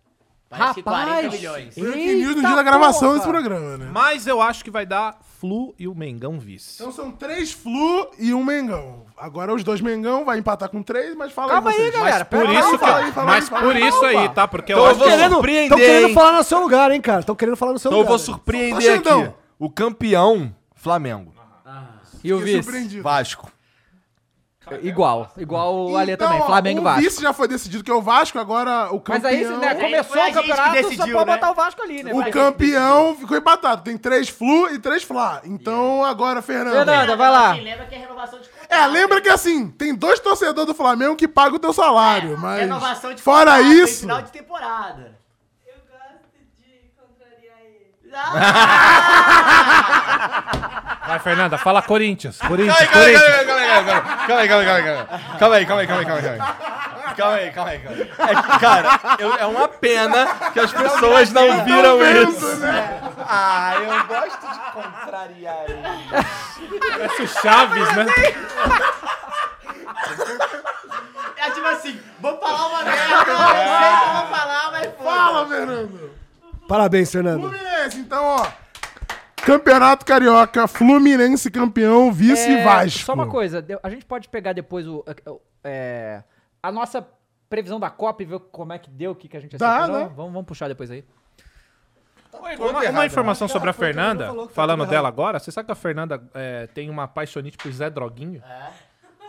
Parece que 40
Rapaz.
milhões.
Que news no
Eita
dia da gravação
porra.
desse programa, né?
Mas eu acho que vai dar Flu e o Mengão vice.
Então são três Flu e um Mengão. Agora os dois Mengão vai empatar com três, mas fala
Calma aí,
vocês.
galera. pera
Por
lá.
isso
fala aí,
que.
fala
Mas
aí, fala
por
aí.
isso aí, tá? Porque eu
Então eu
acho
vou
que.
surpreender,
Tão querendo
hein?
falar no seu lugar, hein, cara? Tão querendo falar no seu
Então eu
lugar. né?
vou
velho.
Só
surpreender
Xandão.
aqui. O campeão, Flamengo.
E o
Fiquei
vice?
surpreendido.
Vasco.
Igual. Igual o Alê
Então,
também.
ó,
Flamengo e
O
Vasco.
vice já foi decidido que é o Vasco, agora o campeão...
Mas aí, né,
Aí
começou
foi a
o
gente que
campeonato, só
decidiu,
pode
né?
botar o Vasco ali, né?
O campeão ficou empatado. Tem três Flu e três Fla. Então agora, Fernando.
Fernando. Vai lá.
Assim, lembra que é renovação de contrato.
É, lembra que assim, tem dois torcedores do Flamengo que pagam o teu salário, mas.
Renovação É de
fora
contrato, hein,
isso.
Final de temporada.
Eu gosto de contrariar ele.
Ah!
Vai, Fernanda, fala Corinthians. Corinthians,
Calma aí,
Corinthians.
calma aí, calma aí, calma aí, calma aí, calma aí, calma aí, calma aí, calma aí, calma aí, calma aí, calma aí, calma aí. Calma aí, calma aí, calma aí. É que, cara, eu- é uma pena que as pessoas não viram
é
isso. Ah, eu gosto de contrariar ele.
Parece o Chaves, né?
É tipo assim, vou falar uma merda, eu não sei se eu vou falar, mas foda.
Fala, Fernando!
Parabéns, Fernando.
Fluminense, então, ó. Campeonato Carioca, Fluminense campeão, vice
É,
Vasco.
Só uma coisa, de- a gente pode pegar depois o, o- é, a nossa previsão da Copa e ver como é que deu, o que, que a gente
Dá,
acertou, não?
né?
Vamos, vamos puxar depois aí.
Uma, uma informação sobre a Fernanda, falando dela agora. Você sabe que a Fernanda é, tem uma apaixonite pro Zé Droguinho?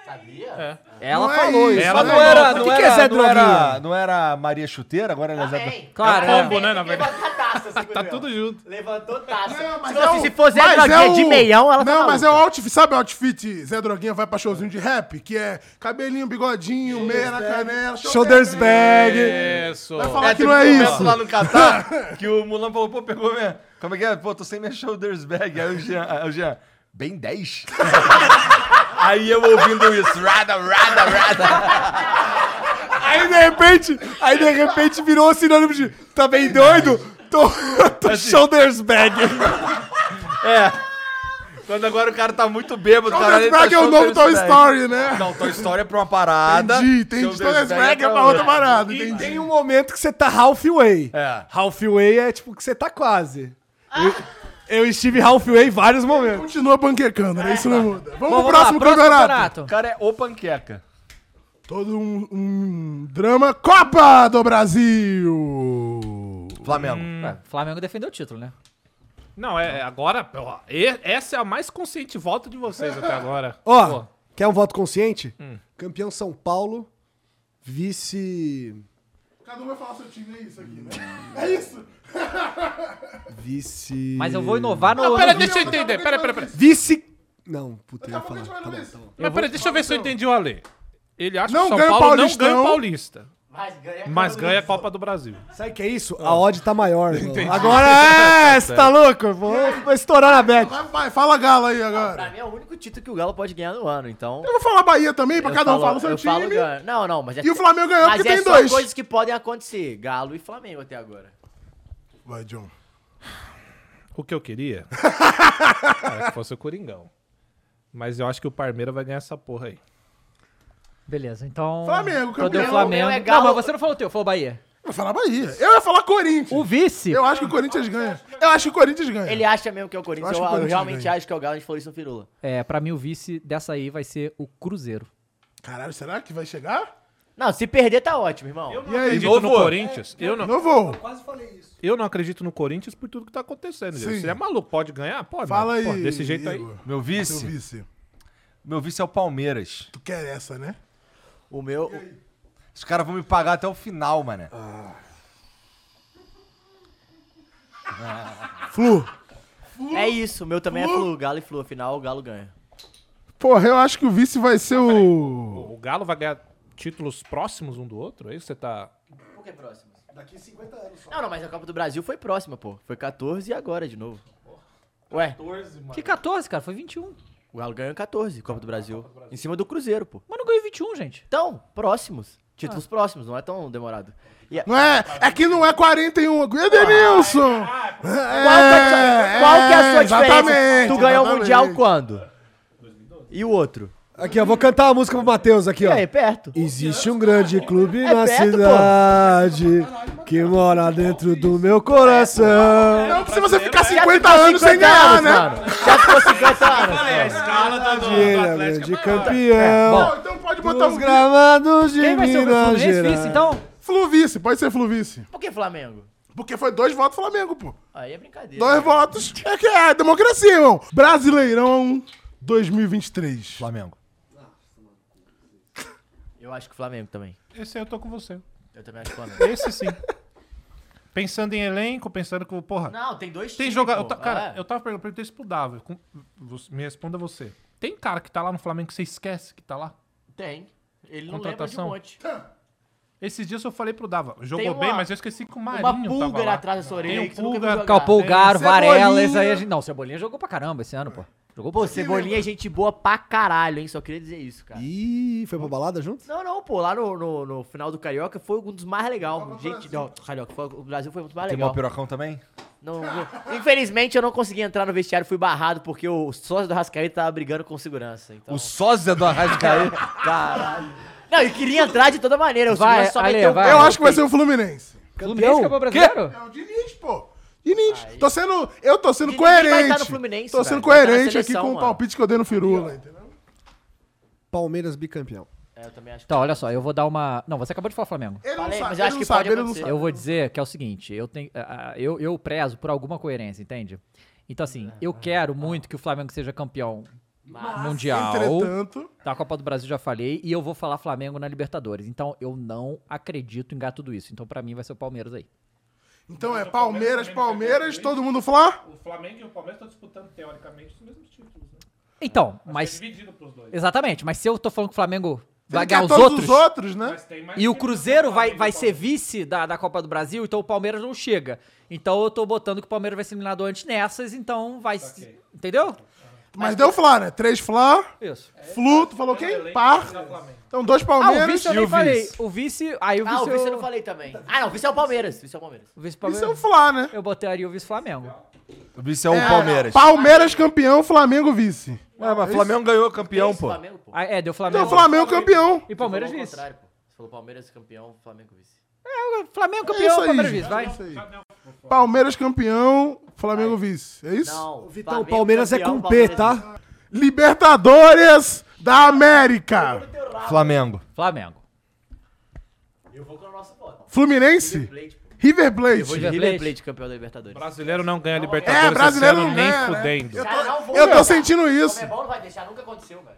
Sabia?
Ela
Não é
falou
isso,
isso.
ela
mas
falou.
era,
Não
não era.
era- não era- Não era Maria Chuteira, agora ela é Zé Droguinho.
Também.
Claro,
Também.
é.
Combo, né, na verdade.
Levantar taça, assim,
Tá
Gabriel.
tudo junto.
Levantou taça.
mas
Tipo assim,
é o-
se for Zé
mas
Droguinha
é o-
de meião, ela tá
Não, mas é
maluca.
o outfit. Sabe o outfit Zé Droguinha vai pra showzinho de rap? Que é cabelinho, bigodinho, meia na canela,
Shoulders bag.
É. Isso.
Vai falar que
teve
não é
um momento
isso.
lá no Catar que o Mulan falou, pô, pegou minha... Como é que é? Pô, tô sem minha shoulders bag. Aí o Jean... Aí o Jean bem 10? Aí eu ouvindo isso. Rada, rada, rada.
Aí de repente, aí de repente virou sinônimo de tá bem doido? Tô,
Assim, Shoulders bag.
Quando agora o cara tá muito bêbado, o cara...
Shoulders
ele tá
Bag é o novo Toy Story, né?
Não, Toy Story é pra uma parada.
Entendi, entendi.
Shoulders
Shoulders Bag é pra outra parada, entendi.
Tem um momento que você tá halfway.
É.
Halfway é tipo que você tá quase. Eu, eu estive halfway em vários momentos.
Continua panquecando, né? Isso não muda. Vamos,
Vamos
pro
lá,
próximo campeonato.
O cara é o panqueca.
Todo um, um drama Copa do Brasil.
Flamengo.
Hum.
Ué, Flamengo defendeu o título, né?
Não, é é agora. ó, e- essa é a mais consciente volta de vocês até agora.
Ó, quer um voto consciente?
Hum.
Campeão São Paulo, vice...
Cada um vai falar seu time, é isso aqui, né? É isso.
Vice...
Mas eu vou inovar no.
Não,
no-
pera, deixa eu entender. Pera, pera, pera.
Vice... Não, puta, eu ia
Daqui a pouco a
falar.
gente vai
Tá
no
bom.
nisso.
Mas pera, deixa eu ver se eu entendi o Ale. Ele acha
Não
que o São
ganha o
Paulo não
Paulistão.
ganha o Paulista,
Mas ganha.
mas ganha a Copa do Brasil.
Sabe o que é isso? A
Ah.
odd tá maior, irmão. Agora é, você tá louco? Vou, vou estourar na bet.
Vai, vai, fala Galo aí agora.
Pra mim é o único título que o Galo pode ganhar no ano, então.
Eu vou falar Bahia também, pra
eu
cada um
falo-
falar o seu
eu falo
time.
Galo. Não, não, mas é.
E o Flamengo ganhou
mas
porque
é
tem
só
dois.
coisas que podem acontecer. Galo e Flamengo até agora.
Vai, John.
O que eu queria era que fosse o Coringão. Mas eu acho que o Parmeira vai ganhar essa porra aí.
Beleza, então.
Flamengo,
Eu dei o
campeão.
Flamengo.
O meu é Galo.
Não, mas você não falou o teu, falou Bahia.
Eu vou falar Bahia. Eu ia falar Corinthians.
O vice.
Eu acho que o Corinthians ganha. Eu acho que o Corinthians ganha.
Ele acha mesmo que é o Corinthians.
acho
Eu,
que o
eu
Corinthians
realmente
ganha.
acho que é o Galo, a gente falou isso no Firula.
É, pra mim o vice dessa aí vai ser o Cruzeiro.
Caralho, será que vai chegar?
Não, se perder tá ótimo, irmão.
Eu não acredito no Corinthians.
É,
Eu não,
Não vou.
eu não acredito no Corinthians por tudo que tá acontecendo.
Sim.
Você é maluco, pode ganhar? Pode.
Fala
mas,
aí.
pô, desse jeito aí.
Igor.
Meu
Seu
vice?
vice.
Meu vice é o Palmeiras.
Tu quer essa, né?
O meu.
Os caras vão me pagar até o final, mané.
Ah, Flu.
É isso, o meu também é Flu. Galo e Flu. Afinal, o Galo ganha.
Porra, eu acho que o vice vai ser o.
O Galo vai ganhar títulos próximos um do outro? É isso que você tá.
Por que próximo? Daqui 50 anos só. Não, não, mas a Copa do Brasil foi próxima, pô. Foi 14 e agora de novo. Ué,
Que 14, cara? Foi 21.
o Galo ganhou em 14, Copa do Brasil. Em cima do Cruzeiro, pô.
Mas não ganhou em 21, gente.
Então, próximos. Títulos próximos, não é tão demorado. E a-
Não é? É que não é 41. Edenilson!
Qual, que é a sua- Ah, qual que é a sua diferença?
Exatamente,
tu ganhou o
exatamente.
Mundial quando? E o outro?
Aqui, ó, vou cantar uma música pro Matheus aqui,
E
ó.
aí, perto.
Existe um grande clube
É
na
perto, pô.
cidade que mora dentro do meu coração.
Não precisa você ficar
Já
50
ficou
anos sem
50
ganhar,
né?
né?
anos, mano. Já ficou 50 anos. mano.
escala do,
é
Dinheiro de é campeão.
Não, então pode botar
Dos
um
gramados de
Quem vai ser o meu
Minas
Fluminense vice,
Gerais.
então?
Fluvice, pode ser Fluvice.
Por que Flamengo?
Porque foi dois votos Flamengo, pô.
Aí é brincadeira.
Dois votos. É que é a democracia, irmão. Brasileirão 2023.
Flamengo.
Eu acho que Flamengo também.
Esse aí eu tô com você.
Eu também acho que Flamengo.
Esse sim. pensando em elenco, pensando que. Porra.
Não, tem dois
Tem
times,
jogador.
pô.
eu ta- Cara,
É.
eu tava perguntando, perguntei isso pro Dava. com- você- Me responda você. Tem cara que tá lá no Flamengo que você esquece que tá lá?
Tem. Ele não lembra de um
Contratação?
monte.
Esses dias eu falei pro Dava. Jogou
Tem uma-
bem, mas eu esqueci que o Marinho
Uma
tava lá.
pulga atrás da sua orelha.
Tem um
que você nunca
pulga-
viu jogar.
Calpou o Garo,
Cebolinha.
Varela, isso aí a gente. Não, Cebolinha jogou pra caramba esse ano, pô. Jogou
Pô, Cebolinha é gente boa pra caralho, hein? Só queria dizer isso, cara.
Ih, foi pra balada junto?
Não, não, pô. Lá no, no, no final do Carioca foi um dos mais legais. Gente, não, Carioca, foi, o Brasil foi muito mais
Tem
legal.
uma pirocão também?
Não, não- infelizmente eu não consegui entrar no vestiário, fui barrado porque o sócio do Rascaeta tava brigando com segurança. Então...
O sósia do Arrascaeta.
Caralho. Não, eu queria entrar de toda maneira. O
Vai,
segurança só
Ale,
meteu o
vai.
Eu acho que vai ser o Fluminense.
Fluminense acabou brasileiro?
É o Diniz, pô. Diniz. Tô sendo, eu tô sendo
Diniz vai
coerente.
tá no Fluminense,
tô sendo
velho. Vai tá na
coerente aqui
seleção,
com o
mano.
palpite que eu dei no Firula, entendeu?
Palmeiras bicampeão.
É, eu também acho que
Então, olha só, eu vou dar uma. Não, você acabou de falar Flamengo.
Ele
Falei, mas
não sabe,
eu
ele
acho
não
que
sabe,
pode
ele não
acontecer.
sabe.
Eu vou dizer que é o seguinte, eu tenho. ah, ah, Eu, eu prezo por alguma coerência, entende? Então, assim, eu quero muito que o Flamengo seja campeão mundial.
Entretanto,
Da Copa do Brasil já falei, e eu vou falar Flamengo na Libertadores. Então, eu não acredito em ganhar tudo isso. Então, pra mim, vai ser o Palmeiras aí.
então é Palmeiras, Palmeiras, todo mundo Flá?
O Flamengo e o Palmeiras estão disputando, teoricamente, os mesmos títulos, né?
Então, mas.
Dividido pros dois.
Exatamente, mas se eu tô falando que o Flamengo vai
Ele quer
ganhar os
todos
outros,
os outros, né?
tem mais
e o Cruzeiro vai, vai ser vice da, da Copa do Brasil, então o Palmeiras não chega. Então eu tô botando que É, o Palmeiras vai ser eliminado antes nessas, então vai. se- Entendeu?
Mas deu Fla, né? Três Fla.
Isso.
Flu, tu falou
um
quem? Par. Então, dois
Ah, o
Palmeiras
vice eu
e o
nem falei.
vice.
O vice. Aí o vice.
Ah, o vice eu
eu-
não falei também. Ah, não, o vice é o Palmeiras. O vice é o Palmeiras.
O vice
Isso é o
Palmeiras.
Fla, né?
Eu botaria o vice Flamengo.
O vice é o Palmeiras.
Palmeiras campeão, Flamengo vice.
Ué, mas Flamengo ganhou campeão,
Esse
pô.
Flamengo, pô.
Ah, é, deu Flamengo.
Então, Flamengo campeão.
E Palmeiras
Falou ao
vice.
contrário, pô. Você falou Palmeiras campeão, Flamengo vice.
Flamengo
É isso
campeão,
aí,
Palmeiras
gente.
vice, vai.
É isso aí. Palmeiras campeão, Flamengo vice. É isso?
Não.
Vitão,
Flamengo
Palmeiras é
campeão,
com P,
Palmeiras-
tá?
Libertadores da América.
Flamengo.
Flamengo.
Eu vou com o nosso voto.
Fluminense?
Plate, pô.
River
Eu vou
Plate.
de
River
River
Plate.
Plate campeão da Libertadores.
Brasileiro não ganha Libertadores
É,
esse
brasileiro
ano
não
nem
ganha, né?
fudendo.
Cara, não vou
Eu tô
ganhar.
sentindo
O
isso.
Comebol não vai deixar, nunca aconteceu, velho.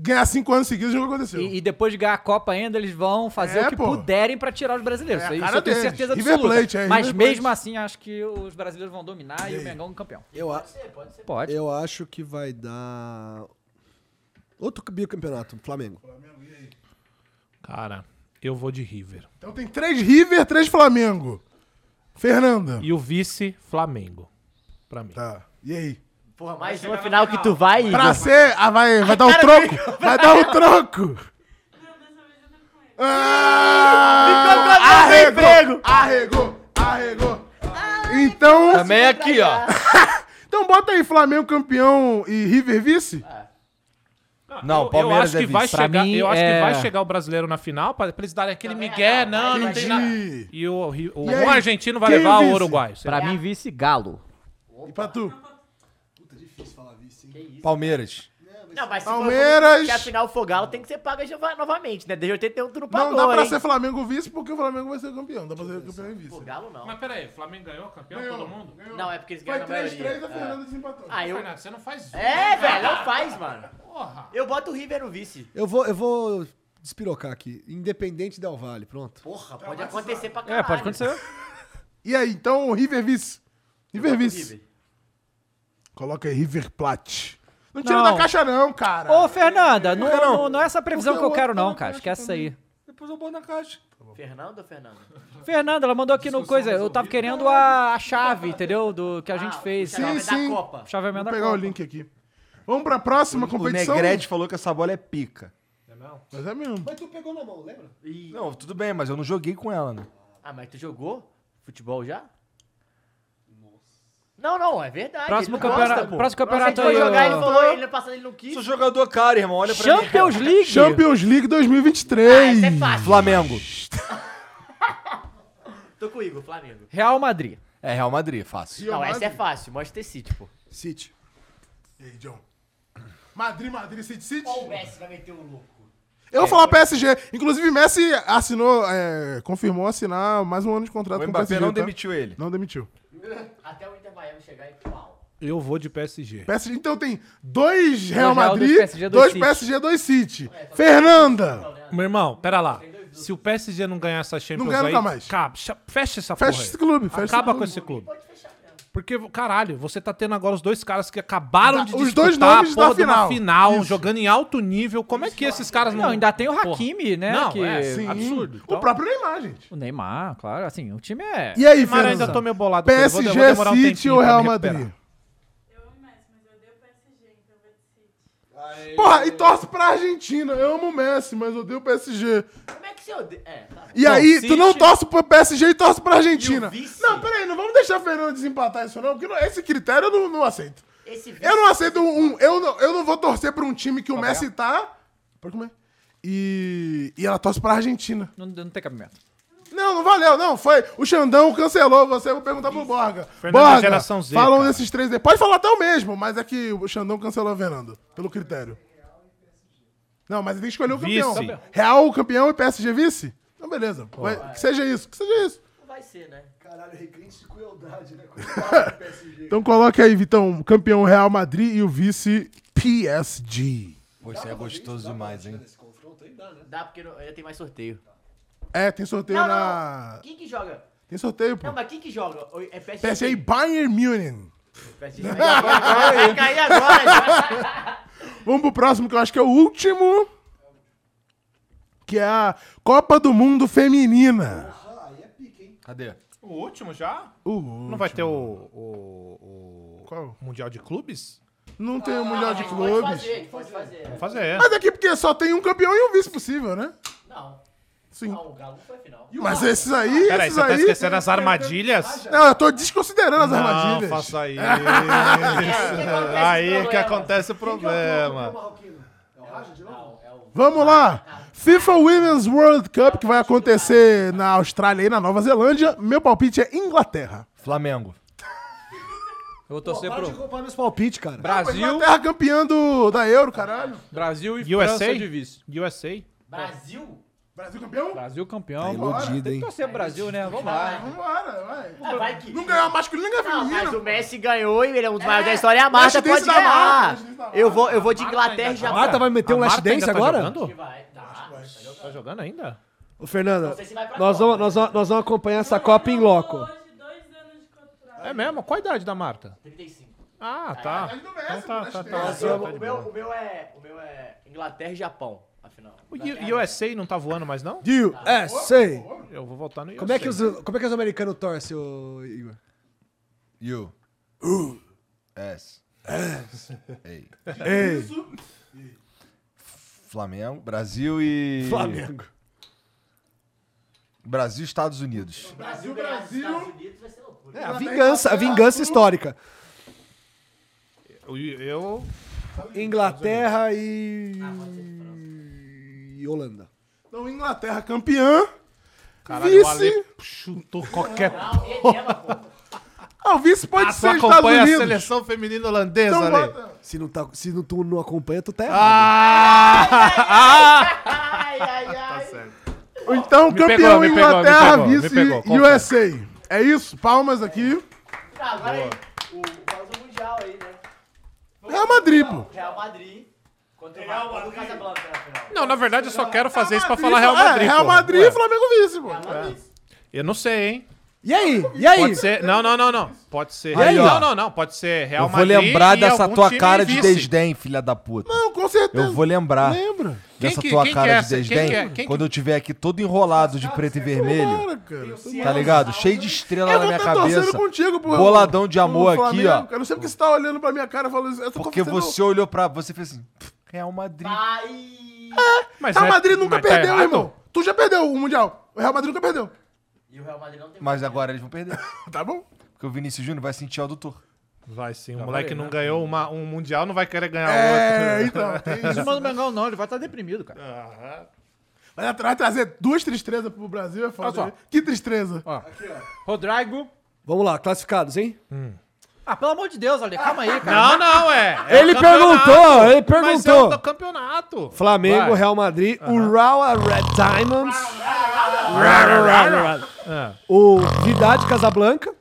Ganhar cinco anos seguidos nunca aconteceu.
E, e depois de ganhar a Copa ainda, eles vão fazer
É,
o que
pô.
puderem pra tirar os brasileiros.
É, a
isso
cara
eu tenho
deles.
certeza
River
absoluta.
Plate, é,
Mas
River
mesmo
Plate.
assim, acho que os brasileiros vão dominar e, o Mengão é campeão.
Eu, a-
Pode.
eu acho que vai dar. Outro bicampeonato, Flamengo.
Cara, eu vou de River.
Então tem três River, três Flamengo. Fernanda.
E o vice, Flamengo. Pra mim.
Tá. E aí?
Porra, mais uma final que tu vai, Igor.
Pra ser. Ah, vai, vai dar o troco! Vai dar o troco!
Não, dessa vez eu tô com ele.
Ah, arregou!
Então,
Arregou! Arregou! Então.
Também aqui, ó.
Então bota aí Flamengo campeão e River vice?
É,
Não,
eu, eu
Palmeiras
acho
é
que vai
vice.
Pra
chegar,
mim,
eu acho
é-
que vai chegar o brasileiro na final pra, pra eles darem aquele migué, não, não tem nada.
Entendi.
E o, Ri- o,
E aí?
um argentino vai
Quem
levar
vice?
o uruguaio. sei
É.
lá.
Pra mim, vice Galo.
E pra tu?
Palmeiras.
Não, mas se
Palmeiras.
For, se a final for Galo, tem que ser paga de- novamente, né? Desde 81 tu não pagou,
Não dá pra
hein?
ser Flamengo vice porque o Flamengo vai ser campeão. Dá pra ser campeão e
Pô,
vice.
Galo não.
Mas peraí, o Flamengo ganhou, campeão, todo mundo?
Não, é porque eles
Foi
ganham a maioria.
3-3, a Fernanda desempatou.
Ah, eu...
Fernando, você não faz isso.
É, velho,
Ah,
não faz, mano. Eu boto o River no vice.
Eu vou, eu vou despirocar aqui. Independente Del Vale, pronto.
Porra, pode acontecer pra caralho.
É, pode acontecer.
E aí, então River vice? River vice.
River.
Coloca aí River Plate. Não tira
Não.
da caixa, não, cara.
Ô, Fernanda, não,
não?
não, não é essa previsão
Porque
que eu
o
quero,
outro
não,
tá
cara.
na
Esquece isso aí.
Depois eu boto na caixa.
Fernando ou Fernando?
Fernanda, ela mandou aqui no coisa. Eu tava querendo a, a chave, entendeu? Do que a gente fez.
Sim,
Sim,
sim.
Ah, Da Copa.
Chave é
Vou
emenda
Ah, pegar o link aqui. Vamos pra próxima
O
competição.
Negrete falou que essa bola é pica.
Mas é mesmo.
Mas tu pegou na mão, lembra?
Não, tudo bem, mas eu não joguei com ela, né?
Ah, mas tu jogou futebol já? Não, não, é verdade.
Próximo
ele gosta,
campeonato,
pô.
próximo
Quando a gente
campeonato
foi
aí,
jogar, ele
ó.
falou, ele no passado ele não
Sou
quis.
jogador cara, irmão. Olha pra
Champions
mim.
League.
Champions League
Ah,
2023.
essa é fácil.
Flamengo.
Tô com o Igor, Flamengo.
Real Madrid.
É Real Madrid, fácil.
Não, essa é fácil. Manchester City, pô.
City.
E aí, John? Madrid, Madrid, City, City.
O Messi vai meter o louco.
Eu
É.
vou falar PSG. Inclusive, Messi assinou, é, confirmou assinar mais um ano de contrato
O
com o
Mbappé
PSG.
não
tá?
demitiu ele.
Não demitiu.
Até o Inter Miami chegar e pau.
Eu vou de PSG.
PSG, então tem dois
Real,
Real
dois
Madrid,
PSG, dois
dois
City.
PSG, dois City. Fernanda!
Meu irmão, pera lá. Se o PSG não ganhar essa Champions
ganha
aí,
nunca mais.
acaba, cha- fecha essa
Fecha
porra aí.
esse clube. Fecha
Acaba
esse
com esse clube. Porque, caralho, você tá tendo agora os dois caras que acabaram de
Os dois
disputar a
nomes da
porra de uma
final.
final,
Isso.
jogando em alto nível. Como é que esses caras não...
Não, ainda tem o
Porra.
Hakimi, né?
Não,
que...
é,
clube.
sim. Absurdo.
O
Então-
próprio Neymar, gente.
O Neymar, claro. Assim, o time é...
E aí,
Mas eu
Fernanda?
ainda tô meio bolado. com ele. Eu vou- eu vou
PSG,
demorar um
City
tempinho
ou
pra
Real
me recuperar.
Madrid?
Eu amo o Messi, mas eu odeio o PSG, então eu vou de City.
Porra, e torce pra Argentina. Eu amo o Messi, mas odeio o PSG.
Como é que você odeia? É, tá bom.
E aí, tu
City-
não torce pro PSG e torce pra Argentina.
E o vice?
Não, peraí, não vamos deixar o Fernando desempatar isso, não, porque não- esse critério eu não, não aceito.
Esse vice-
Eu não aceito um. um- eu, não, eu não vou torcer pra um time que o Messi tá. Pode comer. E. E ela torce pra Argentina.
Não, não tem cabimento.
Não, não valeu, não. Foi. O Xandão cancelou você. Eu vou perguntar pro Borga.
Fernando é
Borga,
geração Z,
falam
cara.
desses três. aí. Pode falar até o mesmo, mas é que o Xandão cancelou o Fernando, pelo critério. Não, mas tem que escolher o campeão.
Vice.
Real, campeão e PSG vice? Então, beleza. Vai- que seja isso, que seja isso.
Não vai ser, né?
Caralho, recrente de crueldade, né?
Então coloca aí, Vitão, campeão Real Madrid e o vice PSG.
Pô, isso aí é gostoso demais, hein?
Dá porque não- ainda tem mais sorteio.
É, tem sorteio
Não, não,
na.
Quem que joga?
Tem sorteio, pô.
Não, mas quem que joga? O- É PSG.
PSG e Bayern Munich.
PSG. Vai cair agora, já.
Vamos pro próximo, que eu acho que é o último. Que é a Copa do Mundo Feminina.
Cadê?
O último já?
O
Não vai ter o, o- o
Qual?
Mundial de Clubes?
Não tem um Mundial de Clubes.
fazer, pode fazer.
Vamos fazer.
Mas aqui porque só tem um campeão e um vice possível, né?
Não.
Sim.
Não, o Galo foi a final.
Mas esses aí,
Peraí,
esses
você tá
aí...
esquecendo as
Ah,
armadilhas?
Não, eu tô desconsiderando as
Não,
armadilhas.
faça aí.
acontece
aí
o
que um
problema.
acontece o problema.
Vamos lá! FIFA Women's World Cup, que vai acontecer na Austrália e na Nova Zelândia. Meu palpite é Inglaterra.
Flamengo.
Eu vou torcer
Para de
pro
comparar meus palpites, cara.
Brasil,
Inglaterra campeã do, da Euro, caralho.
Brasil e
USA?
França de vice.
USA?
Brasil?
Brasil campeão?
Brasil campeão.
Tá Iludido,
Tem que
hein?
torcer pro Brasil, né? Vamos lá.
Vambora, vai.
Ah, vai que...
Não ganhar masculino, nem ganhar
Não, mas
feminino.
o Messi ganhou e ele é um dos maiores da história e a Marta
Flash dance
pode
da
ganhar.
Marta, flash dance da
eu, vou, eu vou de Inglaterra e
A
Japão.
Marta vai meter um
A
last
Marta ainda
dance
tá
agora?
jogando?
Vai, tá.
Tá jogando ainda?
Ô, Fernanda,
sei se vai pra
nós
Copa.
vamos, nós, vamos, nós vamos acompanhar essa Copa em loco.
Hoje, dois anos de contrato.
É mesmo? Qual a idade da Marta?
35.
Ah, tá. Então tá, tá, tá.
O
tá
meu,
de
o meu,
boa.
o meu é, o meu é Inglaterra e Japão, afinal.
O U- USA não tá voando mais, não?
Dio, é, sei.
Eu vou voltar no USA.
Como é, que os, como é que os americanos torcem, ô, Igor?
You. S. S. Ei.
Ei,
Flamengo, Brasil e.
Flamengo.
Brasil e Estados Unidos.
Brasil, Brasil. Estados Unidos vai ser loucura.
É, a vingança, a vingança histórica.
Eu- Eu...
Inglaterra e... e Holanda.
Então, Inglaterra campeã.
Caralho, o Ale
vice.
chutou qualquer...
Ah, o vice pode
Ah, tu
ser Estados
acompanha a
Unidos.
seleção feminina holandesa,
Então
Ale?
bota.
Se não, tá, se não, tu não acompanha, tu tá errado.
Ah! Ah!
Ai, ai, ai.
Ou Então,
Me
campeão
pegou, me pegou, me
Inglaterra,
pegou, me
vice
pegou, confere.
USA. É isso, palmas aqui.
Tá, agora aí. O, o famoso Mundial aí, né?
Real Madrid, pô.
Real Madrid contra o Real Madrid. Casablanca na final.
Não, na verdade eu só quero fazer isso pra
Madrid,
falar Real
é,
Madrid.
Real
porra.
Madrid
Ué,
e Flamengo vice, pô.
Eu não sei, hein?
E aí? E
É
aí?
Pode ser. Não, não, não, não. Pode ser.
Aí, ó.
não, não, não. Pode ser Real
Eu vou
Madrid
lembrar
e
dessa
algum
tua
time
cara de
vice.
desdém, filha da puta.
Não, com certeza.
Eu vou lembrar
Lembra?
dessa
que-
tua
quem que é
cara
essa?
de
Quem que
desdém
é? Quem que-
quando eu tiver aqui todo enrolado de preto e vermelho,
Cara, é cara.
tá ligado? Cheio de estrela
Eu
na
vou
minha
estar torcendo
cabeça.
contigo, pô.
Boladão de amor
Pô,
aqui, ó.
Flamengo, Eu não sei porque você tá olhando pra minha cara e falando isso. Eu tô
Porque
torcendo-
você olhou pra. Você fez assim. "Pff, Real Madrid.
Ai.
Mas
Real
é-
Madrid nunca
mas tá
perdeu,
errado?
irmão. Tu já perdeu o Mundial. O Real Madrid nunca perdeu.
E o Real Madrid não tem
Mas agora eles vão perder.
Tá bom?
Porque o Vinícius Júnior vai sentir o adutor.
Vai sim. O moleque não ganhou uma- um mundial, não vai querer ganhar
É,
outro.
então. tem
Não
isso.
manda o Mengão, não. Ele vai estar deprimido, cara.
Vai tra- trazer duas tristezas pro Brasil, é foda.
Olha
né? Que tristeza.
Rodrigo.
Vamos lá, classificados, hein?
Ah, pelo amor de Deus, Ale, calma aí, cara.
Não, não, é. É
ele
o campeonato.
perguntou,
Mas
ele
é o
perguntou.
do campeonato.
Flamengo,
Vai.
Real Madrid, o Rawa Red Diamonds,
Ah.
o Vidade Casablanca,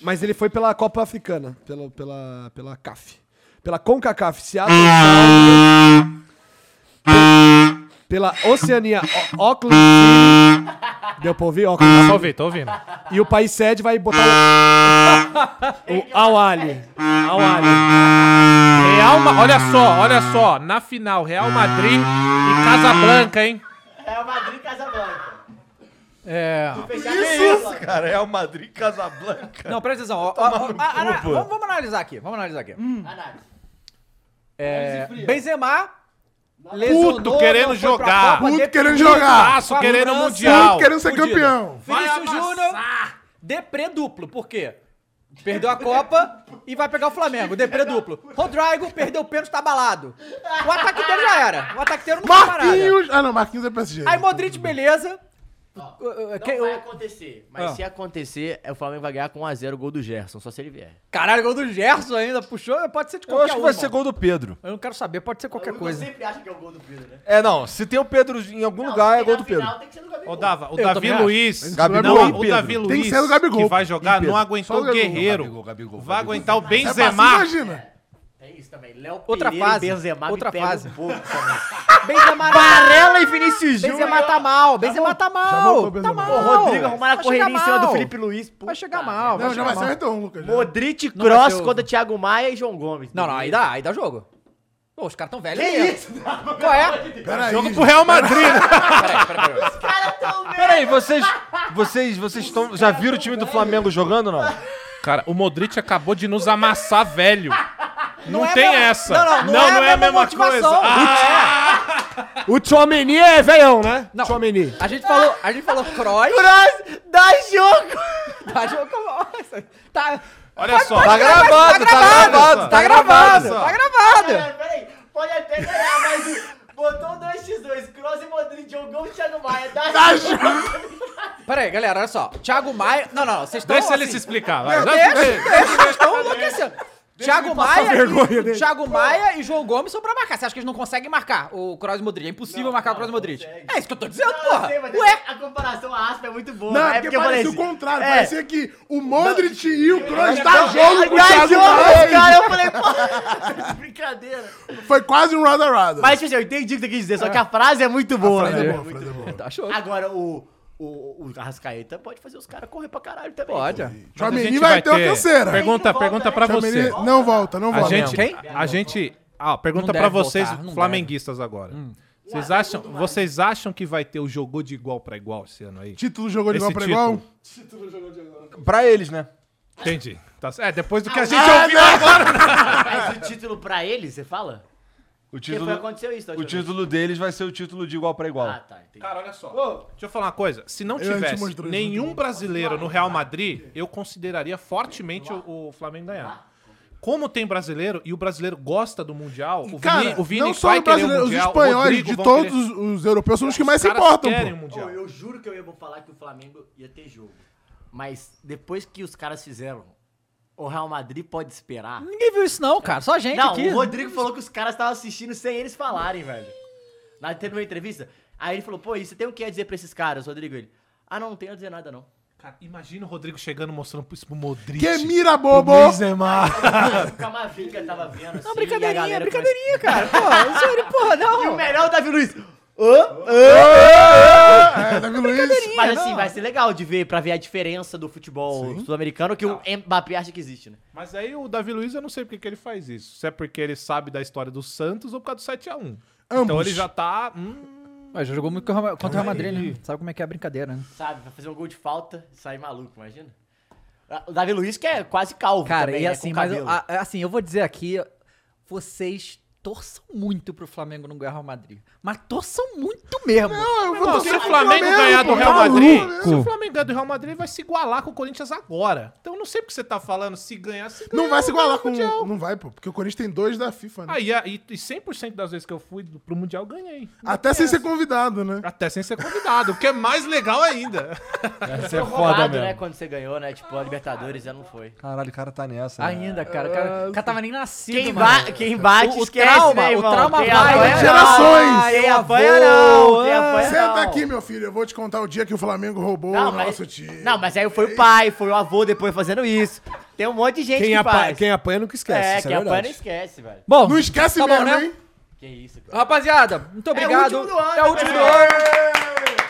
mas ele foi pela Copa Africana, pela, pela, pela CAF. Pela CONCACAF, Seattle Sound, pela Oceania, O- Auckland City. Deu pra ouvir? Auckland
Tô
City.
ouvindo, tô ouvindo.
E o país sede vai botar o, o Awali. Awali.
Real Ma- Olha só, olha só. Na final, Real Madrid e Casablanca, hein?
Real Madrid e Casablanca.
É.
Fechar isso,
Cara, Real Madrid, Casablanca.
Não, presta atenção.
Tá
ó, ó, ó, a- a- vamos, vamos analisar aqui, vamos analisar aqui.
Análise.
É, Benzema
Puto querendo jogar.
Puto querendo jogar.
Passo querendo
França,
mundial.
Puto querendo ser
Fudido.
campeão.
Vinícius Júnior, deprê duplo. Por quê? Perdeu a Copa e vai pegar o Flamengo. Deprê duplo. Rodrigo perdeu o pênalti, tá abalado. O ataque dele já era. O ataque dele não foi parada.
Marquinhos. Ah, não, Marquinhos é PSG.
Aí Modric, beleza. Uh, uh,
Não
quem-
vai
o-
acontecer. Mas
Ah.
se acontecer, o Flamengo vai ganhar com 1x0 o gol do Gerson, só se ele vier.
Caralho, gol do Gerson ainda puxou. Pode ser de
Eu
qualquer
acho que vai
um,
ser
mano.
gol do Pedro.
Eu não quero saber, pode ser qualquer
Eu
coisa.
sempre acho que é o gol do Pedro, né?
É, não. Se tem o Pedro em algum lugar, é gol do Pedro.
Final, tem que ser no Gabigol.
O, Dava, o
Eu
Davi
também acho.
Luiz.
Gabigol
não,
e
o
Pedro.
Davi
Tem
que
Luiz,
ser o Gabigol
que vai
e
jogar,
Pedro.
não
Só o
aguentou o
Gabigol.
Guerreiro.
Gabigol, Gabigol,
vai
Gabigol.
aguentar o
É
Benzema.
fácil, imagina.
É isso também. Léo
Outra
Pereira
fase,
e Benzema
outra
me pegam
fase.
um pouco também.
Benzema tá
Varela e Vinícius Júnior.
Benzema tá mal, Benzema tá mal.
voltou,
Tá
Benzema.
mal.
O Rodrigo arrumaram a
Vai
correria em
chegar
cima do
mal.
Felipe Luiz.
Vai
puta
chegar
merda.
mal.
Não, já vai ser o
mal.
retorno, Lucas. já.
Modric,
Não vai
Cross
ser o-
contra Thiago Maia e João Gomes.
Não, não, aí dá, aí dá jogo. Pô, os caras tão velhos. Que isso? Qual é?
Peraí.
Jogo pro Real Madrid. né?
Peraí, vocês. Vocês. Vocês estão. Já viram o time do Flamengo jogando, não?
Cara, o Modric acabou de nos amassar, velho. Não tem essa.
Não, não, não, é, a mesma, motivação.
coisa. Ah,
O Tchomeni é velhão, né?
Não.
Tchomeni.
A gente falou, a gente falou Croy.
Cross, dá jogo!
Tá, jogo- nossa, tá,
Olha só.
Tá gravado, tá gravado,
tá
tá
gravado,
gravado.
tá gravado.
Peraí, É, peraí, pode até ganhar, mas o- botou 2x2, Cross e Modric, jogou o Thiago Maia, dá
Pera aí, galera, olha só. Thiago Maia. Não, não, vocês estão.
Deixa ele
assim,
se explicar, vai. Já-
Deixa, deixa, vocês estão enlouquecendo. Thiago Maia, e, Thiago Maia e João Gomes são pra marcar. Você acha que eles não conseguem marcar o Kroos e Modric? É impossível marcar o Kroos e Modric. É isso que eu tô dizendo, porra.
Sei, mas
Ué,
A comparação áspera é muito boa.
Não,
é
porque, parecia o
É.
contrário. Parecia que o Modric e o
Tá
Kroos
Dá
dá jogo
É.
com o
dá
Thiago
jogo,
Maia.
cara, eu falei, pô, tá de brincadeira.
Foi quase um rada rada.
Mas, tipo assim, eu entendi o que você quis dizer, só que a frase é muito boa, né?
é
tá show.
Agora, o, o, o Arrascaeta pode fazer os caras correr pra caralho também.
Pode. é.
Tchomeni vai ter uma canseira.
Pergunta,
Tchomeni
pergunta
volta,
pra
Tchomeni-
você.
Não volta, não
A
volta.
gente,
Quem?
a gente, ah, pergunta
Não
pra
deve Hum.
vocês
voltar, não
flamenguistas agora. Vocês acham, vocês acham que vai ter o jogou de igual pra igual esse ano aí?
Título jogou de
Esse
igual pra
título.
igual.
Pra eles, né?
Entendi. Tá c- é, depois
Ah,
do que a gente
Ah,
ouviu agora.
Mas o título pra ele, você fala?
O
Porque
título,
foi aconteceu isso, tá?
o título deles vai ser o título de igual pra igual.
Ah, tá, entendi.
Cara, olha só. Deixa eu falar uma coisa. Se não
te
tivesse
mostrei isso
nenhum brasileiro no Real Madrid, eu consideraria fortemente o, o Flamengo ganhar. Como tem brasileiro e o brasileiro gosta do Mundial, o
Cara,
Vini, o Vini
não só
vai
os
querer o
brasileiros, os
Mundial, o
espanhóis,
Rodrigo
de
vão
todos
querer-
os- os europeus, são os que mais se
caras
importam,
querem um o
pô.
Mundial.
Pô, eu juro que eu ia falar que o Flamengo ia ter jogo. Mas depois que os caras fizeram, o Real Madrid pode esperar.
Ninguém viu isso, não, cara. Só a gente
Não,
aqui.
o Rodrigo falou que os caras estavam assistindo sem eles falarem, velho. Lá teve uma entrevista. Aí ele falou, pô, e você tem o que a dizer pra esses caras, Rodrigo? Ele, ah, não, não tenho a dizer nada, não.
Cara, imagina o Rodrigo chegando mostrando isso pro Modric.
Que é mira, bobo!
O Camavinga tava vendo. assim, e
Não,
a
brincadeirinha,
galera
brincadeirinha, cara. Pô, sério, porra,
começa- E o
não.
melhor é o Davi Luiz.
É, Davi Luiz.
Mas assim,
não.
vai ser legal de ver, pra ver a diferença do futebol sul-americano que o Mbappé acha que existe, né?
Mas aí o Davi Luiz, eu não sei porque que ele faz isso. Se é porque ele sabe da história do Santos ou por causa do 7x1. Então
Ambos.
ele já tá. hum,
Mas já jogou muito com o Real- contra o Real Madrid, né? Sabe como é que é a brincadeira, né?
Sabe, vai fazer um gol de falta, sair maluco, imagina. O Davi Luiz que é quase calvo
Cara,
também,
e
né,
assim,
com
mas
cabelo.
a- a- assim, eu vou dizer aqui, vocês torçam muito pro Flamengo não ganhar o Real Madrid. Mas torçam muito mesmo. Não, eu
Não, se o
pro
Flamengo
Flamengo,
ganhar do
pô,
Real
tá
Madrid.
é maluco?
Se o Flamengo ganhar do Real Madrid, ele vai se igualar com o Corinthians agora. Então eu não sei porque você tá falando se ganhar, se ganhar.
Não vai se igualar
ganhar o
com...
Mundial.
Não vai, pô. Porque o Corinthians tem dois da FIFA, né?
Ah, e, a- e, e 100% das vezes que eu fui do- pro Mundial, eu ganhei. Não
Até sem
tem
ser convidado, né?
essa. Até sem ser convidado, o que é mais legal ainda.
Essa é
Foi
foda
roubado, né,
mesmo.
quando você ganhou, né? Tipo, a Libertadores já não foi.
Caralho, o cara tá nessa. né?
Ainda, cara. O cara, o cara tava nem nascido,
Quem,
mano.
ba quem bate,
o
esquece,
trauma,
né,
o
irmão?
trauma vai
Quem
é,
apanha,
de
não.
gerações.
Quem
Eu
apanha,
vou.
não. Quem apanha, não.
Senta aqui, meu filho. Eu vou te contar o dia que o Flamengo roubou
Não,
o
mas,
nosso time.
não, mas aí foi o pai, foi o avô depois fazendo isso. Tem um monte de gente
Quem
que
apanha,
faz.
quem apanha nunca esquece.
é,
isso
quem apanha
verdade.
não esquece, velho.
Bom,
Não esquece
tá bom,
mesmo,
né?
hein?
Que isso, cara.
Rapaziada, muito obrigado.
último do ano, né?
é o último do
pessoal.
ano.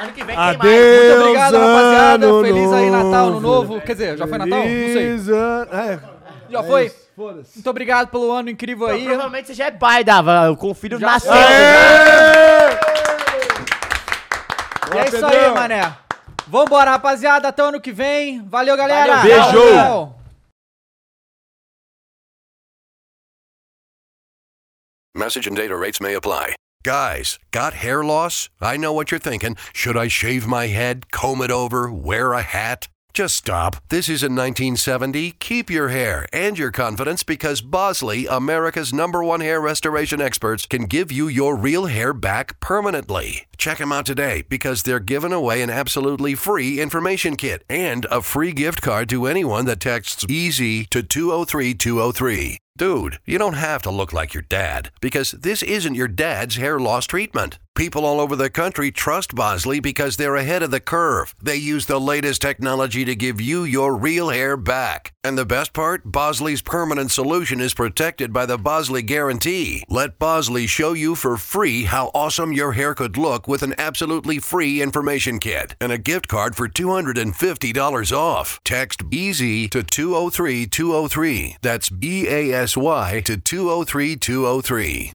Ano que vem tem mais.
Adeus,
Muito obrigado, rapaziada.
ano
Feliz aí Natal, Ano
novo.
Novo. Quer dizer, já foi Natal? Não sei.
Feliz ano- É,
Já foi? Muito obrigado pelo ano incrível aí.
Provavelmente você já é pai, Dava, com o filho nasceu. né?
E é isso aí, mané. Vambora, rapaziada. Até o ano que vem. Valeu, galera.
Valeu, beijo.
Valeu.
Message and data rates may apply. Guys, got hair loss? I know what you're thinking. Should I shave my head, comb it over, wear a hat? Just stop. This isn't 1970. Keep your hair and your confidence because Bosley, America's number one hair restoration experts, can give you your real hair back permanently. Check them out today because they're giving away an absolutely free information kit and a free gift card to anyone that texts EASY to 203203. Dude, you don't have to look like your dad because this isn't your dad's hair loss treatment. People all over the country trust Bosley because they're ahead of the curve. They use the latest technology to give you your real hair back. And the best part? Bosley's permanent solution is protected by the Bosley Guarantee. Let Bosley show you for free how awesome your hair could look with an absolutely free information kit and a gift card for $250 off. Text EASY to 203203. That's B A S Y to 203203.